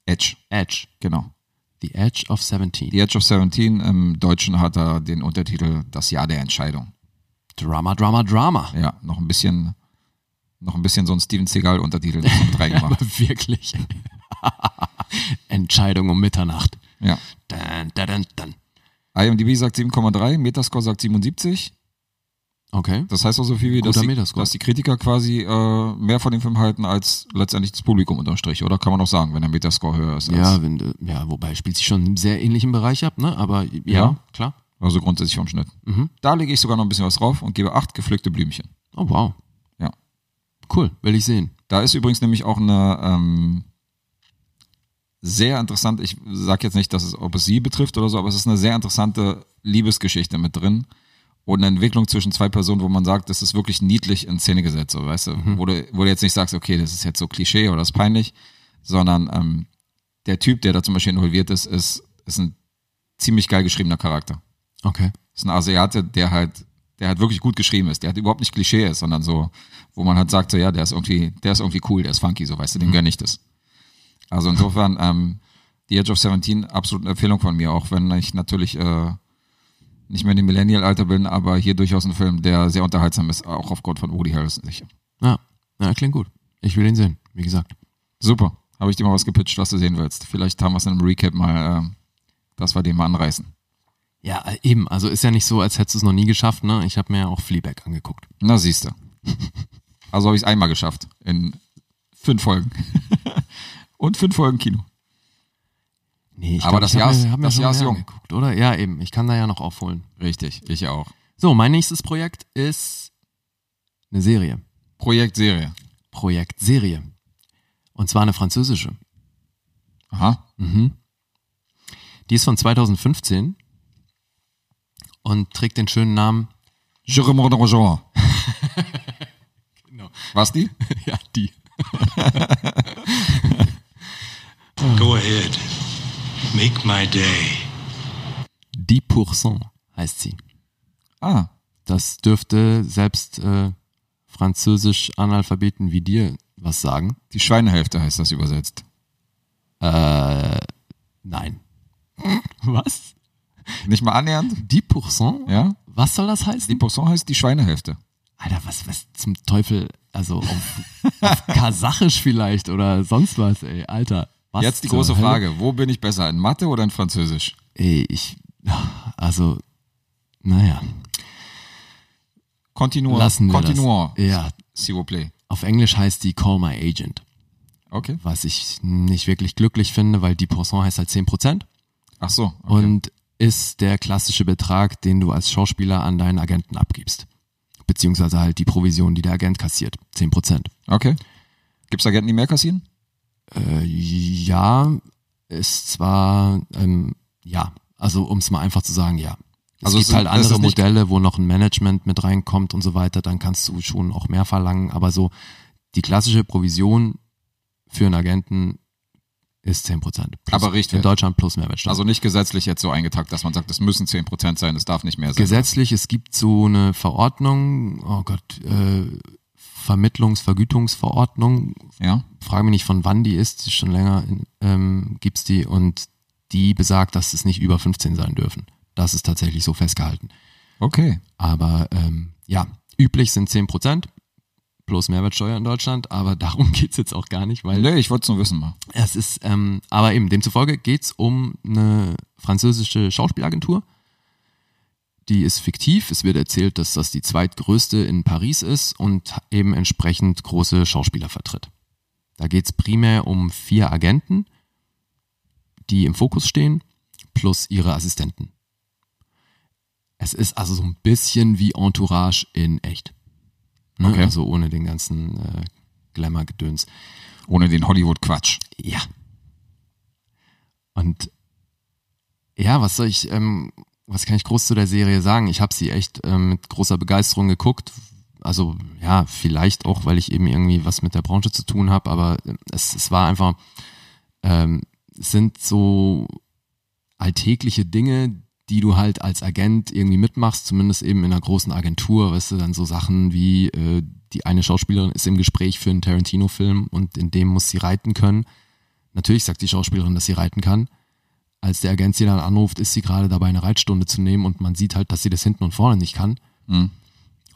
Edge,
Edge.
genau.
The Edge of 17.
The Edge of 17, im Deutschen hat er den Untertitel Das Jahr der Entscheidung.
Drama, Drama, Drama.
Ja, noch ein bisschen, noch ein bisschen so ein Steven Seagal-Untertitel noch mit reingemacht.
Wirklich. Entscheidung um Mitternacht.
ja.
Dun, dun, dun, dun.
IMDb sagt 7,3, Metascore sagt 77.
Okay.
Das heißt auch so viel wie, dass
Guter
die,
Metascore.
dass die Kritiker quasi äh, mehr von dem Film halten als letztendlich das Publikum unterm Strich, oder? Kann man auch sagen, wenn der Metascore höher ist. Als,
Ja, wenn, du- ja, wobei spielt sich schon im sehr ähnlichen Bereich ab, ne? Aber ja,
Ja.
klar.
Also grundsätzlich vom Schnitt.
Mhm.
Da lege ich sogar noch ein bisschen was drauf und gebe acht gepflückte Blümchen.
Oh wow.
Ja.
Cool, will ich sehen.
Da ist übrigens nämlich auch eine ähm, sehr interessant, ich sage jetzt nicht, dass es, ob es sie betrifft oder so, aber es ist eine sehr interessante Liebesgeschichte mit drin und eine Entwicklung zwischen zwei Personen, wo man sagt, das ist wirklich niedlich in Szene gesetzt, so weißt du, wo, du wo du jetzt nicht sagst, okay, das ist jetzt so Klischee oder das ist peinlich, sondern ähm, der Typ, der da zum Beispiel involviert ist, ist, ist ein ziemlich geil geschriebener Charakter.
Okay.
Ist ein Asiate, der halt, der halt wirklich gut geschrieben ist, der halt überhaupt nicht Klischee ist, sondern so, wo man halt sagt, so ja, der ist irgendwie, der ist irgendwie cool, der ist funky, so weißt du, dem gönn ich das. Also insofern, ähm, The Edge of 17, absolute Empfehlung von mir, auch wenn ich natürlich äh, nicht mehr in dem Millennial-Alter bin, aber hier durchaus ein Film, der sehr unterhaltsam ist, auch aufgrund von Woody Harrison sicher.
Ja. ja, klingt gut. Ich will ihn sehen, wie gesagt.
Super, habe ich dir mal was gepitcht, was du sehen willst. Vielleicht haben wir es in einem Recap mal, äh, dass wir den mal anreißen.
Ja, äh, eben. Also ist ja nicht so, als hättest du es noch nie geschafft, ne? Ich habe mir ja auch Fleabag angeguckt.
Na, siehst du. Also habe ich es einmal geschafft in fünf Folgen. Und fünf Folgen Kino.
Nee, ich
Aber das
ich
Jahr
hab
ist-
mir, hab mir
das
schon
Jahr ist
mehr
jung.
angeguckt, oder? Ja, eben. Ich kann da ja noch aufholen.
Richtig, ich auch.
So, mein nächstes Projekt ist eine Serie.
Projekt Serie.
Projekt Serie. Und zwar eine französische.
Aha.
Die ist von 2015 und trägt den schönen Namen
Je remonte au jour.
Genau.
Was die?
ja, die.
Go ahead. Make my day.
Die Pourcent heißt sie.
Ah.
Das dürfte selbst äh, französisch Analphabeten wie dir was sagen.
Die Schweinehälfte heißt das übersetzt.
Äh, nein. was?
Nicht mal annähernd?
Die Pourcent?
Ja.
Was soll das heißen?
Die Pourcent heißt die Schweinehälfte.
Alter, was, was zum Teufel? Also auf, auf Kasachisch vielleicht oder sonst was, ey. Alter. Was
Jetzt die
zur
große
Hölle?
Frage, wo bin ich besser, in Mathe oder in Französisch?
Ey, ich. Also, naja.
Continuons.
Lassen wir
Continuons,
das. Ja,
s'il vous plaît.
auf Englisch heißt die Call My Agent,
Okay.
was ich nicht wirklich glücklich finde, weil die Pourcent heißt halt 10%
Ach so. Okay.
und ist der klassische Betrag, den du als Schauspieler an deinen Agenten abgibst. Beziehungsweise halt die Provision, die der Agent kassiert. 10%.
okay. Gibt's Agenten, die mehr kassieren?
Äh, ja, ist zwar, ähm, ja, also um es mal einfach zu sagen, ja. Es
Also
also
es
gibt
sind-
halt
das
andere
ist nicht-
Modelle, wo noch ein Management mit reinkommt und so weiter, dann kannst du schon auch mehr verlangen, aber so die klassische Provision für einen Agenten ist 10 Prozent.
Aber Richtwert.
In Deutschland plus Mehrwertsteuer.
Also nicht gesetzlich jetzt so eingetackt, dass man sagt, es müssen 10% sein, es darf nicht mehr sein.
Gesetzlich, es gibt so eine Verordnung, oh Gott, äh, Vermittlungs-, Vergütungsverordnung,
Ja.
frage mich nicht, von wann die ist, die ist schon länger ähm, gibt's die und die besagt, dass es nicht über 15 sein dürfen. Das ist tatsächlich so festgehalten.
Okay.
Aber ähm, ja, üblich sind 10 Prozent plus Mehrwertsteuer in Deutschland, aber darum geht's jetzt auch gar nicht, weil
Nee, ich wollte es nur wissen mal.
es ist, ähm, aber eben, demzufolge geht's um eine französische Schauspielagentur. Die ist fiktiv. Es wird erzählt, dass das die zweitgrößte in Paris ist und eben entsprechend große Schauspieler vertritt. Da geht's primär um vier Agenten, die im Fokus stehen, plus ihre Assistenten. Es ist also so ein bisschen wie Entourage in echt. Ne?
Okay.
Also ohne den ganzen äh, Glamour-Gedöns.
Ohne den Hollywood-Quatsch.
Ja. Und ja, was soll ich, ähm, was kann ich groß zu der Serie sagen? Ich habe sie echt ähm, mit großer Begeisterung geguckt. Also ja, vielleicht auch, weil ich eben irgendwie was mit der Branche zu tun habe, aber ähm, es, es war einfach, ähm, es sind so alltägliche Dinge, die du halt als Agent irgendwie mitmachst, zumindest eben in einer großen Agentur, weißt du, dann so Sachen wie, äh, die eine Schauspielerin ist im Gespräch für einen Tarantino-Film und in dem muss sie reiten können. Natürlich sagt die Schauspielerin, dass sie reiten kann. Als der Agent sie dann anruft, ist sie gerade dabei, eine Reitstunde zu nehmen und man sieht halt, dass sie das hinten und vorne nicht kann.
Mhm.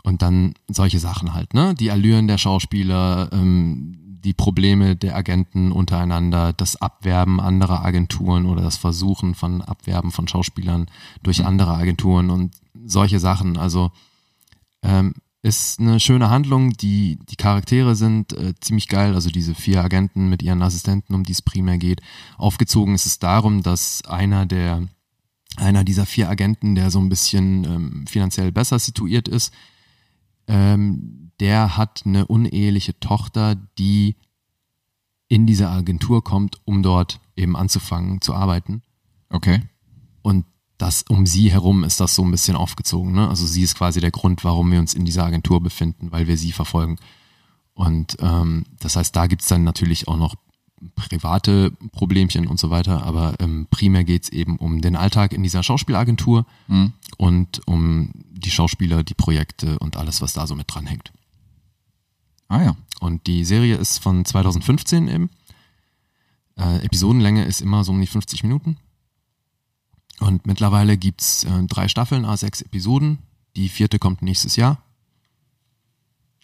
Und dann solche Sachen halt, ne? Die Allüren der Schauspieler, ähm, die Probleme der Agenten untereinander, das Abwerben anderer Agenturen oder das Versuchen von Abwerben von Schauspielern durch andere Agenturen und solche Sachen. Also ähm, ist eine schöne Handlung. Die, die Charaktere sind äh, ziemlich geil. Also diese vier Agenten mit ihren Assistenten, um die es primär geht. Aufgezogen ist es darum, dass einer der einer dieser vier Agenten, der so ein bisschen ähm, finanziell besser situiert ist, ähm, der hat eine uneheliche Tochter, die in diese Agentur kommt, um dort eben anzufangen zu arbeiten.
Okay.
Und das um sie herum ist das so ein bisschen aufgezogen. Ne? Also sie ist quasi der Grund, warum wir uns in dieser Agentur befinden, weil wir sie verfolgen. Und ähm, das heißt, da gibt's dann natürlich auch noch private Problemchen und so weiter, aber ähm, primär geht's eben um den Alltag in dieser Schauspielagentur
Mhm.
und um die Schauspieler, die Projekte und alles, was da so mit dran hängt.
Ah ja.
Und die Serie ist von 2015 eben. Äh, Episodenlänge ist immer so um die 50 Minuten. Und mittlerweile gibt's äh, drei Staffeln, A6 Episoden. Die vierte kommt nächstes Jahr.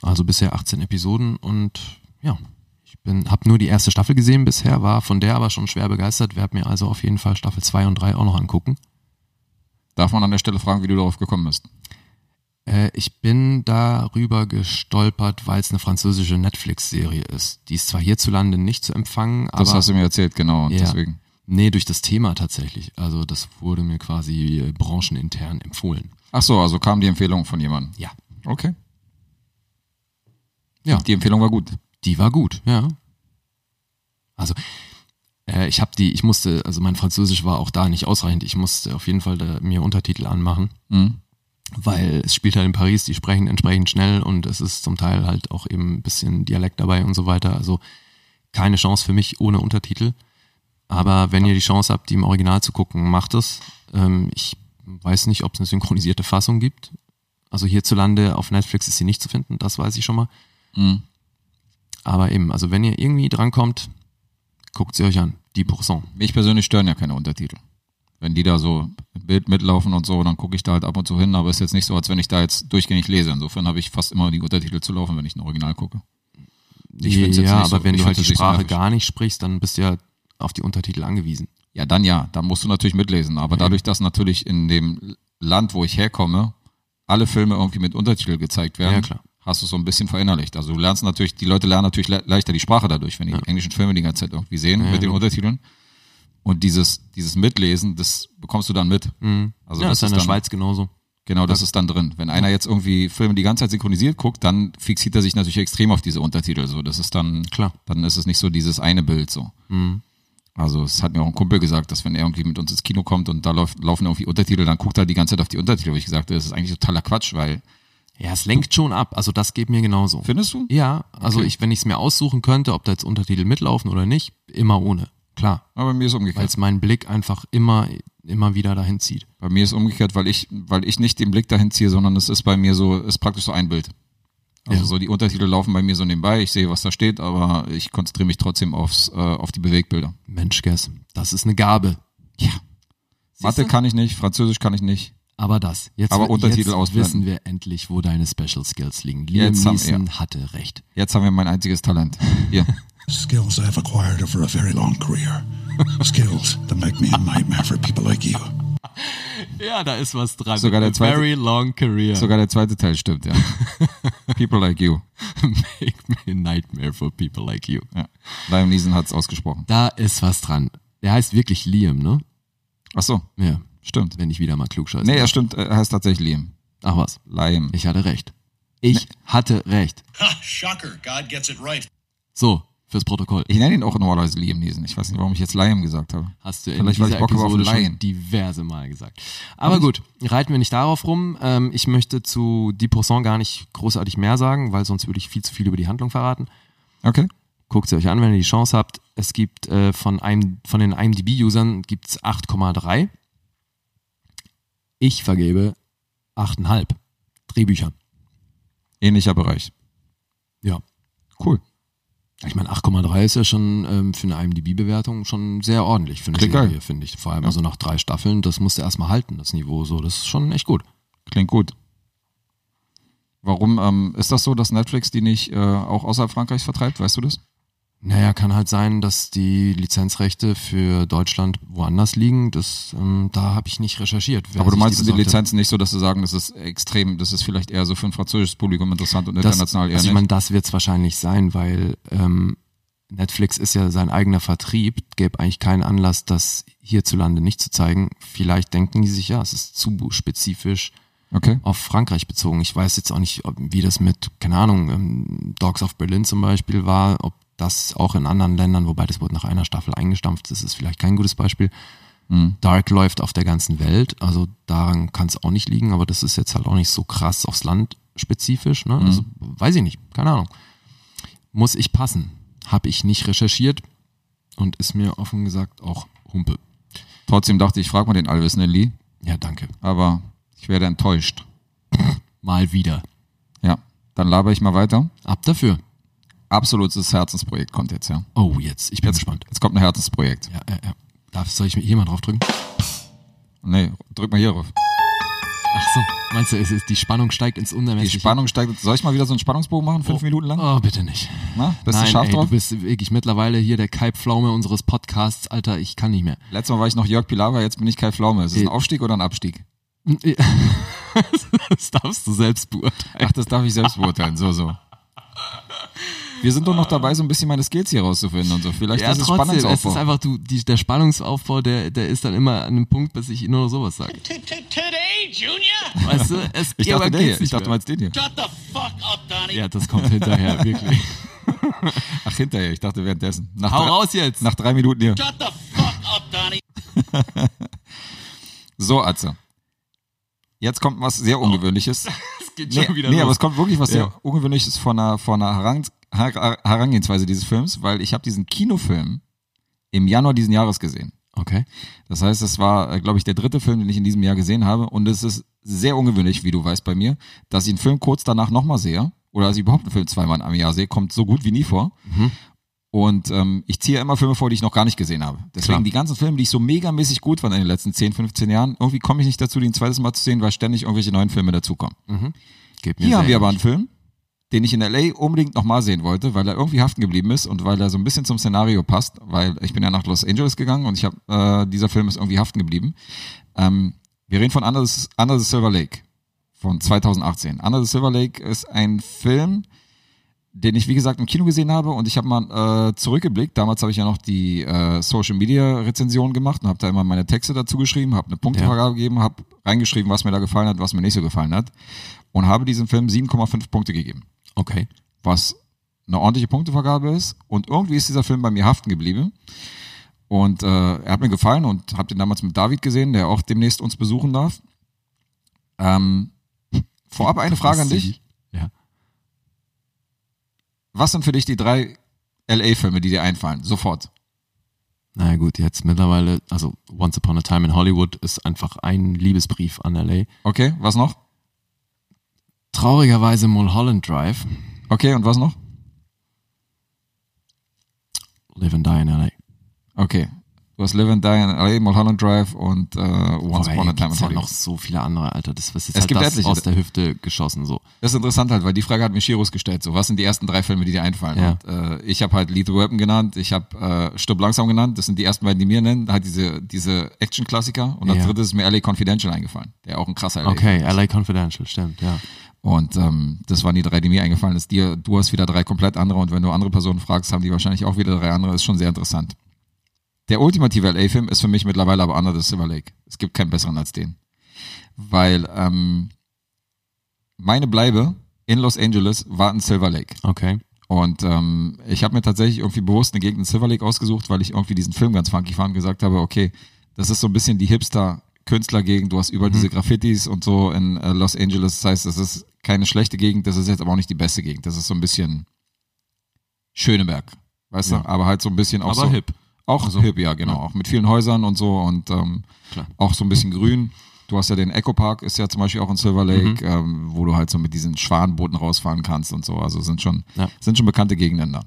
Also bisher 18 Episoden und ja, ich bin, habe nur die erste Staffel gesehen bisher, war von der aber schon schwer begeistert, werde mir also auf jeden Fall Staffel 2 und 3 auch noch angucken.
Darf man an der Stelle fragen, wie du darauf gekommen bist?
Äh, ich bin darüber gestolpert, weil es eine französische Netflix-Serie ist. Die ist zwar hierzulande nicht zu empfangen, aber.
Das hast du mir erzählt, genau. Und
Ja.
deswegen.
Nee, durch das Thema tatsächlich. Also das wurde mir quasi äh, branchenintern empfohlen.
Ach so, also kam die Empfehlung von jemandem.
Ja.
Okay.
Ja.
Die Empfehlung war gut.
Die war gut, ja. Also äh, ich habe die, ich musste, also mein Französisch war auch da nicht ausreichend. Ich musste auf jeden Fall da, mir Untertitel anmachen.
Mhm.
weil es spielt halt in Paris, die sprechen entsprechend schnell und es ist zum Teil halt auch eben ein bisschen Dialekt dabei und so weiter. Also keine Chance für mich ohne Untertitel. Aber wenn ihr die Chance habt, die im Original zu gucken, macht es. Ähm, ich weiß nicht, ob es eine synchronisierte Fassung gibt. Also hierzulande auf Netflix ist sie nicht zu finden, das weiß ich schon mal.
Mhm.
Aber eben, also wenn ihr irgendwie drankommt, guckt sie euch an. Die Pourcent.
Mich persönlich stören ja keine Untertitel. Wenn die da so im Bild mitlaufen und so, dann gucke ich da halt ab und zu hin, aber ist jetzt nicht so, als wenn ich da jetzt durchgängig lese. Insofern habe ich fast immer die Untertitel zu laufen, wenn ich ein Original gucke. Ich find's jetzt
ja,
nicht so-
aber wenn
ich
du
find's jetzt
halt die
nicht so
Sprache
nervig.
gar nicht sprichst, dann bist du ja auf die Untertitel angewiesen.
Ja, dann ja, dann musst du natürlich mitlesen.
Mhm.
Aber dadurch, dass natürlich in dem Land, wo ich herkomme, alle Filme irgendwie mit Untertitel gezeigt werden,
Ja, klar.
hast du es so ein bisschen verinnerlicht. Also du lernst natürlich, die Leute lernen natürlich le leichter die Sprache dadurch, wenn die englischen Filme die ganze Zeit irgendwie sehen
Ja,
mit den
logisch.
Untertiteln. Und dieses, dieses Mitlesen, das bekommst du dann mit.
Mhm.
Also
ja,
das
ist ja
ist
in der
dann-
Schweiz genauso.
Genau, das
Ja.
ist dann drin. Wenn einer jetzt irgendwie Filme die ganze Zeit synchronisiert guckt, dann fixiert er sich natürlich extrem auf diese Untertitel. So, das ist dann,
Klar.
dann ist es nicht so dieses eine Bild so.
Mhm.
Also es hat mir auch ein Kumpel gesagt, dass wenn er irgendwie mit uns ins Kino kommt und da läuft, laufen irgendwie Untertitel, dann guckt er die ganze Zeit auf die Untertitel. Wo ich gesagt habe, das ist eigentlich totaler Quatsch, weil
Ja, es lenkt schon ab. Also das geht mir genauso.
findest du?
Ja, also
Okay.
ich, wenn ich es mir aussuchen könnte, ob da jetzt Untertitel mitlaufen oder nicht, immer ohne. Klar.
Aber bei mir ist
Weil
umgekehrt.
es meinen Blick einfach immer, immer wieder dahin zieht.
Bei mir ist umgekehrt, weil ich, weil ich nicht den Blick dahin ziehe, sondern es ist bei mir so, ist praktisch so ein Bild. Also
Ja.
so die Untertitel laufen bei mir so nebenbei. Ich sehe, was da steht, aber ich konzentriere mich trotzdem aufs, äh, auf die Bewegbilder.
Mensch, Guess, das ist eine Gabe.
Ja.
Siehst
Mathe
du?
kann ich nicht, Französisch kann ich nicht.
Aber das. Jetzt,
Aber Untertitel
jetzt
ausblenden.
wissen wir endlich, wo deine Special Skills liegen. Liam
Jetzt haben-
Neeson hatte recht.
Jetzt haben wir mein einziges Talent. Hier.
Skills I have acquired over a very long career. Skills that make me a nightmare for people like you.
Ja, da ist was dran.
Sogar der
A
zweite-
Very long career.
Sogar der zweite Teil stimmt, ja. People like you.
Make me a nightmare for people like you.
Ja. Liam Neeson hat es ausgesprochen.
Da ist was dran. Der heißt wirklich Liam, ne?
Ach so,
Ja,
stimmt.
wenn ich wieder mal klug scheiße.
Nee, er stimmt, er heißt tatsächlich Liam.
Ach was,
Liam.
ich hatte recht. Ich hatte recht.
Ha, Ah, shocker. God gets it right.
So, fürs Protokoll.
Ich nenne ihn auch normalerweise Liam Neeson. Ich weiß nicht, warum ich jetzt Liam gesagt habe.
Hast du in
Vielleicht, weil
dieser
ich Bock habe auf
Episode
Laien.
schon diverse Mal gesagt. Aber gut, reiten wir nicht darauf rum. Ähm, ich möchte zu Die Pourcent gar nicht großartig mehr sagen, weil sonst würde ich viel zu viel über die Handlung verraten.
Okay.
Guckt sie euch an, wenn ihr die Chance habt. Es gibt äh, von, einem, von den IMDb-Usern gibt's 8,3. Ich vergebe 8,5 Drehbücher.
Ähnlicher Bereich.
Ja.
Cool.
Ich meine, 8,3 ist ja schon ähm, für eine IMDb-Bewertung schon sehr ordentlich für eine
Klingt
Serie,
geil.
finde ich. Vor allem also nach drei Staffeln, das musst du erstmal halten, das Niveau so. Das ist schon echt gut.
Klingt gut. Warum ähm, ist das so, dass Netflix die nicht äh, auch außerhalb Frankreichs vertreibt? Weißt du das?
Naja, kann halt sein, dass die Lizenzrechte für Deutschland woanders liegen. Das, ähm, da habe ich nicht recherchiert. wer
Aber du
sich
meinst die,
besorgt hat.
Lizenzen nicht so, dass sie sagen, das ist extrem, das ist vielleicht eher so für ein französisches Publikum interessant und
Das,
international eher
also ich
nicht.
meine, das wird es wahrscheinlich sein, weil ähm, Netflix ist ja sein eigener Vertrieb, gäbe eigentlich keinen Anlass, das hierzulande nicht zu zeigen. Vielleicht denken die sich, ja, es ist zu spezifisch
Okay.
auf Frankreich bezogen. Ich weiß jetzt auch nicht, ob, wie das mit, keine Ahnung, ähm, Dogs of Berlin zum Beispiel war, ob das auch in anderen Ländern, wobei das wurde nach einer Staffel eingestampft, das ist vielleicht kein gutes Beispiel. Dark läuft auf der ganzen Welt, also daran kann es auch nicht liegen, aber das ist jetzt halt auch nicht so krass aufs Land spezifisch. Ne? Also, weiß ich nicht, keine Ahnung. Muss ich passen? Habe ich nicht recherchiert und ist mir offen gesagt auch Humpe.
Trotzdem dachte ich, frag mal den allwissenden Lee,
Ja, danke.
aber ich werde enttäuscht.
Mal wieder.
Ja, dann laber ich mal weiter.
Ab dafür.
Absolutes Herzensprojekt kommt jetzt, ja.
Oh, jetzt. Ich bin gespannt.
Jetzt kommt ein Herzensprojekt.
Ja, ja, ja. Darf, soll ich hier mal drauf drücken?
Nee, drück mal hier rauf.
Ach so, meinst du, es ist, die Spannung steigt ins
Die
Unermessliche?
Spannung steigt. Soll ich mal wieder so einen Spannungsbogen machen, fünf Minuten lang?
Oh, bitte nicht.
Na, bist
Nein,
du scharf
ey,
drauf?
du bist wirklich mittlerweile hier der Kai Pflaume unseres Podcasts. Alter, ich kann nicht mehr.
Letztes Mal war ich noch Jörg Pilawa, jetzt bin ich Kai Pflaume. Ist es ein
Ey.
Aufstieg oder ein Abstieg?
Das darfst du selbst beurteilen.
Ach, das darf ich selbst beurteilen. So, so. Wir sind doch noch dabei, so ein bisschen meine Skills hier rauszufinden und so. Vielleicht
Ja,
ist es
trotzdem, es ist
Spannungsaufbau.
einfach, du, die, der Spannungsaufbau, der, der ist dann immer an einem Punkt, bis ich nur noch sowas sage.
Today, Junior?
Weißt du, es
Ich dachte,
irgendwann
der hier.
geht's
ich
nicht
dachte
mehr.
mal jetzt den hier.
Shut the fuck up, Donnie.
Ja, das kommt hinterher, wirklich.
Ach, hinterher. Ich dachte währenddessen. Nach
Hau
drei,
raus jetzt!
Nach drei Minuten hier.
Shut the fuck up, Donnie.
So, Atze. Jetzt kommt was sehr Ungewöhnliches.
Es geht schon
nee,
wieder
nee
los.
aber es kommt wirklich was
Ja.
sehr Ungewöhnliches von einer, von einer Herang- Her- Herangehensweise dieses Films, weil ich habe diesen Kinofilm im Januar diesen Jahres gesehen.
Okay.
Das heißt, es war, glaube ich, der dritte Film, den ich in diesem Jahr gesehen habe. Und es ist sehr ungewöhnlich, wie du weißt bei mir, dass ich einen Film kurz danach nochmal sehe oder dass ich überhaupt einen Film zweimal im Jahr sehe, kommt so gut wie nie vor.
Mhm.
Und ähm, ich ziehe immer Filme vor, die ich noch gar nicht gesehen habe. Deswegen
Klar.
die ganzen Filme, die ich so megamäßig gut fand in den letzten 10, 15 Jahren, irgendwie komme ich nicht dazu, die ein zweites Mal zu sehen, weil ständig irgendwelche neuen Filme dazukommen.
Geht
Hier
mir sehr
haben wir aber einen
ähnlich.
Film, den ich in L.A. unbedingt nochmal sehen wollte, weil er irgendwie haften geblieben ist und weil er so ein bisschen zum Szenario passt, weil ich bin ja nach Los Angeles gegangen und ich habe, äh, dieser Film ist irgendwie haften geblieben. Ähm, wir reden von Under the, Under the Silver Lake von 2018. Under the Silver Lake ist ein Film, den ich wie gesagt im Kino gesehen habe und ich habe mal äh, zurückgeblickt. Damals habe ich ja noch die äh, Social Media Rezension gemacht und habe da immer meine Texte dazu geschrieben, habe eine Punktevergabe gegeben, habe reingeschrieben, was mir da gefallen hat, was mir nicht so gefallen hat und habe diesem Film 7,5 Punkte gegeben,
Okay.
was eine ordentliche Punktevergabe ist und irgendwie ist dieser Film bei mir haften geblieben. Und äh, er hat mir gefallen und habe den damals mit David gesehen, der auch demnächst uns besuchen darf. Ähm, vorab eine Frage an dich.
Ja.
Was sind für dich die drei LA-Filme, die dir einfallen? Sofort.
Naja gut, jetzt mittlerweile, also Once Upon a Time in Hollywood ist einfach ein Liebesbrief an LA.
Okay, was noch?
Traurigerweise Mulholland Drive,
Okay, und was noch?
Live and Die in LA.
Okay. Du hast Live and Die in LA, Mulholland Drive und äh, Once
Wobei,
Upon a
hier
Time in
gibt's ja
Hollywood.
noch so viele andere, Alter. Das ist jetzt
Es
halt
gibt
das
etliche.
aus der Hüfte geschossen so.
Das ist interessant halt, weil die Frage hat mir Shiros gestellt. So, was sind die ersten drei Filme, die dir einfallen?
Ja.
Und, äh, ich habe halt Lethal Weapon genannt, ich habe äh, Stirb langsam genannt. Das sind die ersten beiden, die mir nennen. Halt diese, diese Action-Klassiker. Und als
Ja.
drittes ist mir LA Confidential eingefallen. Der auch ein krasser LA.
Okay, LA Confidential, stimmt, ja.
Und ähm, das waren die drei, die mir eingefallen ist. Dir, du hast wieder drei komplett andere und wenn du andere Personen fragst, haben die wahrscheinlich auch wieder drei andere. Ist schon sehr interessant. Der ultimative LA-Film ist für mich mittlerweile aber Under the Silver Lake. Es gibt keinen besseren als den. Weil ähm, meine Bleibe in Los Angeles war in Silver Lake.
Okay.
Und ähm, ich habe mir tatsächlich irgendwie bewusst eine Gegend in Silver Lake ausgesucht, weil ich irgendwie diesen Film ganz funky fand und gesagt habe, okay, das ist so ein bisschen die Hipster-Künstlergegend. Du hast überall diese Graffitis und so in äh, Los Angeles. Das heißt, das ist keine schlechte Gegend, das ist jetzt aber auch nicht die beste Gegend. Das ist so ein bisschen Schöneberg, weißt du? Aber halt so ein bisschen auch
Aber
so.
hip. Also
Auch hip, ja, genau. Auch mit vielen Häusern und so und ähm,
Klar.
auch so ein bisschen grün. Du hast ja den Eco Park, ist ja zum Beispiel auch in Silver Lake,
Mhm.
ähm, wo du halt so mit diesen Schwanenbooten rausfahren kannst und so. Also sind schon,
Ja.
sind schon bekannte Gegenden da.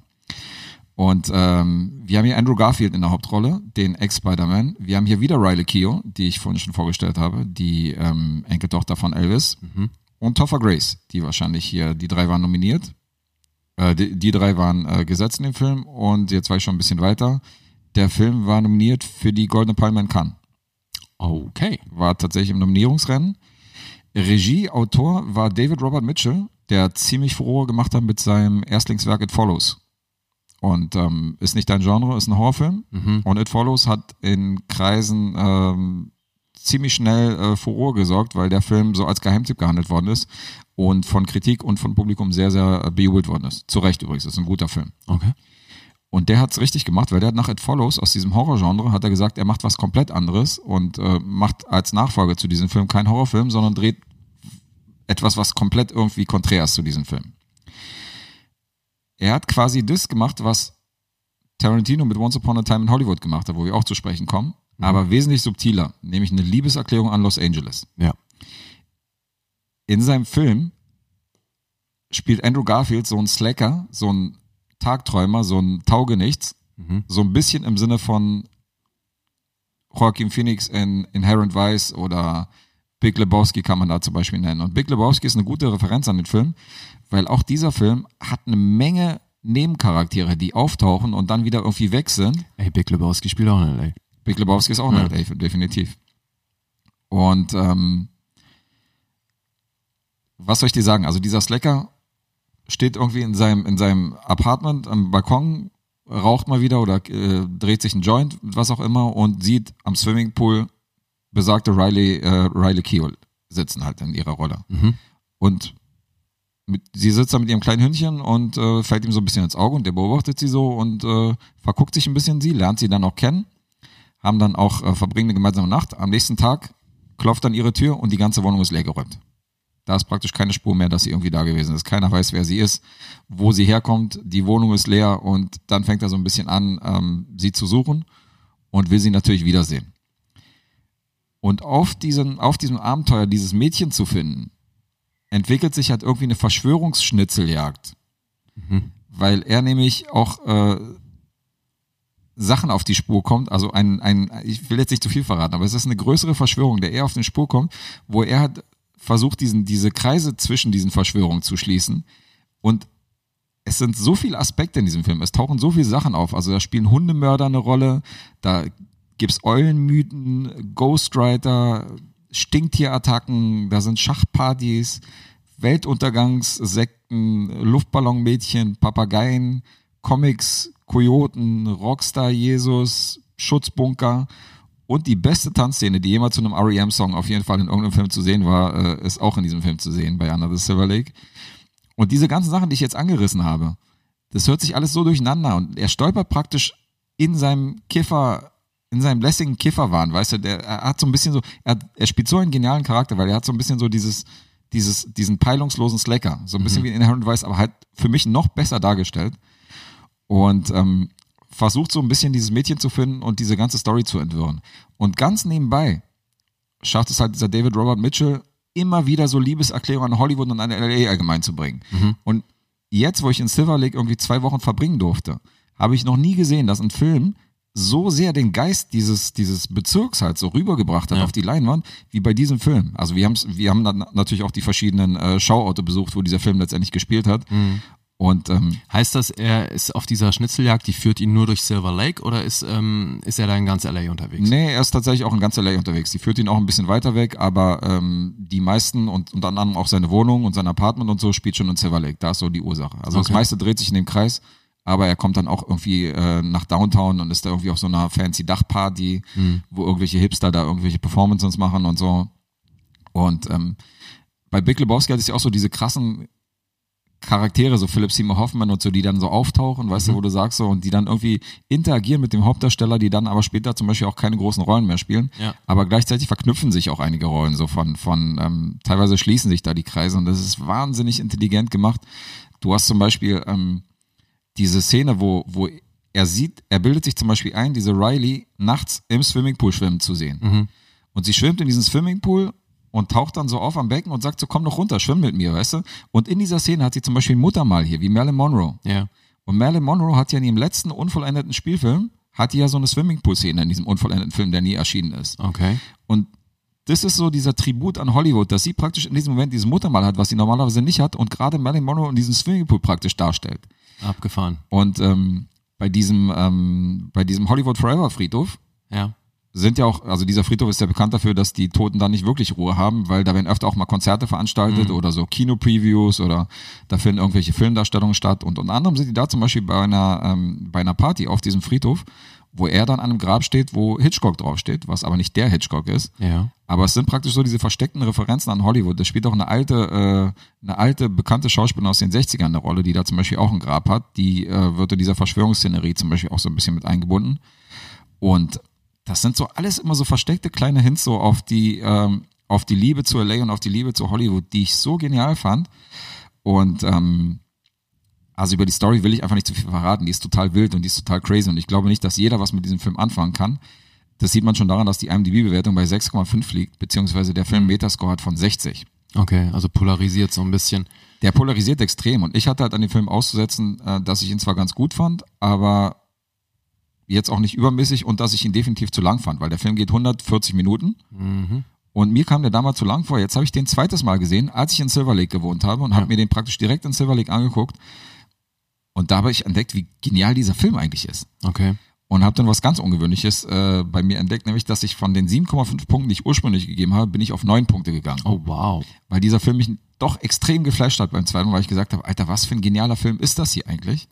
Und ähm, wir haben hier Andrew Garfield in der Hauptrolle, den Ex-Spider-Man. Wir haben hier wieder Riley Keough, die ich vorhin schon vorgestellt habe, die ähm, Enkeltochter von Elvis.
Mhm.
Und Topher Grace, die wahrscheinlich hier, die drei waren nominiert. Äh, die, die drei waren äh, gesetzt in dem Film und jetzt war ich schon ein bisschen weiter. Der Film war nominiert für die Goldene Palme in Cannes.
Okay.
War tatsächlich im Nominierungsrennen. Regieautor war David Robert Mitchell, der ziemlich Furore gemacht hat mit seinem Erstlingswerk It Follows. Und ähm, ist nicht dein Genre, ist ein Horrorfilm. Und It Follows hat in Kreisen ähm, ziemlich schnell äh, Furore gesorgt, weil der Film so als Geheimtipp gehandelt worden ist und von Kritik und von Publikum sehr, sehr äh, bejubelt worden ist. Zu Recht übrigens, ist ein guter Film.
Okay.
Und der hat's richtig gemacht, weil der hat nach It Follows aus diesem Horrorgenre, hat er gesagt, er macht was komplett anderes und äh, macht als Nachfolger zu diesem Film keinen Horrorfilm, sondern dreht etwas, was komplett irgendwie konträr ist zu diesem Film. Er hat quasi das gemacht, was Tarantino mit Once Upon a Time in Hollywood gemacht hat, wo wir auch zu sprechen kommen, aber wesentlich subtiler, nämlich eine Liebeserklärung an Los Angeles.
Ja.
In seinem Film spielt Andrew Garfield so einen Slacker, so einen Tagträumer, so einen Taugenichts, so ein bisschen im Sinne von Joaquin Phoenix in Inherent Vice oder Big Lebowski kann man da zum Beispiel nennen. Und Big Lebowski ist eine gute Referenz an den Film, weil auch dieser Film hat eine Menge Nebencharaktere, die auftauchen und dann wieder irgendwie weg sind.
Ey, Big Lebowski spielt auch in LA.
Big Lebowski ist auch ein LA, definitiv. Und ähm, was soll ich dir sagen? Also dieser Slacker steht irgendwie in seinem, in seinem Apartment am Balkon, raucht mal wieder oder äh, dreht sich einen Joint, was auch immer, und sieht am Swimmingpool besagte Riley, äh, Riley Keough sitzen halt in ihrer Rolle. Und mit, sie sitzt da mit ihrem kleinen Hündchen und äh, fällt ihm so ein bisschen ins Auge und der beobachtet sie so und äh, verguckt sich ein bisschen in sie, lernt sie dann auch kennen haben dann auch äh, verbringen eine gemeinsame Nacht. Am nächsten Tag klopft an ihre Tür und die ganze Wohnung ist leergeräumt. Da ist praktisch keine Spur mehr, dass sie irgendwie da gewesen ist. Keiner weiß, wer sie ist, wo sie herkommt. Die Wohnung ist leer und dann fängt er so ein bisschen an, ähm, sie zu suchen und will sie natürlich wiedersehen. Und auf, diesen, auf diesem Abenteuer, dieses Mädchen zu finden, entwickelt sich halt irgendwie eine Verschwörungsschnitzeljagd.
Mhm.
Weil er nämlich auch äh, Sachen auf die Spur kommt, also ein, ein, ich will jetzt nicht zu viel verraten, aber es ist eine größere Verschwörung, der er auf den Spur kommt, wo er hat versucht, diesen, diese Kreise zwischen diesen Verschwörungen zu schließen. Und es sind so viele Aspekte in diesem Film, es tauchen so viele Sachen auf. Also da spielen Hundemörder eine Rolle, da gibt's Eulenmythen, Ghostwriter, Stinktierattacken, da sind Schachpartys, Weltuntergangssekten, Luftballonmädchen, Papageien, Comics, Kojoten, Rockstar Jesus, Schutzbunker und die beste Tanzszene, die jemals zu einem REM-Song auf jeden Fall in irgendeinem Film zu sehen war, äh, ist auch in diesem Film zu sehen bei Another Silver Lake. Und diese ganzen Sachen, die ich jetzt angerissen habe, das hört sich alles so durcheinander und er stolpert praktisch in seinem Kiffer, in seinem lässigen Kifferwahn, weißt du, der, er hat so ein bisschen so, er, er spielt so einen genialen Charakter, weil er hat so ein bisschen so dieses, dieses, diesen peilungslosen Slacker, so ein bisschen
Mhm.
wie in Inherent Vice, aber halt für mich noch besser dargestellt und ähm, versucht so ein bisschen dieses Mädchen zu finden und diese ganze Story zu entwirren. Und ganz nebenbei schafft es halt dieser David Robert Mitchell immer wieder so Liebeserklärungen an Hollywood und an LA allgemein zu bringen. Und jetzt, wo ich in Silver Lake irgendwie zwei Wochen verbringen durfte, habe ich noch nie gesehen, dass ein Film so sehr den Geist dieses, dieses Bezirks halt so rübergebracht hat auf die Leinwand, wie bei diesem Film. Also wir, haben's, wir haben dann natürlich auch die verschiedenen äh, Schauorte besucht, wo dieser Film letztendlich gespielt hat. Und ähm,
Heißt das, er ist auf dieser Schnitzeljagd, die führt ihn nur durch Silver Lake oder ist, ähm, ist er da in ganz LA unterwegs?
Nee, er ist tatsächlich auch in ganz LA unterwegs. Die führt ihn auch ein bisschen weiter weg, aber ähm, die meisten und unter anderem auch seine Wohnung und sein Apartment und so spielt schon in Silver Lake. Da ist so die Ursache. Also das
Okay.
meiste dreht sich in dem Kreis, aber er kommt dann auch irgendwie äh, nach Downtown und ist da irgendwie auf so einer fancy Dachparty,
Mhm.
wo irgendwelche Hipster da irgendwelche Performances machen und so. Und ähm, bei Big Lebowski hat es ja auch so diese krassen Charaktere, so Philip Seymour Hoffman und so, die dann so auftauchen, weißt du, wo du sagst so, und die dann irgendwie interagieren mit dem Hauptdarsteller, die dann aber später zum Beispiel auch keine großen Rollen mehr spielen.
Ja.
Aber gleichzeitig verknüpfen sich auch einige Rollen so von, von ähm, teilweise schließen sich da die Kreise und das ist wahnsinnig intelligent gemacht. Du hast zum Beispiel ähm, diese Szene, wo, wo er sieht, er bildet sich zum Beispiel ein, diese Riley nachts im Swimmingpool schwimmen zu sehen. Und sie schwimmt in diesen Swimmingpool und taucht dann so auf am Becken und sagt so, komm doch runter, schwimm mit mir, weißt du? Und in dieser Szene hat sie zum Beispiel ein Muttermal hier, wie Marilyn Monroe.
Ja.
Und Marilyn Monroe hat ja in ihrem letzten unvollendeten Spielfilm, hat die ja so eine Swimmingpool-Szene in diesem unvollendeten Film, der nie erschienen ist.
Okay.
Und das ist so dieser Tribut an Hollywood, dass sie praktisch in diesem Moment dieses Muttermal hat, was sie normalerweise nicht hat und gerade Marilyn Monroe in diesem Swimmingpool praktisch darstellt.
Abgefahren.
Und ähm, bei diesem, ähm, bei diesem Hollywood Forever Friedhof
Ja.
sind ja auch, also dieser Friedhof ist ja bekannt dafür, dass die Toten da nicht wirklich Ruhe haben, weil da werden öfter auch mal Konzerte veranstaltet oder so Kino-Previews oder da finden irgendwelche Filmdarstellungen statt. Und unter anderem sind die da zum Beispiel bei einer, ähm, bei einer Party auf diesem Friedhof, wo er dann an einem Grab steht, wo Hitchcock draufsteht, was aber nicht der Hitchcock ist.
Ja.
Aber es sind praktisch so diese versteckten Referenzen an Hollywood. Da spielt auch eine alte, äh, eine alte bekannte Schauspielerin aus den 60ern eine Rolle, die da zum Beispiel auch ein Grab hat. Die äh, wird in dieser Verschwörungsszenerie zum Beispiel auch so ein bisschen mit eingebunden. Und das sind so alles immer so versteckte kleine Hints so auf die, ähm, auf die Liebe zu LA und auf die Liebe zu Hollywood, die ich so genial fand. Und ähm, also über die Story will ich einfach nicht zu viel verraten. Die ist total wild und die ist total crazy. Und ich glaube nicht, dass jeder was mit diesem Film anfangen kann. Das sieht man schon daran, dass die IMDb-Bewertung bei 6,5 liegt, beziehungsweise der Film Metascore hat von 60.
Okay, also polarisiert so ein bisschen.
Der polarisiert extrem und ich hatte halt an dem Film auszusetzen, äh, dass ich ihn zwar ganz gut fand, aber jetzt auch nicht übermäßig und dass ich ihn definitiv zu lang fand, weil der Film geht 140 Minuten und mir kam der damals zu lang vor. Jetzt habe ich den zweites Mal gesehen, als ich in Silver Lake gewohnt habe und habe mir den praktisch direkt in Silver Lake angeguckt und da habe ich entdeckt, wie genial dieser Film eigentlich ist
Okay.
und habe dann was ganz Ungewöhnliches äh, bei mir entdeckt, nämlich dass ich von den 7,5 Punkten, die ich ursprünglich gegeben habe, bin ich auf 9 Punkte gegangen.
Oh, wow.
Weil dieser Film mich doch extrem geflasht hat beim zweiten Mal, weil ich gesagt habe, Alter, was für ein genialer Film ist das hier eigentlich?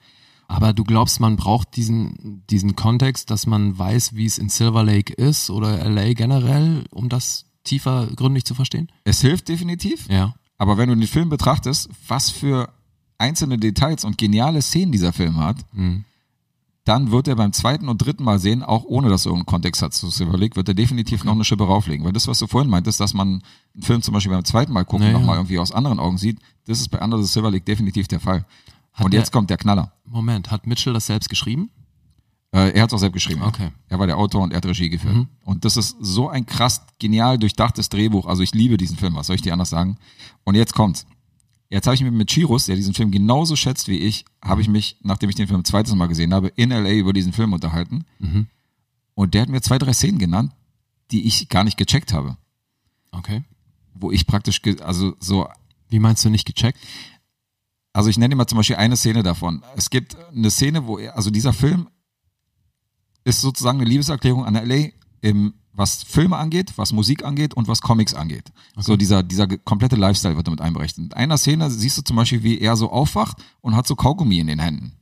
Aber du glaubst, man braucht diesen, diesen Kontext, dass man weiß, wie es in Silver Lake ist oder LA generell, um das tiefer gründlich zu verstehen?
Es hilft definitiv,
Ja.
aber wenn du den Film
Mhm.
betrachtest, was für einzelne Details und geniale Szenen dieser Film hat, dann wird er beim zweiten und dritten Mal sehen, auch ohne dass du irgendeinen Kontext hast zu überlegt, wird er definitiv noch eine Schippe rauflegen. Weil das, was du vorhin meintest, dass man einen Film zum Beispiel beim zweiten Mal gucken,
Naja.
nochmal irgendwie aus anderen Augen sieht, das ist bei Under the Silver Lake definitiv der Fall.
Hat
und
der-
jetzt kommt der Knaller.
Moment, hat Mitchell das selbst geschrieben?
Äh, er hat es auch selbst geschrieben. ja.
Okay.
Er war der Autor und er hat Regie geführt. Und das ist so ein krass genial durchdachtes Drehbuch. Also ich liebe diesen Film, was soll ich dir anders sagen? Und jetzt kommt's. Jetzt habe ich mich mit Chirus, der diesen Film genauso schätzt wie ich, habe ich mich, nachdem ich den Film ein zweites Mal gesehen habe, in L.A. über diesen Film unterhalten. Und der hat mir zwei, drei Szenen genannt, die ich gar nicht gecheckt habe.
Okay.
Wo ich praktisch, ge- also so
Wie meinst du nicht gecheckt?
also ich nenne dir mal zum Beispiel eine Szene davon. Es gibt eine Szene, wo, er- also dieser Film ist sozusagen eine Liebeserklärung an LA, im, was Filme angeht, was Musik angeht und was Comics angeht. So dieser, dieser ge- komplette Lifestyle wird damit einberechnet. In einer Szene siehst du zum Beispiel, wie er so aufwacht und hat so Kaugummi in den Händen.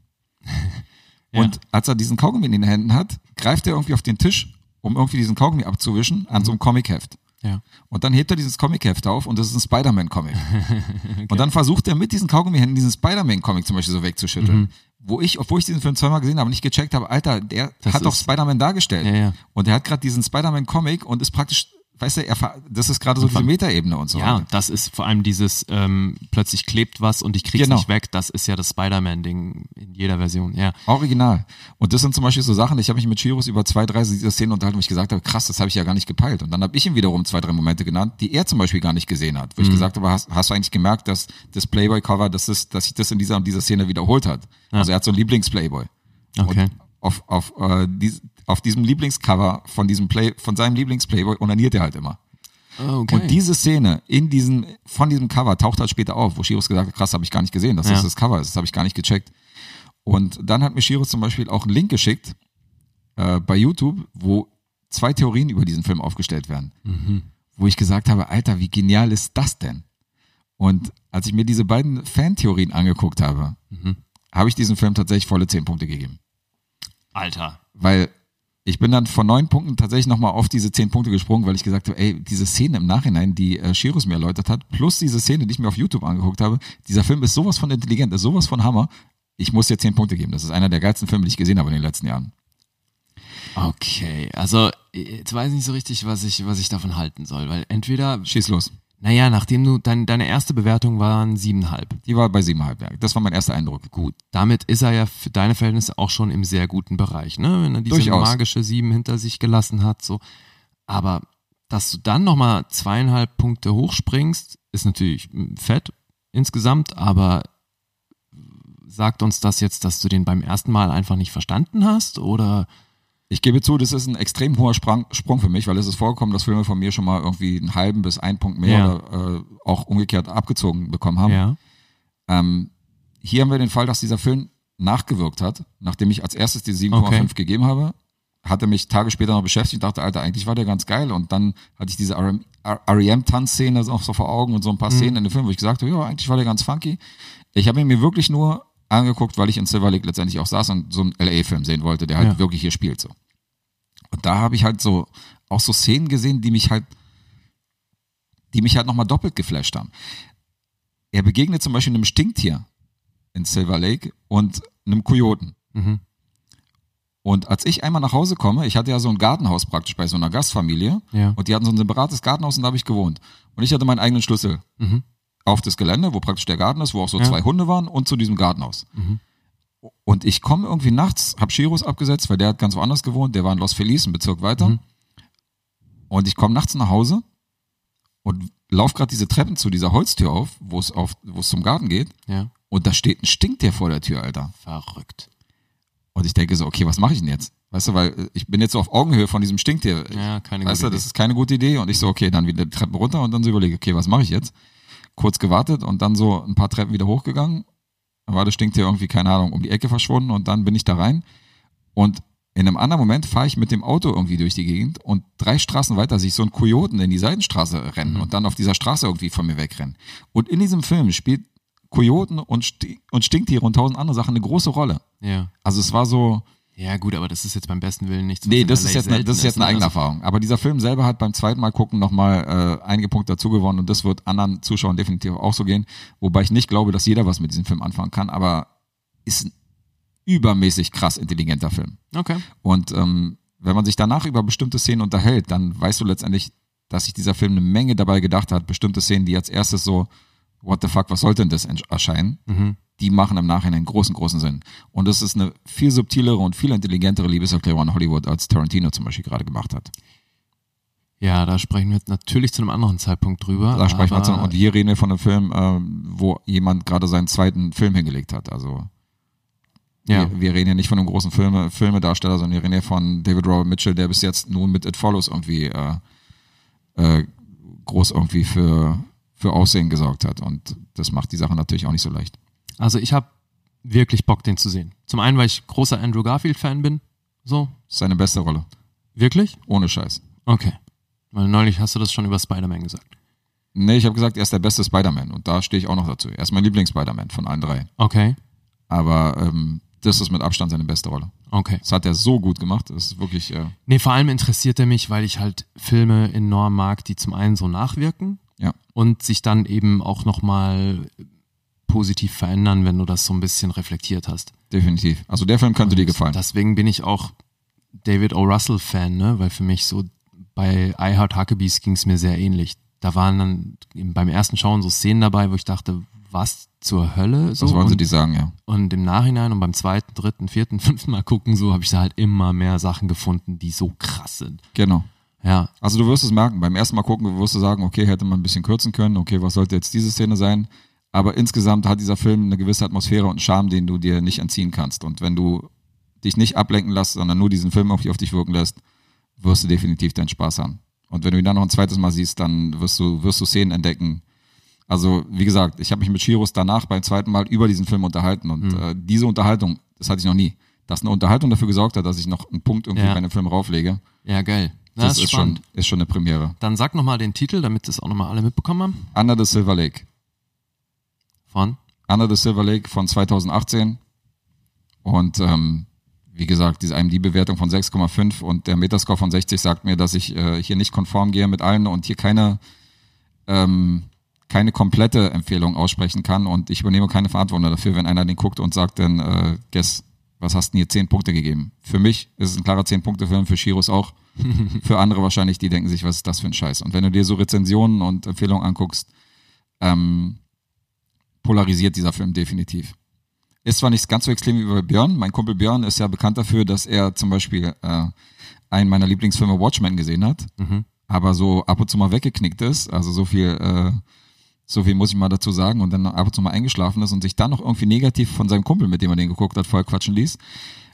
Und als er diesen Kaugummi in den Händen hat, greift er irgendwie auf den Tisch, um irgendwie diesen Kaugummi abzuwischen, an so einem Comicheft.
Ja.
Und dann hebt er dieses Comicheft auf und das ist ein Spider-Man-Comic. Und dann versucht er mit diesen Kaugummi-Händen diesen Spider-Man-Comic zum Beispiel so wegzuschütteln.
Mhm.
Wo ich, obwohl ich diesen Film zweimal gesehen habe, nicht gecheckt habe, Alter, der
Das
hat doch
ist-
Spider-Man dargestellt.
Ja, ja.
Und er hat gerade diesen Spider-Man-Comic und ist praktisch, weißt du, er, ver- das ist gerade so diese Metaebene und so.
Ja,
weiter.
das ist vor allem dieses ähm, plötzlich klebt was und ich krieg's
Genau.
nicht weg. Das ist ja das Spider-Man-Ding in jeder Version. Ja.
Original. Und das sind zum Beispiel so Sachen, ich habe mich mit Chirus über zwei, drei dieser Szenen unterhalten, wo ich gesagt habe, krass, das habe ich ja gar nicht gepeilt. Und dann habe ich ihm wiederum zwei, drei Momente genannt, die er zum Beispiel gar nicht gesehen hat.
Mhm.
Wo ich gesagt habe, hast, hast du eigentlich gemerkt, dass das Playboy-Cover, dass, das, dass sich das in dieser, in dieser Szene wiederholt hat? Also er hat so einen Lieblings-Playboy.
Okay.
Und auf, auf, äh, dies, auf diesem Lieblingscover von diesem Play, von seinem Lieblings-Playboy onaniert er halt immer.
Okay.
Und diese Szene in diesem, von diesem Cover taucht halt später auf, wo Shiros gesagt hat, krass, habe ich gar nicht gesehen, dass
Ja.
das das Cover ist, das habe ich gar nicht gecheckt. Und dann hat mir Shiros zum Beispiel auch einen Link geschickt äh, bei YouTube, wo zwei Theorien über diesen Film aufgestellt werden.
Mhm.
Wo ich gesagt habe, Alter, wie genial ist das denn? Und als ich mir diese beiden Fantheorien angeguckt habe,
Mhm.
habe ich diesem Film tatsächlich volle zehn Punkte gegeben
Alter.
weil ich bin dann von neun Punkten tatsächlich nochmal auf diese zehn Punkte gesprungen, weil ich gesagt habe, ey, diese Szene im Nachhinein, die äh, Shirus mir erläutert hat, plus diese Szene, die ich mir auf YouTube angeguckt habe, dieser Film ist sowas von intelligent, ist sowas von Hammer. Ich muss dir zehn Punkte geben. Das ist einer der geilsten Filme, die ich gesehen habe in den letzten Jahren.
Okay, also jetzt weiß ich nicht so richtig, was ich, was ich davon halten soll, weil entweder,
Schieß los.
naja, nachdem du, dein, deine erste Bewertung waren siebeneinhalb.
Die war bei siebeneinhalb. Ja. Das war mein erster Eindruck.
Gut, damit ist er ja für deine Verhältnisse auch schon im sehr guten Bereich, ne? Wenn er diese
Durchaus.
magische sieben hinter sich gelassen hat, so. Aber dass du dann nochmal zweieinhalb Punkte hochspringst, ist natürlich mm, fett insgesamt, aber sagt uns das jetzt, dass du den beim ersten Mal einfach nicht verstanden hast oder
Ich gebe zu, das ist ein extrem hoher Sprang, Sprung für mich, weil es ist vorgekommen, dass Filme von mir schon mal irgendwie einen halben bis einen Punkt mehr
Ja.
oder äh, auch umgekehrt abgezogen bekommen haben. Ähm, hier haben wir den Fall, dass dieser Film nachgewirkt hat. Nachdem ich als erstes die 7,5
Okay.
gegeben habe, hatte mich Tage später noch beschäftigt und dachte, Alter, eigentlich war der ganz geil. Und dann hatte ich diese REM-Tanzszene auch E so vor Augen und so ein
Mhm.
paar Szenen in dem Film, wo ich gesagt habe, ja, eigentlich war der ganz funky. Ich habe ihn mir wirklich nur angeguckt, weil ich in Silver Lake letztendlich auch saß und so einen LA-Film sehen wollte, der halt
Ja.
wirklich hier spielt. So. Und da habe ich halt so auch so Szenen gesehen, die mich halt, die mich halt nochmal doppelt geflasht haben. Er begegnet zum Beispiel einem Stinktier in Silver Lake und einem Kojoten. Und als ich einmal nach Hause komme, ich hatte ja so ein Gartenhaus praktisch bei so einer Gastfamilie
Ja.
und die hatten so ein separates Gartenhaus und da habe ich gewohnt. Und ich hatte meinen eigenen Schlüssel auf das Gelände, wo praktisch der Garten ist, wo auch so zwei Hunde waren und zu diesem Gartenhaus. Und ich komme irgendwie nachts, hab Shiros abgesetzt, weil der hat ganz woanders gewohnt, der war in Los Feliz, ein Bezirk weiter. Und ich komme nachts nach Hause und laufe gerade diese Treppen zu dieser Holztür auf, wo es auf, wo es zum Garten geht.
Ja.
Und da steht ein Stinktier vor der Tür, Alter.
Verrückt.
Und ich denke so, okay, was mache ich denn jetzt? Weißt du, weil äh, ich bin jetzt so auf Augenhöhe von diesem Stinktier. äh,
Ja, keine
weißt
gute
du, das
Idee.
ist keine gute Idee. Und ich so, okay, dann wieder die Treppen runter und dann so überlege, okay, was mache ich jetzt? Kurz gewartet und dann so ein paar Treppen wieder hochgegangen. Dann war das Stinktier irgendwie, keine Ahnung, um die Ecke verschwunden und dann bin ich da rein. Und in einem anderen Moment fahre ich mit dem Auto irgendwie durch die Gegend und drei Straßen weiter sich so ein Kojoten in die Seitenstraße rennen und dann auf dieser Straße irgendwie von mir wegrennen. Und in diesem Film spielt Kojoten und, Sti- und Stinktiere und tausend andere Sachen eine große Rolle.
Ja.
Also es war so,
Ja, gut, aber das ist jetzt beim besten Willen nichts. was
Nee,
in
das
LA
ist, jetzt eine, das ist
selten
jetzt eine eigene
ne?
Erfahrung. Aber dieser Film selber hat beim zweiten Mal gucken nochmal äh, einige Punkte dazu gewonnen und das wird anderen Zuschauern definitiv auch so gehen. Wobei ich nicht glaube, dass jeder was mit diesem Film anfangen kann, aber ist ein übermäßig krass intelligenter Film.
Okay.
Und ähm, wenn man sich danach über bestimmte Szenen unterhält, dann weißt du letztendlich, dass sich dieser Film eine Menge dabei gedacht hat, bestimmte Szenen, die als erstes so, what the fuck, was sollte denn das ents- erscheinen?
Mhm.
Die machen im Nachhinein großen, großen Sinn. Und es ist eine viel subtilere und viel intelligentere Liebeserklärung an Hollywood, als Tarantino zum Beispiel gerade gemacht hat.
Ja, da sprechen wir jetzt natürlich zu einem anderen Zeitpunkt drüber.
Da sprechen wir
aber-
zu, und hier reden wir von einem Film, ähm, wo jemand gerade seinen zweiten Film hingelegt hat. Also
Ja.
wir, wir reden hier nicht von einem großen Filme, Filmedarsteller, sondern wir reden hier von David Robert Mitchell, der bis jetzt nun mit It Follows irgendwie äh, äh, groß irgendwie für, für Aussehen gesorgt hat. Und das macht die Sache natürlich auch nicht so leicht.
Also ich habe wirklich Bock, den zu sehen. Zum einen, weil ich großer Andrew Garfield-Fan bin. So,
Das ist seine beste Rolle.
wirklich?
Ohne Scheiß.
Okay. Weil neulich hast du das schon über Spider-Man gesagt.
Nee, ich habe gesagt, er ist der beste Spider-Man. Und da stehe ich auch noch dazu. Er ist mein Lieblings-Spider-Man von allen drei.
Okay,
Aber ähm, das ist mit Abstand seine beste Rolle.
okay.
Das hat er so gut gemacht. Das ist wirklich. Äh,
Nee, vor allem interessiert er mich, weil ich halt Filme enorm mag, die zum einen so nachwirken
Ja.
und sich dann eben auch nochmal positiv verändern, wenn du das so ein bisschen reflektiert hast.
Definitiv. Also der Film könnte dir gefallen.
Deswegen bin ich auch David O. Russell-Fan, ne? weil für mich so bei I Heart Huckabees ging es mir sehr ähnlich. Da waren dann eben beim ersten Schauen so Szenen dabei, wo ich dachte, was zur Hölle? So,
das Also wollen sie
und,
dir sagen, ja.
und im Nachhinein und beim zweiten, dritten, vierten, fünften Mal gucken, so habe ich da halt immer mehr Sachen gefunden, die so krass sind.
Genau.
Ja,
Also du wirst es merken, beim ersten Mal gucken, wirst du sagen, okay, hätte man ein bisschen kürzen können, okay, was sollte jetzt diese Szene sein? Aber insgesamt hat dieser Film eine gewisse Atmosphäre und Charme, den du dir nicht entziehen kannst. Und wenn du dich nicht ablenken lässt, sondern nur diesen Film auf, auf dich wirken lässt, wirst du definitiv deinen Spaß haben. Und wenn du ihn dann noch ein zweites Mal siehst, dann wirst du, wirst du Szenen entdecken. Also, wie gesagt, ich habe mich mit Shiros danach beim zweiten Mal über diesen Film unterhalten. Und äh, diese Unterhaltung, das hatte ich noch nie. Dass eine Unterhaltung dafür gesorgt hat, dass ich noch einen Punkt irgendwie
Ja.
bei einem Film rauflege,
ja, geil. Na,
das, ist, schon, ist schon eine Premiere.
Dann sag nochmal den Titel, damit das auch nochmal alle mitbekommen haben.
Under the Silver Lake.
Von?
Under the Silver Lake von 2018. Und ähm, wie gesagt, diese IMD-Bewertung von 6,5 und der Metascore von 60 sagt mir, dass ich äh, hier nicht konform gehe mit allen und hier keine, ähm, keine komplette Empfehlung aussprechen kann. Und ich übernehme keine Verantwortung dafür, wenn einer den guckt und sagt dann, äh, Guess, was hast du hier 10 Punkte gegeben? Für mich ist es ein klarer 10-Punkte-Film, für Shiros auch. für andere wahrscheinlich, die denken sich, was ist das für ein Scheiß? Und wenn du dir so Rezensionen und Empfehlungen anguckst, ähm, polarisiert dieser Film definitiv. Ist zwar nicht ganz so extrem wie bei Björn. Mein Kumpel Björn ist ja bekannt dafür, dass er zum Beispiel äh, einen meiner Lieblingsfilme Watchmen gesehen hat,
Mhm.
aber so ab und zu mal weggeknickt ist. Also so viel, äh, so viel muss ich mal dazu sagen. Und dann ab und zu mal eingeschlafen ist und sich dann noch irgendwie negativ von seinem Kumpel, mit dem er den geguckt hat, voll quatschen ließ.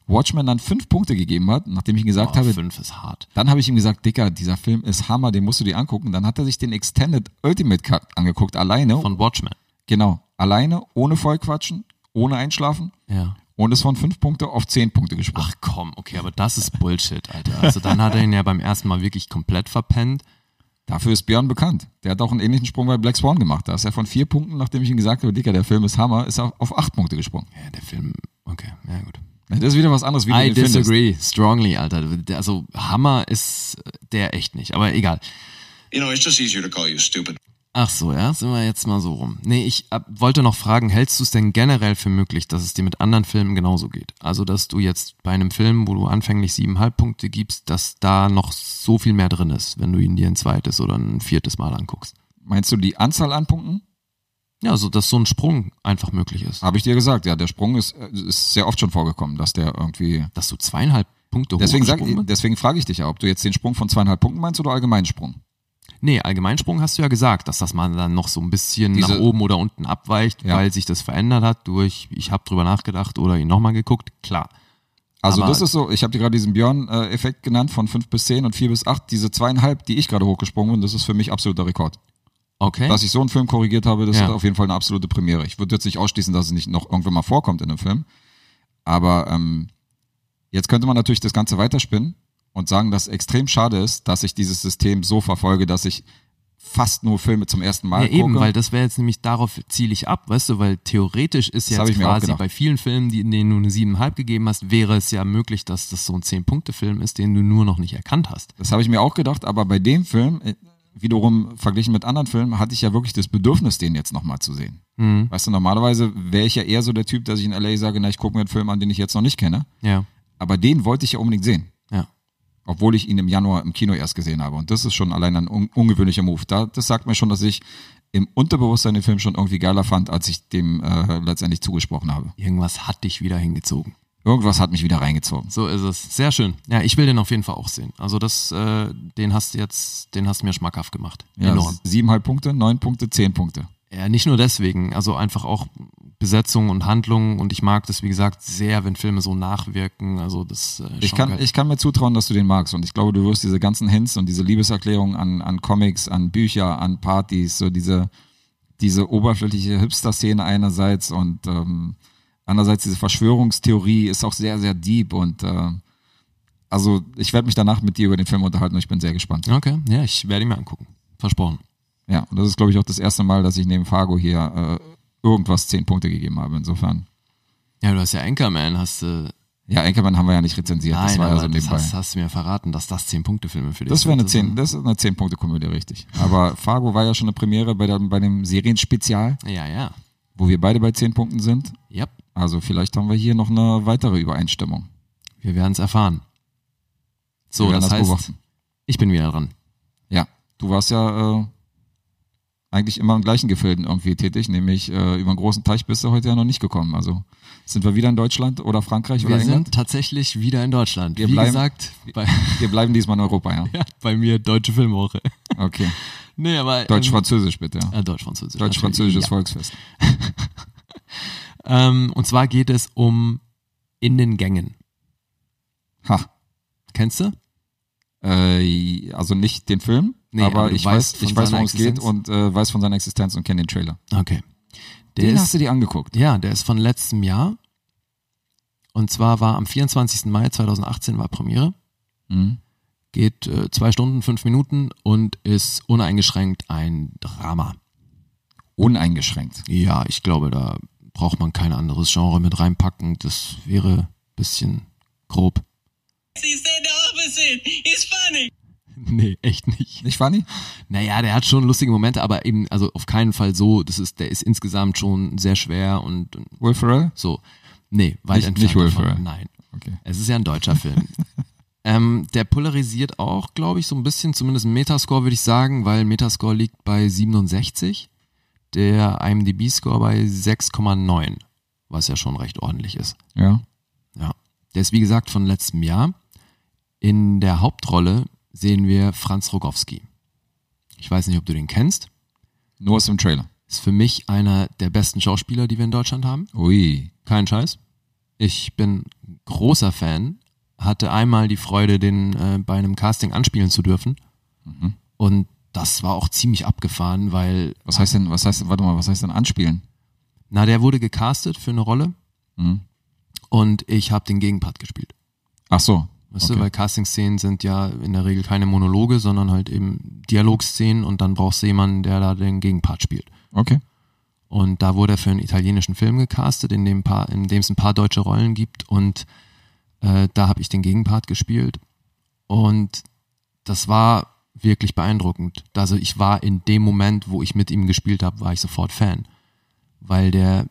Watchmen dann fünf Punkte gegeben hat, nachdem ich ihm gesagt
Boah,
habe,
fünf ist hart.
dann habe ich ihm gesagt, Dicker, dieser Film ist Hammer, den musst du dir angucken. Dann hat er sich den Extended Ultimate Cut angeguckt, alleine.
Von Watchmen.
genau, alleine, ohne Vollquatschen, ohne Einschlafen.
Ja.
Und ist von fünf Punkte auf zehn Punkte gesprochen.
Ach komm, okay, aber das ist Bullshit, Alter. Also dann hat er ihn ja beim ersten Mal wirklich komplett verpennt.
Dafür ist Björn bekannt. Der hat auch einen ähnlichen Sprung bei Black Swan gemacht. Da ist er von vier Punkten, nachdem ich ihm gesagt habe, Dicker, der Film ist Hammer, ist er auf acht Punkte gesprungen.
Ja, der Film, okay, ja gut.
Das ist wieder was anderes, wie du
I
den findest.
disagree strongly, Alter. Also Hammer ist der echt nicht, aber egal.
You know, it's just easier to call you stupid.
Ach so, ja, sind wir jetzt mal so rum. Nee, ich äh, wollte noch fragen, hältst du es denn generell für möglich, dass es dir mit anderen Filmen genauso geht? Also, dass du jetzt bei einem Film, wo du anfänglich siebeneinhalb Punkte gibst, dass da noch so viel mehr drin ist, wenn du ihn dir ein zweites oder ein viertes Mal anguckst?
Meinst du die Anzahl an Punkten?
Ja, also, dass so ein Sprung einfach möglich ist.
Habe ich dir gesagt, ja, der Sprung ist, äh, ist sehr oft schon vorgekommen, dass der irgendwie
Dass du zweieinhalb Punkte
Deswegen, sag,
hochgesprungen bist?
deswegen frage ich dich ja, ob du jetzt den Sprung von zweieinhalb Punkten meinst oder allgemeinen Sprung.
Nee, Allgemeinsprung hast du ja gesagt, dass das mal dann noch so ein bisschen
Diese-
nach oben oder unten abweicht,
Ja.
weil sich das verändert hat durch, ich habe drüber nachgedacht oder ihn nochmal geguckt. Klar.
Also
Aber-
das ist so, ich habe dir gerade diesen Björn-Effekt genannt von fünf bis zehn und vier bis acht. diese zweieinhalb, die ich gerade hochgesprungen bin, das ist für mich absoluter Rekord.
Okay.
Dass ich so einen Film korrigiert habe, das
Ja.
ist auf jeden Fall eine absolute Premiere. Ich würde jetzt nicht ausschließen, dass es nicht noch irgendwann mal vorkommt in einem Film. Aber ähm, jetzt könnte man natürlich das Ganze weiterspinnen und sagen, dass es extrem schade ist, dass ich dieses System so verfolge, dass ich fast nur Filme zum ersten Mal
Ja, eben,
gucke.
weil das wäre jetzt nämlich darauf ziele ich ab, weißt du, weil theoretisch ist
hab
jetzt
ich mir auch
quasi
gedacht.
bei vielen Filmen, die, in denen du eine 7,5 gegeben hast, wäre es ja möglich, dass das so ein 10-Punkte-Film ist, den du nur noch nicht erkannt hast.
Das habe ich mir auch gedacht, aber bei dem Film, äh, wiederum verglichen mit anderen Filmen hatte ich ja wirklich das Bedürfnis, den jetzt nochmal zu sehen.
Mhm.
Weißt du, normalerweise wäre ich ja eher so der Typ, dass ich in LA sage, na, ich gucke mir einen Film an, den ich jetzt noch nicht kenne.
Ja.
Aber den wollte ich ja unbedingt sehen.
Ja.
Obwohl ich ihn im Januar im Kino erst gesehen habe. Und das ist schon allein ein un ungewöhnlicher Move. Da, das sagt mir schon, dass ich im Unterbewusstsein den Film schon irgendwie geiler fand, als ich dem äh, letztendlich zugesprochen habe.
Irgendwas hat dich wieder hingezogen.
Irgendwas hat mich wieder reingezogen.
So ist es. Sehr schön. Ja, ich will den auf jeden Fall auch sehen. Also das, äh, den hast du jetzt, den hast du mir schmackhaft gemacht.
Ja,
Enorm.
Siebeneinhalb Punkte, neun Punkte, zehn Punkte.
Ja, nicht nur deswegen, also einfach auch Besetzung und Handlung und ich mag das, wie gesagt, sehr, wenn Filme so nachwirken. Also das äh,
Ich
schon
kann,
geil.
ich kann mir zutrauen, dass du den magst. Und ich glaube, du wirst diese ganzen Hints und diese Liebeserklärungen an, an Comics, an Bücher, an Partys, so diese, diese oberflächliche Hipster-Szene einerseits und ähm, andererseits diese Verschwörungstheorie ist auch sehr, sehr deep. Und äh, also ich werde mich danach mit dir über den Film unterhalten und ich bin sehr gespannt.
Okay, ja, ich werde ihn mir angucken. Versprochen.
Ja, und das ist, glaube ich, auch das erste Mal, dass ich neben Fargo hier äh, irgendwas zehn Punkte gegeben habe. Insofern.
Ja, du hast ja Anchorman, hast du.
Ja, Enkelmann haben wir ja nicht rezensiert. das
Nein,
war ja
aber
so
das
nebenbei.
hast, hast du mir verraten, dass das 10-Punkte-Filme für dich
Das wäre
sind.
eine 10, das ist eine 10 Punkte Komödie, richtig. Aber Fargo war ja schon eine Premiere bei, der, bei dem Serienspezial,
Ja, ja.
wo wir beide bei 10 Punkten sind.
Yep.
Also vielleicht haben wir hier noch eine weitere Übereinstimmung.
Wir werden es erfahren. So,
wir werden
das heißt,
beobachten.
ich bin wieder dran.
Ja, du warst ja äh, eigentlich immer im gleichen Gefilden irgendwie tätig, nämlich äh, über einen großen Teich bist du heute ja noch nicht gekommen. Also sind wir wieder in Deutschland oder Frankreich
Wir
oder England?
sind tatsächlich wieder in Deutschland.
Wir
wie
bleiben-
gesagt, bei,
Wir bleiben diesmal in Europa, ja.
ja, bei mir deutsche Filmwoche.
Okay.
Nee, aber
Deutsch-Französisch bitte.
ähm, äh, Deutsch-Französisch.
Deutsch-Französisches
natürlich,
Volksfest.
ja. ähm, Und zwar geht es um In den Gängen.
Ha.
Kennst du?
Äh, also nicht den Film,
Nee,
aber,
aber du
ich
weißt
weiß,
von
ich weiß,
seiner
worum es geht
Existenz.
und äh, weiß von seiner Existenz und kenne den Trailer.
Okay. Der
den
ist,
hast du dir angeguckt.
Ja, der ist von letztem Jahr. Und zwar war am 24. Mai 2018 war Premiere.
Mhm.
Geht äh, zwei Stunden, fünf Minuten und ist uneingeschränkt ein Drama.
Uneingeschränkt.
Ja, ich glaube, da braucht man kein anderes Genre mit reinpacken. Das wäre ein bisschen grob.
He said the opposite. It's funny.
Nee, echt nicht.
Nicht Fanny?
Naja, der hat schon lustige Momente, aber eben, also auf keinen Fall so. Das ist, der ist insgesamt schon sehr schwer und, und
Will Ferrell?
so. Nee, weit
Nicht-
entfernt.
nicht Will
davon.
Ferrell.
Nein.
Okay.
Es ist ja ein deutscher Film. ähm, der polarisiert auch, glaube ich, so ein bisschen, zumindest im Metascore würde ich sagen, weil Metascore liegt bei 67, der IMDb-Score bei 6,9, was ja schon recht ordentlich ist.
Ja.
Ja. Der ist, wie gesagt, von letztem Jahr. In der Hauptrolle sehen wir Franz Rogowski. Ich weiß nicht, ob du den kennst.
Nur aus dem Trailer.
Ist für mich einer der besten Schauspieler, die wir in Deutschland haben.
Ui.
Kein Scheiß. Ich bin großer Fan. Hatte einmal die Freude, den äh, bei einem Casting anspielen zu dürfen.
Mhm.
Und das war auch ziemlich abgefahren, weil,
Was heißt denn, was heißt denn, warte mal, was heißt denn anspielen?
na, der wurde gecastet für eine Rolle
Mhm.
und ich habe den Gegenpart gespielt.
Ach so.
Weißt
Okay.
du, weil Casting-Szenen sind ja in der Regel keine Monologe, sondern halt eben Dialogszenen und dann brauchst du jemanden, der da den Gegenpart spielt.
Okay.
Und da wurde er für einen italienischen Film gecastet, in dem, paar, in dem es ein paar deutsche Rollen gibt. Und äh, da habe ich den Gegenpart gespielt. Und das war wirklich beeindruckend. Also ich war in dem Moment, wo ich mit ihm gespielt habe, war ich sofort Fan. Weil der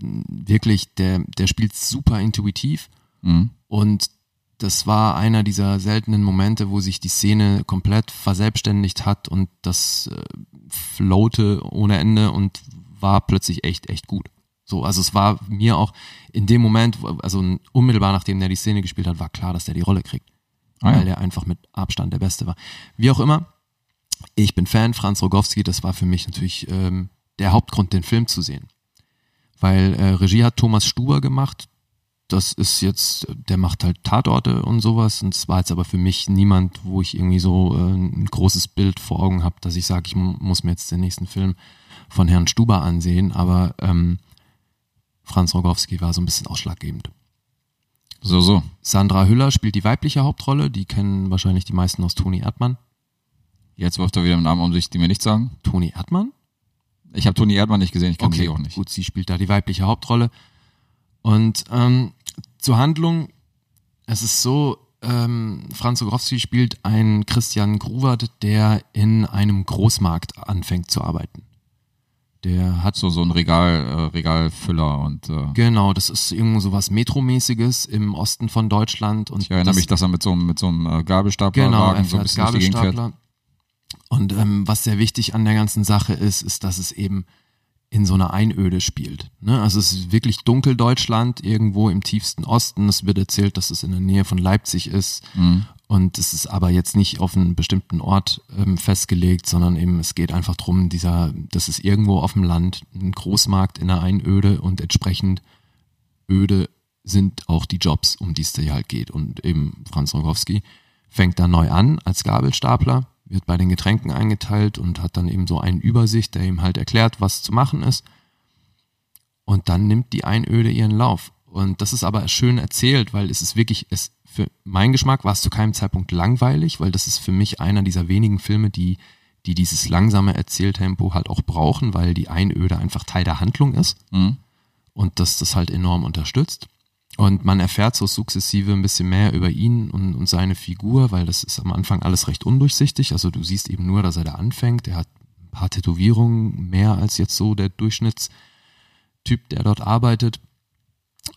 mh, wirklich, der, der spielt super intuitiv.
Mhm.
Und das war einer dieser seltenen Momente, wo sich die Szene komplett verselbstständigt hat und das äh, flowte ohne Ende und war plötzlich echt, echt gut. So, also es war mir auch in dem Moment, wo- also unmittelbar nachdem der die Szene gespielt hat, war klar, dass der die Rolle kriegt,
Ah,
weil
ja.
der einfach mit Abstand der Beste war. Wie auch immer, ich bin Fan, Franz Rogowski, das war für mich natürlich ähm, der Hauptgrund, den Film zu sehen. Weil äh, Regie hat Thomas Stuber gemacht, das ist jetzt, der macht halt Tatorte und sowas. Und es war jetzt aber für mich niemand, wo ich irgendwie so äh, ein großes Bild vor Augen habe, dass ich sage, ich mu- muss mir jetzt den nächsten Film von Herrn Stuber ansehen. Aber ähm, Franz Rogowski war so ein bisschen ausschlaggebend.
So, so.
Sandra Hüller spielt die weibliche Hauptrolle. Die kennen wahrscheinlich die meisten aus Toni Erdmann.
Jetzt wirft er wieder einen Namen um sich, die mir nichts sagen.
Toni Erdmann?
Ich habe Toni Erdmann nicht gesehen, ich kenne sie auch nicht.
Gut, sie spielt da die weibliche Hauptrolle. Und ähm, zur Handlung, es ist so, ähm, Franz Ogrowski spielt einen Christian Gruwert, der in einem Großmarkt anfängt zu arbeiten. Der hat
so so ein Regal, äh, Regalfüller und äh,
genau, das ist irgend so was Metromäßiges im Osten von Deutschland und
ich erinnere
das,
mich, dass er mit so einem mit so einem äh, Gabelstapler
genau, er
so ein
fährt
bisschen durch die Gegend fährt.
Gabelstapler. Und ähm, was sehr wichtig an der ganzen Sache ist, ist, dass es eben in so einer Einöde spielt. Ne? Also es ist wirklich Dunkeldeutschland, irgendwo im tiefsten Osten. Es wird erzählt, dass es in der Nähe von Leipzig ist.
Mhm.
Und es ist aber jetzt nicht auf einen bestimmten Ort ähm, festgelegt, sondern eben es geht einfach drum, dieser, das ist irgendwo auf dem Land, ein Großmarkt in einer Einöde und entsprechend öde sind auch die Jobs, um die es dir halt geht. Und eben Franz Rogowski fängt da neu an als Gabelstapler, wird bei den Getränken eingeteilt und hat dann eben so einen Übersicht, der ihm halt erklärt, was zu machen ist. Und dann nimmt die Einöde ihren Lauf. Und das ist aber schön erzählt, weil es ist wirklich, es, für meinen Geschmack war es zu keinem Zeitpunkt langweilig, weil das ist für mich einer dieser wenigen Filme, die, die dieses langsame Erzähltempo halt auch brauchen, weil die Einöde einfach Teil der Handlung ist
Mhm.
und das das halt enorm unterstützt. Und man erfährt so sukzessive ein bisschen mehr über ihn und, und seine Figur, weil das ist am Anfang alles recht undurchsichtig. Also du siehst eben nur, dass er da anfängt. Er hat ein paar Tätowierungen mehr als jetzt so der Durchschnittstyp, der dort arbeitet.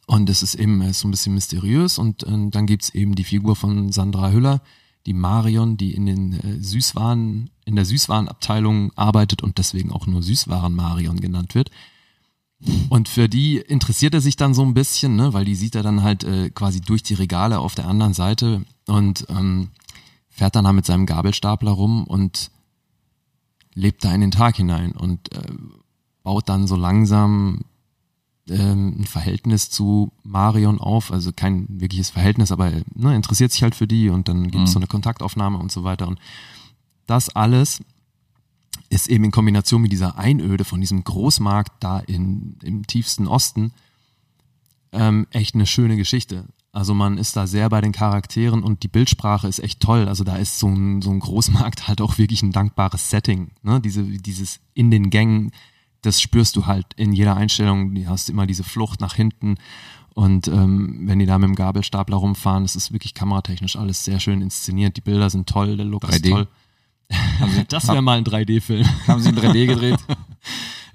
Und es ist eben er ist so ein bisschen mysteriös. Und äh, dann gibt's eben die Figur von Sandra Hüller, die Marion, die in den äh, Süßwaren, in der Süßwarenabteilung arbeitet und deswegen auch nur Süßwaren Marion genannt wird. Und für die interessiert er sich dann so ein bisschen, ne? weil die sieht er dann halt äh, quasi durch die Regale auf der anderen Seite und ähm, fährt dann da mit seinem Gabelstapler rum und lebt da in den Tag hinein und äh, baut dann so langsam ähm, ein Verhältnis zu Marion auf, also kein wirkliches Verhältnis, aber äh, ne, interessiert sich halt für die und dann gibt es
Mhm.
so eine Kontaktaufnahme und so weiter. Und das alles ist eben in Kombination mit dieser Einöde von diesem Großmarkt da in, im tiefsten Osten ähm, echt eine schöne Geschichte. Also man ist da sehr bei den Charakteren und die Bildsprache ist echt toll. Also da ist so ein, so ein Großmarkt halt auch wirklich ein dankbares Setting. Ne? Diese, dieses in den Gängen, das spürst du halt in jeder Einstellung. Du hast immer diese Flucht nach hinten. Und ähm, wenn die da mit dem Gabelstapler rumfahren, das ist wirklich kameratechnisch alles sehr schön inszeniert. Die Bilder sind toll, der Look ist
3D?
toll. Also Das wäre mal ein 3D-Film.
Haben sie in 3D gedreht?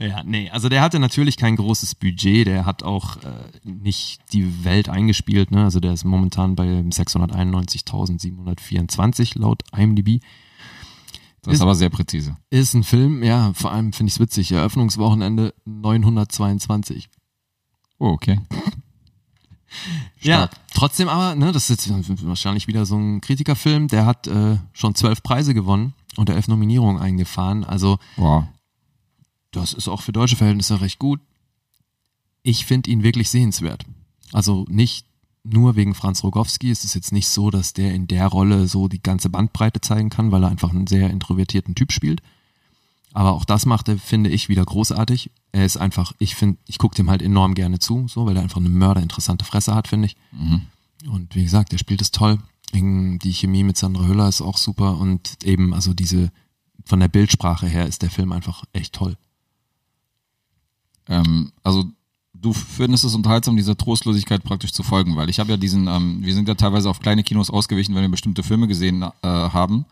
Ja, nee, also der hatte natürlich kein großes Budget, der hat auch äh, nicht die Welt eingespielt, ne? also der ist momentan bei 691.724 laut IMDb.
Das ist aber sehr präzise.
Ist ein Film, ja, vor allem finde ich es witzig, Eröffnungswochenende 922.
Oh, okay.
Ja, trotzdem aber, ne, das ist jetzt wahrscheinlich wieder so ein Kritikerfilm, der hat äh, schon zwölf Preise gewonnen und elf Nominierungen eingefahren, also
Wow.
Das ist auch für deutsche Verhältnisse recht gut. Ich finde ihn wirklich sehenswert. Also nicht nur wegen Franz Rogowski. Es ist jetzt nicht so, dass der in der Rolle so die ganze Bandbreite zeigen kann, weil er einfach einen sehr introvertierten Typ spielt. Aber auch das macht er, finde ich, wieder großartig. Er ist einfach, ich finde, ich gucke dem halt enorm gerne zu, so, weil er einfach eine mörderinteressante Fresse hat, finde ich.
Mhm.
Und wie gesagt, er spielt es toll. Wegen- Die Chemie mit Sandra Hüller ist auch super und eben, also diese, von der Bildsprache her ist der Film einfach echt toll.
Ähm, also du findest es unterhaltsam, dieser Trostlosigkeit praktisch zu folgen, weil ich habe ja diesen, ähm, wir sind ja teilweise auf kleine Kinos ausgewichen, wenn wir bestimmte Filme gesehen äh, haben,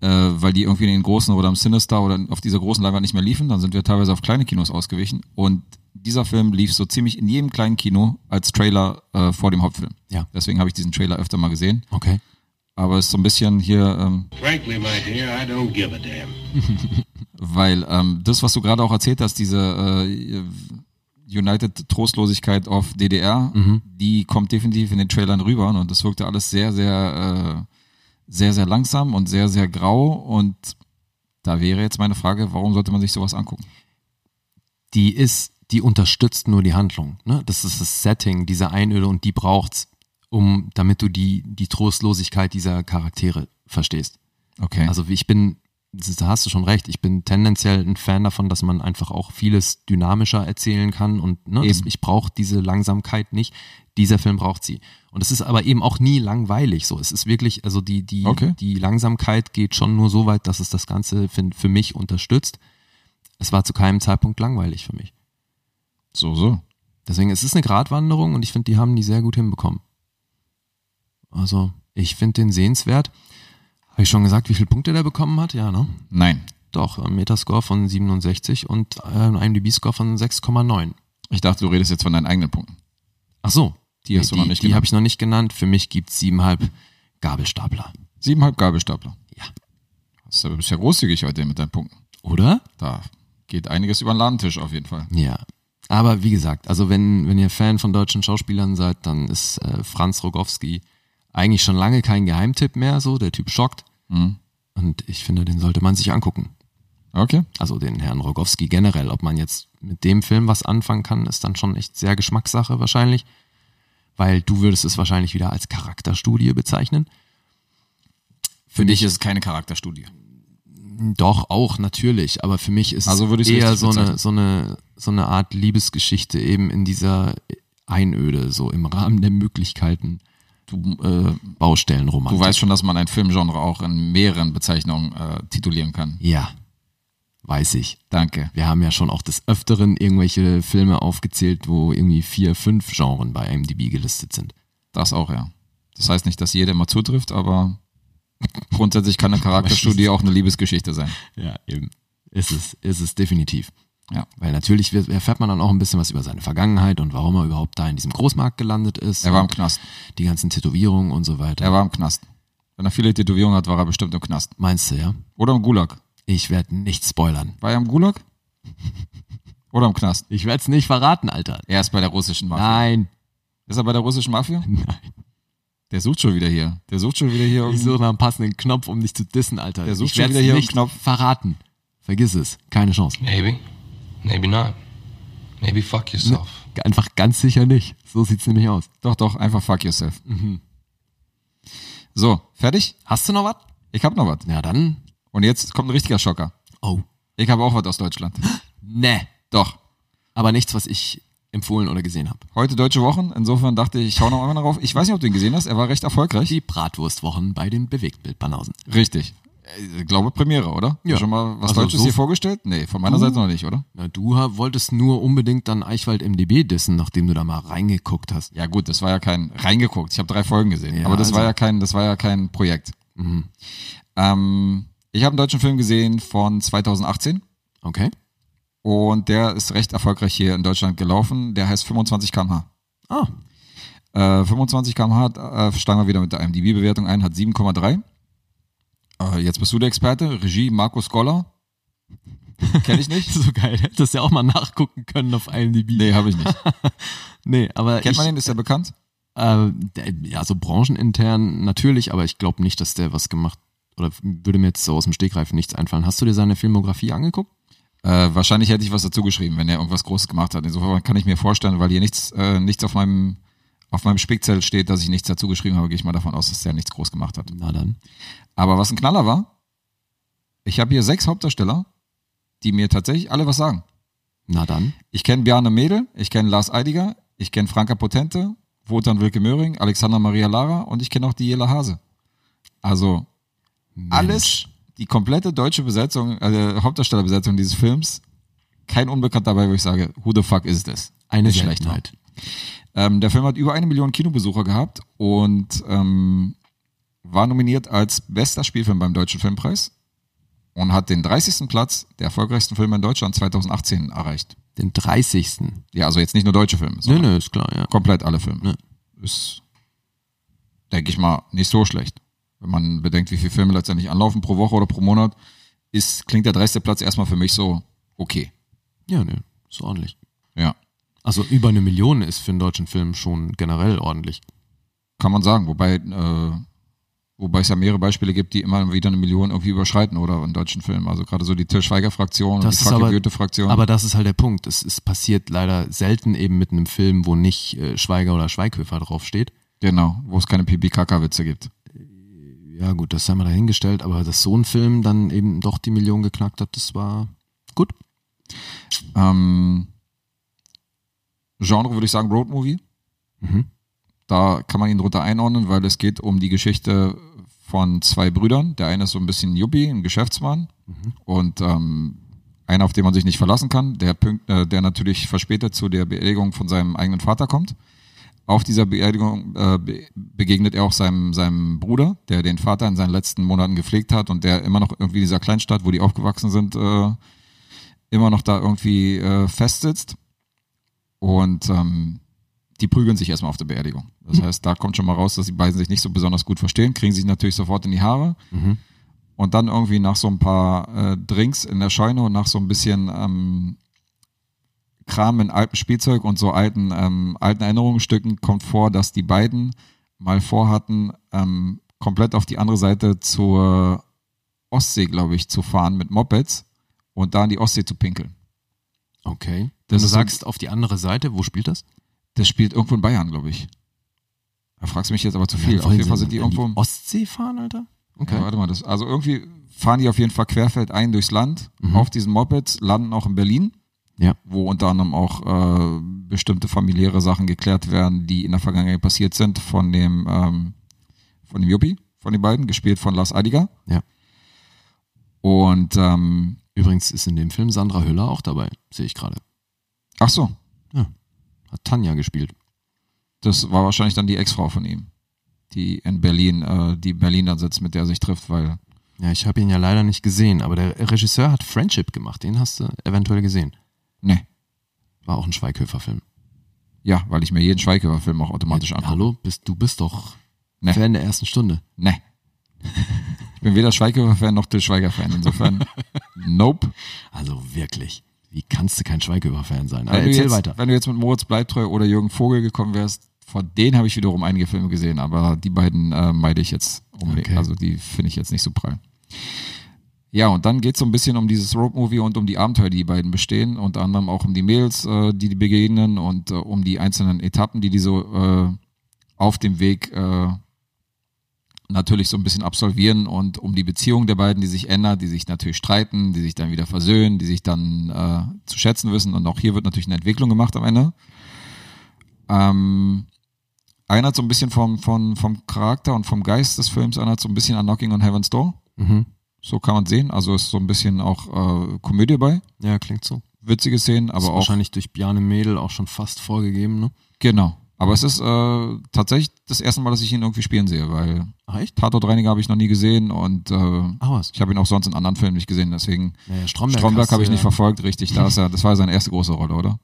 äh, weil die irgendwie in den großen oder im Sinister oder auf dieser großen Leinwand nicht mehr liefen, dann sind wir teilweise auf kleine Kinos ausgewichen und dieser Film lief so ziemlich in jedem kleinen Kino als Trailer äh, vor dem Hauptfilm.
Ja.
Deswegen habe ich diesen Trailer öfter mal gesehen,
Okay.
aber es ist so ein bisschen hier, ähm,
Frankly, my dear, I don't give a damn.
weil ähm, das, was du gerade auch erzählt hast, diese äh, United Trostlosigkeit auf DDR,
Mhm.
die kommt definitiv in den Trailern rüber und das wirkte alles sehr, sehr, äh, sehr, sehr langsam und sehr, sehr grau und da wäre jetzt meine Frage, warum sollte man sich sowas angucken?
die ist, die unterstützt nur die Handlung. Ne? Das ist das Setting, diese Einöde und die braucht's, um, damit du die, die Trostlosigkeit dieser Charaktere verstehst.
Okay. Also,
Also ich bin, das ist- da hast du schon recht, ich bin tendenziell ein Fan davon, dass man einfach auch vieles dynamischer erzählen kann und ne, das,
Eben.
ich brauche diese Langsamkeit nicht. Dieser Film braucht sie. Und es ist aber eben auch nie langweilig so. Es ist wirklich, also die, die,
Okay.
die Langsamkeit geht schon nur so weit, dass es das Ganze für, für mich unterstützt. Es war zu keinem Zeitpunkt langweilig für mich.
so, so.
Deswegen, es ist eine Gratwanderung und ich finde, die haben die sehr gut hinbekommen. Also, Ich finde den sehenswert. Habe ich schon gesagt, wie viele Punkte der bekommen hat? Ja, ne?
Nein.
Doch, ein Metascore von 67 und ein IMDb-Score von 6,9.
Ich dachte, du redest jetzt von deinen eigenen Punkten.
Ach so.
Die hast du
die,
noch nicht
Die
genannt.
habe ich noch nicht genannt. Für mich gibt es siebeneinhalb Gabelstapler.
Siebeneinhalb Gabelstapler.
Ja.
Das ist aber bisher großzügig heute mit deinen Punkten.
Oder?
Da geht einiges über den Ladentisch auf jeden Fall.
Ja. Aber wie gesagt, also wenn, wenn ihr Fan von deutschen Schauspielern seid, dann ist äh, Franz Rogowski eigentlich schon lange kein Geheimtipp mehr. So, der Typ schockt.
Mhm.
Und ich finde, den sollte man sich angucken.
Okay.
Also den Herrn Rogowski generell. Ob man jetzt mit dem Film was anfangen kann, ist dann schon echt sehr Geschmackssache wahrscheinlich. Weil du würdest es wahrscheinlich wieder als Charakterstudie bezeichnen.
Für dich ist es keine Charakterstudie.
Doch, auch natürlich, aber für mich ist
Also würde
es
ich's
eher
richtig
so eine,
bezeichnen.
so, eine, so eine Art Liebesgeschichte eben in dieser Einöde, so im Rahmen der Möglichkeiten.
Du, äh,
Baustellenroman.
du weißt schon, dass man ein Filmgenre auch in mehreren Bezeichnungen äh, titulieren kann.
Ja, weiß ich.
Danke.
Wir haben ja schon auch des Öfteren irgendwelche Filme aufgezählt, wo irgendwie vier, fünf Genren bei IMDb gelistet sind.
Das auch, ja. Das heißt nicht, dass jeder immer zutrifft, aber grundsätzlich kann eine Charakterstudie auch eine Liebesgeschichte sein.
Ja, eben. Ist es, ist es definitiv.
Ja.
Weil natürlich wird- erfährt man dann auch ein bisschen was über seine Vergangenheit und warum er überhaupt da in diesem Großmarkt gelandet ist.
Er war im
und
Knast.
Die ganzen Tätowierungen und so weiter.
Er war im Knast. Wenn er viele Tätowierungen hat, war er bestimmt im Knast.
Meinst du, ja?
Oder im Gulag.
Ich werde nicht spoilern.
War er im Gulag? Oder im Knast?
Ich werde es nicht verraten, Alter.
Er ist bei der russischen Mafia.
Nein.
Ist er bei der russischen Mafia?
Nein.
Der sucht schon wieder hier. Der sucht schon wieder hier.
Ich
irgendeinen-
suche nach einem passenden Knopf, um dich zu dissen, Alter.
Der sucht
ich
schon
werd's
wieder hier einen
nicht
Knopf.
verraten. Vergiss es. Keine Chance.
Maybe. Maybe not. Maybe fuck yourself.
Einfach ganz sicher nicht. So sieht's nämlich aus.
Doch, doch, einfach fuck yourself. Mhm. So, fertig?
Hast du noch was?
Ich hab noch was.
Na dann.
Und jetzt kommt ein richtiger Schocker.
Oh.
Ich habe auch was aus Deutschland.
Ne.
Doch.
Aber nichts, was ich empfohlen oder gesehen habe.
Heute Deutsche Wochen. Insofern dachte ich, ich schau noch einmal drauf. Ich weiß nicht, ob du ihn gesehen hast. Er war recht erfolgreich.
Die Bratwurstwochen bei den Bewegtbildbanausen.
Richtig. Ich glaube, Premiere, oder?
Ja.
Schon mal was
Also
Deutsches
so-
hier vorgestellt? Nee, von meiner Seite noch nicht, oder?
Na, du ha- wolltest nur unbedingt dann Eichwald MDB dissen, nachdem du da mal reingeguckt hast.
Ja gut, das war ja kein reingeguckt. Ich habe drei Folgen gesehen,
Ja,
aber das
also- Mhm.
war ja kein, das war ja kein Projekt. Ähm, ich habe einen deutschen Film gesehen von 2018
Okay?
und der ist recht erfolgreich hier in Deutschland gelaufen. Der heißt 25 km/h.
Ah.
Äh, 25 km/h äh, steigen wir wieder mit der IMDb-Bewertung ein, hat 7,3. Äh, jetzt bist du der Experte. Regie Markus Goller. Kenn ich nicht?
So geil. Hättest ja auch mal nachgucken können auf IMDb.
Nee, habe ich nicht.
Nee, aber
Kennt
ich,
man den? Ist der bekannt?
Äh, der- ja, so branchenintern natürlich, aber ich glaube nicht, dass der was gemacht oder würde mir jetzt so aus dem Stegreif nichts einfallen. Hast du dir seine Filmografie angeguckt?
Äh, wahrscheinlich hätte ich was dazu geschrieben, wenn er irgendwas Großes gemacht hat. Insofern kann ich mir vorstellen, weil hier nichts, äh, nichts auf meinem auf meinem Spickzettel steht, dass ich nichts dazu geschrieben habe, gehe ich mal davon aus, dass der nichts groß gemacht hat.
Na dann.
Aber was ein Knaller war, ich habe hier sechs Hauptdarsteller, die mir tatsächlich alle was sagen.
Na dann.
Ich kenne Bjarne Mädel, ich kenne Lars Eidiger, ich kenne Franka Potente, Wotan Wilke Möhring, Alexander Maria Lara und ich kenne auch die Jela Hase. Also alles, die komplette deutsche Besetzung, äh, Hauptdarstellerbesetzung dieses Films, kein Unbekannt dabei, wo ich sage, who the fuck is this?
Eine
Nicht schlecht,
Seltenheit.
Ähm, der Film hat über eine Million Kinobesucher gehabt und ähm, war nominiert als bester Spielfilm beim Deutschen Filmpreis und hat den 30. Platz der erfolgreichsten Filme in Deutschland 2018 erreicht.
Den 30.
Ja, also jetzt nicht nur deutsche Filme,
Nö,
sondern
nö, ist klar, ja.
komplett alle Filme. ne?
Ja.
Ist, denke ich mal, nicht so schlecht. Wenn man bedenkt, wie viele Filme letztendlich anlaufen pro Woche oder pro Monat, ist, klingt der 30. Platz erstmal für mich so okay.
Ja, nö, ist ordentlich.
Ja,
Also über eine Million ist für einen deutschen Film schon generell ordentlich.
kann man sagen. Wobei, äh, wobei es ja mehrere Beispiele gibt, die immer wieder eine Million irgendwie überschreiten oder in deutschen Filmen. Also gerade so die Till Schweiger-Fraktion und die
Das ist
Fuck
aber,
Goethe-Fraktion.
aber das ist halt der Punkt. Es, es passiert leider selten eben mit einem Film, wo nicht äh, Schweiger oder Schweighöfer draufsteht.
Genau, wo es keine Pipi-Kaka-Witze gibt.
Ja, gut, das sei mal dahingestellt, aber dass so ein Film dann eben doch die Million geknackt hat, das war gut.
Ähm, Genre würde ich sagen Roadmovie.
Mhm.
Da kann man ihn drunter einordnen, weil es geht um die Geschichte von zwei Brüdern. Der eine ist so ein bisschen Juppie, ein Geschäftsmann und ähm, einer, auf den man sich nicht verlassen kann, der, pünkt, äh, der natürlich verspätet zu der Beerdigung von seinem eigenen Vater kommt. Auf dieser Beerdigung äh, be begegnet er auch seinem, seinem Bruder, der den Vater in seinen letzten Monaten gepflegt hat und der immer noch irgendwie in dieser Kleinstadt, wo die aufgewachsen sind, äh, immer noch da irgendwie äh, festsitzt. Und ähm, die prügeln sich erstmal auf der Beerdigung. Das heißt, da kommt schon mal raus, dass die beiden sich nicht so besonders gut verstehen, kriegen sich natürlich sofort in die Haare.
Mhm.
Und dann irgendwie nach so ein paar äh, Drinks in der Scheune und nach so ein bisschen ähm, Kram in altem Spielzeug und so alten, ähm, alten Erinnerungsstücken kommt vor, dass die beiden mal vorhatten, ähm, komplett auf die andere Seite zur Ostsee, glaube ich, zu fahren mit Mopeds und da in die Ostsee zu pinkeln.
Okay.
Das
Wenn du
ist
sagst, auf die andere Seite, wo spielt das?
Das spielt irgendwo in Bayern, glaube ich. Da fragst du mich jetzt aber zu viel.
Ja,
auf jeden Fall sind die
wollen sie
irgendwo.
in die Ostsee fahren, Alter? Okay.
Ja, warte mal, das, also irgendwie fahren die auf jeden Fall querfeld ein durchs Land
Mhm.
auf diesen Mopeds, landen auch in Berlin,
Ja.
wo unter anderem auch äh, bestimmte familiäre Sachen geklärt werden, die in der Vergangenheit passiert sind von dem, ähm, von dem Juppie, von den beiden, gespielt von Lars Adiger.
Ja.
Und ähm,
Übrigens ist in dem Film Sandra Hüller auch dabei, sehe ich gerade.
ach so,
Hat Tanja gespielt.
das war wahrscheinlich dann die Ex-Frau von ihm, die in Berlin, äh, die in Berlin dann sitzt, mit der er sich trifft, weil
Ja, ich habe ihn ja leider nicht gesehen, aber der Regisseur hat Friendship gemacht, den hast du eventuell gesehen.
ne,
War auch ein Schweighöfer-Film.
ja, weil ich mir jeden Schweighöfer-Film auch automatisch
Ja,
angucke.
Hallo, bist, du bist doch
Nee.
Fan der ersten Stunde.
Nee. Ne. Ich bin weder Schweighöfer-Fan noch Till Schweiger-Fan. Insofern, nope.
Also wirklich, wie kannst du kein Schweighöfer-Fan sein? Ah, Aber
Wenn du,
erzähl
jetzt,
weiter.
wenn du jetzt mit Moritz Bleibtreu oder Jürgen Vogel gekommen wärst, von denen habe ich wiederum einige Filme gesehen, aber die beiden äh, meide ich jetzt unbedingt.
Okay.
Also die finde ich jetzt nicht so prall. Ja, und dann geht es so ein bisschen um dieses Roadmovie und um die Abenteuer, die die beiden bestehen. Unter anderem auch um die Mädels, äh, die die begegnen und äh, um die einzelnen Etappen, die die so äh, auf dem Weg äh, natürlich so ein bisschen absolvieren und um die Beziehung der beiden, die sich ändert, die sich natürlich streiten, die sich dann wieder versöhnen, die sich dann äh, zu schätzen wissen. Und auch hier wird natürlich eine Entwicklung gemacht am Ende. Ähm, einer hat so ein bisschen vom, vom, vom Charakter und vom Geist des Films, einer hat so ein bisschen an Knocking on Heaven's Door.
Mhm.
So kann man sehen. Also ist so ein bisschen auch äh, Komödie bei.
Ja, klingt so.
Witzige Szenen, aber
ist
auch.
wahrscheinlich durch Bjane Mädel auch schon fast vorgegeben, ne?
Genau. Aber es ist äh, tatsächlich das erste Mal, dass ich ihn irgendwie spielen sehe, weil
Ach echt?
Tatortreiniger habe ich noch nie gesehen und äh,
Ach was.
ich habe ihn auch sonst in anderen Filmen nicht gesehen, deswegen
Ja, ja, Stromberg,
Stromberg
hast
habe ich
du
nicht
ja-
verfolgt, richtig. Da ist er, das war seine erste große Rolle, oder?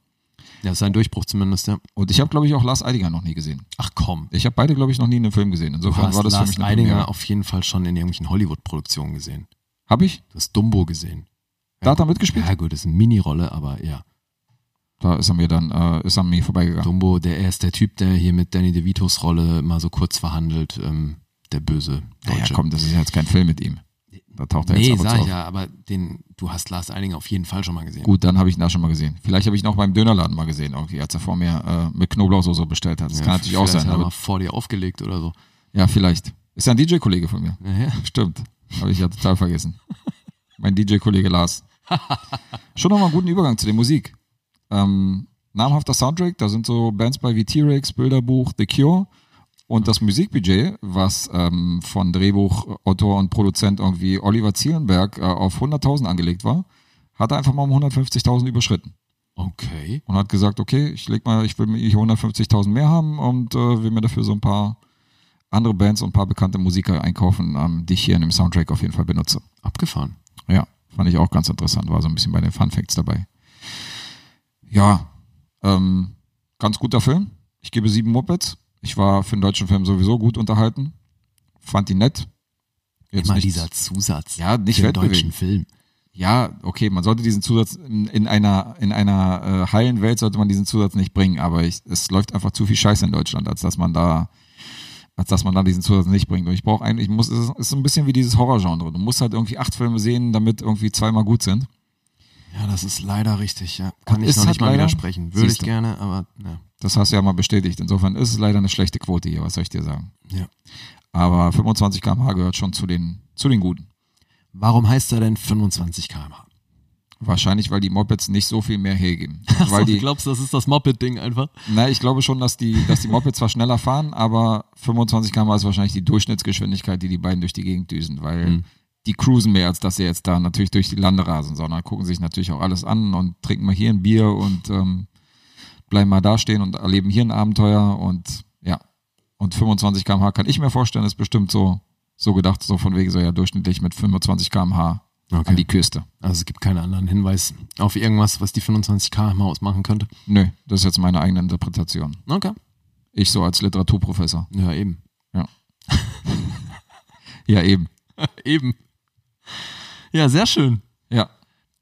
Ja, ist ein Durchbruch zumindest, ja.
Und ich habe, glaube ich, auch Lars Eidinger noch nie gesehen.
Ach komm.
Ich habe beide, glaube ich, noch nie in einem Film gesehen.
Du
Insofern
hast
war das für
Lars
mich eine
Eidinger
Premiere.
auf jeden Fall schon in irgendwelchen Hollywood-Produktionen gesehen.
Hab ich?
Du hast Dumbo gesehen.
Da hat er mitgespielt?
Ja gut, das ist eine Minirolle, aber ja.
Da ist er mir dann, äh, ist er mir vorbeigegangen.
Dumbo, der er ist der Typ, der hier mit Danny DeVitos Rolle mal so kurz verhandelt, ähm, der böse Deutsche.
Naja, komm, das ist jetzt kein Film mit ihm. Da taucht er
nee,
jetzt aber zu
sag ich
auf.
ja, aber den, du hast Lars Eidinger auf jeden Fall schon mal gesehen.
Gut, dann habe ich ihn da schon mal gesehen. Vielleicht habe ich ihn auch beim Dönerladen mal gesehen, irgendwie, als er vor mir äh, mit Knoblauchsoße bestellt hat. Das
Ja,
kann natürlich auch
vielleicht
sein.
Hat er mal
Aber,
vor dir aufgelegt oder so.
ja, vielleicht. Ist ja ein DJ-Kollege von mir.
Ja, ja.
Stimmt. Habe ich ja total vergessen. Mein DJ-Kollege Lars. Schon nochmal einen guten Übergang zu der Musik. Ähm, namhafter Soundtrack, da sind so Bands bei wie T-Rex, Bilderbuch, The Cure. Und das Musikbudget, was ähm, von Drehbuchautor und Produzent irgendwie Oliver Zielenberg äh, auf 100.000 angelegt war, hat er einfach mal um 150.000 überschritten
Okay.
und hat gesagt, okay, ich leg mal, ich will mir hier 150.000 mehr haben und äh, will mir dafür so ein paar andere Bands und ein paar bekannte Musiker einkaufen, ähm, die ich hier in dem Soundtrack auf jeden Fall benutze.
Abgefahren.
Ja, fand ich auch ganz interessant, war so ein bisschen bei den Fun Facts dabei. Ja, ähm, ganz guter Film. Ich gebe sieben Mopeds. Ich war für den deutschen Film sowieso gut unterhalten, fand ihn nett. Jetzt
Immer
nichts-
dieser Zusatz.
Ja, nicht
für den
weltbewegend.
deutschen Film.
ja, okay, man sollte diesen Zusatz in, in einer, in einer äh, heilen Welt sollte man diesen Zusatz nicht bringen, aber ich, es läuft einfach zu viel Scheiße in Deutschland, als dass man da, als dass man da diesen Zusatz nicht bringt. Und ich brauche eigentlich, ich muss, es ist- es ist so ein bisschen wie dieses Horrorgenre. Du musst halt irgendwie acht Filme sehen, damit irgendwie zweimal gut sind.
Ja, das ist leider richtig, ja. Kann
Und
ich
ist
noch
halt
nicht mal
leider-
widersprechen. Würde ich
Siehst du.
gerne, aber ja.
Das hast du ja mal bestätigt. Insofern ist es leider eine schlechte Quote hier, was soll ich dir sagen?
Ja.
Aber 25 km/h gehört schon zu den, zu den Guten.
Warum heißt er denn 25 km/h?
Wahrscheinlich, weil die Mopeds nicht so viel mehr hergeben.
Achso,
weil
du
die,
glaubst, das ist das Moped-Ding einfach?
Na, ich glaube schon, dass die, dass die Mopeds zwar schneller fahren, aber 25 km ist wahrscheinlich die Durchschnittsgeschwindigkeit, die die beiden durch die Gegend düsen, weil die cruisen mehr, als dass sie jetzt da natürlich durch die Lande rasen, sondern gucken sich natürlich auch alles an und trinken mal hier ein Bier und ähm, bleiben mal dastehen und erleben hier ein Abenteuer und ja. Und 25 km/h kann ich mir vorstellen, ist bestimmt so, so gedacht, so von wegen so ja durchschnittlich mit 25 km/h okay. an die Küste.
Also es gibt keinen anderen Hinweis auf irgendwas, was die 25 km/h ausmachen könnte?
Nö, das ist jetzt meine eigene Interpretation.
Okay.
Ich so als Literaturprofessor.
Ja, eben.
Ja. ja, eben.
eben. Ja, sehr schön.
Ja.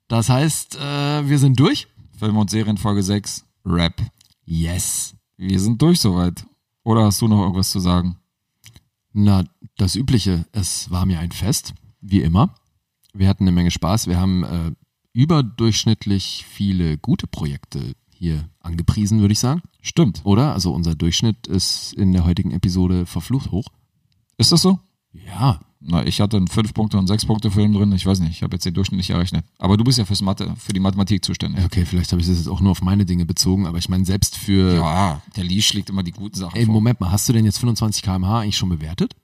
Das heißt, äh, wir sind durch.
Film und Serien Folge 6, Rap.
Yes.
Wir sind durch soweit. Oder hast du noch irgendwas zu sagen?
Na, das Übliche. Es war mir ein Fest, wie immer. Wir hatten eine Menge Spaß. Wir haben äh, überdurchschnittlich viele gute Projekte hier angepriesen, würde ich sagen.
Stimmt.
Oder? Also unser Durchschnitt ist in der heutigen Episode verflucht hoch.
Ist das so?
Ja.
Na, ich hatte einen 5 Punkte und 6 Punkte Film drin. Ich weiß nicht, ich habe jetzt den Durchschnitt nicht errechnet. Aber du bist ja fürs Mathe, für die Mathematik zuständig.
Okay, vielleicht habe ich das jetzt auch nur auf meine Dinge bezogen, aber ich meine selbst für
Ja, Ah, der Lee schlägt immer die guten Sachen
Ey,
vor.
Moment mal, hast du denn jetzt 25 km/h eigentlich schon bewertet?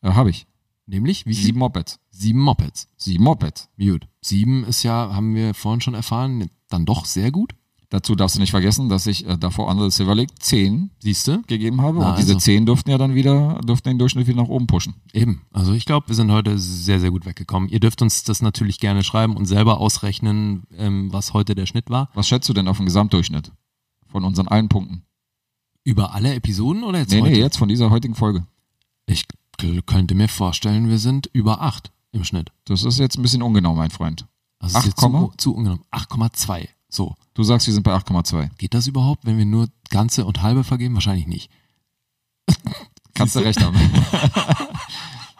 Ja, habe ich.
Nämlich wie
Sieben Mopeds.
Sieben Mopeds.
Sieben Mopeds.
Gut. Sieben ist ja, haben wir vorhin schon erfahren, dann doch sehr gut.
Dazu darfst du nicht vergessen, dass ich äh, davor Under the Silver Lake 10
Siehste?
gegeben habe.
Na,
und diese
also.
10 durften ja dann wieder, durften den Durchschnitt wieder nach oben pushen.
Eben. Also ich glaube, wir sind heute sehr, sehr gut weggekommen. Ihr dürft uns das natürlich gerne schreiben und selber ausrechnen, ähm, was heute der Schnitt war.
Was schätzt du denn auf den Gesamtdurchschnitt? Von unseren allen Punkten.
Über alle Episoden oder jetzt
Nee,
heute?
nee, jetzt von dieser heutigen Folge.
Ich k- könnte mir vorstellen, wir sind über acht im Schnitt.
Das ist jetzt ein bisschen ungenau, mein Freund.
Also es ist
8,
jetzt zu, zu ungenommen. 8,2. So.
Du sagst, wir sind bei 8,2.
Geht das überhaupt, wenn wir nur ganze und halbe vergeben? Wahrscheinlich nicht.
Kannst du recht haben.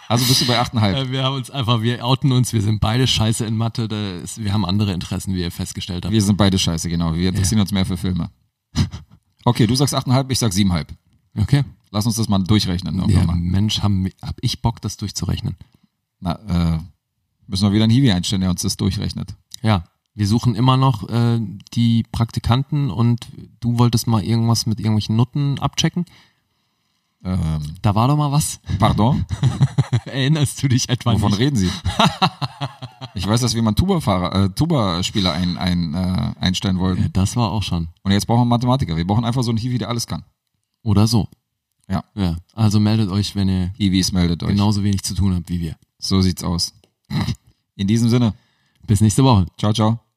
also bist du bei 8,5.
Äh, Wir haben uns einfach, wir outen uns, wir sind beide scheiße in Mathe, da ist, wir haben andere Interessen, wie ihr festgestellt habt.
Wir sind beide scheiße, genau. Wir interessieren uns mehr für Filme. Okay, du sagst 8,5, ich sag 7,5.
Okay.
Lass uns das mal durchrechnen.
Ja,
irgendwann mal.
Mensch, haben, hab ich Bock, das durchzurechnen.
Na, äh, müssen wir wieder einen Hiwi einstellen, der uns das durchrechnet.
Ja, wir suchen immer noch äh, die Praktikanten und du wolltest mal irgendwas mit irgendwelchen Nutten abchecken.
Ähm,
Da war doch mal was.
pardon?
Erinnerst du dich etwa
Wovon
nicht?
reden Sie? Ich weiß, dass wir mal einen Tuba-Fahrer, äh, Tuba-Spieler ein, ein, äh, einstellen wollten.
Das war auch schon.
Und jetzt brauchen wir einen Mathematiker. Wir brauchen einfach so einen Hiwi, der alles kann.
Oder so.
Ja.
Ja. Also meldet euch, wenn ihr
Hiwis meldet euch.
genauso wenig zu tun habt wie wir.
So sieht's aus. In diesem Sinne,
Bis nächste Woche.
ciao, ciao.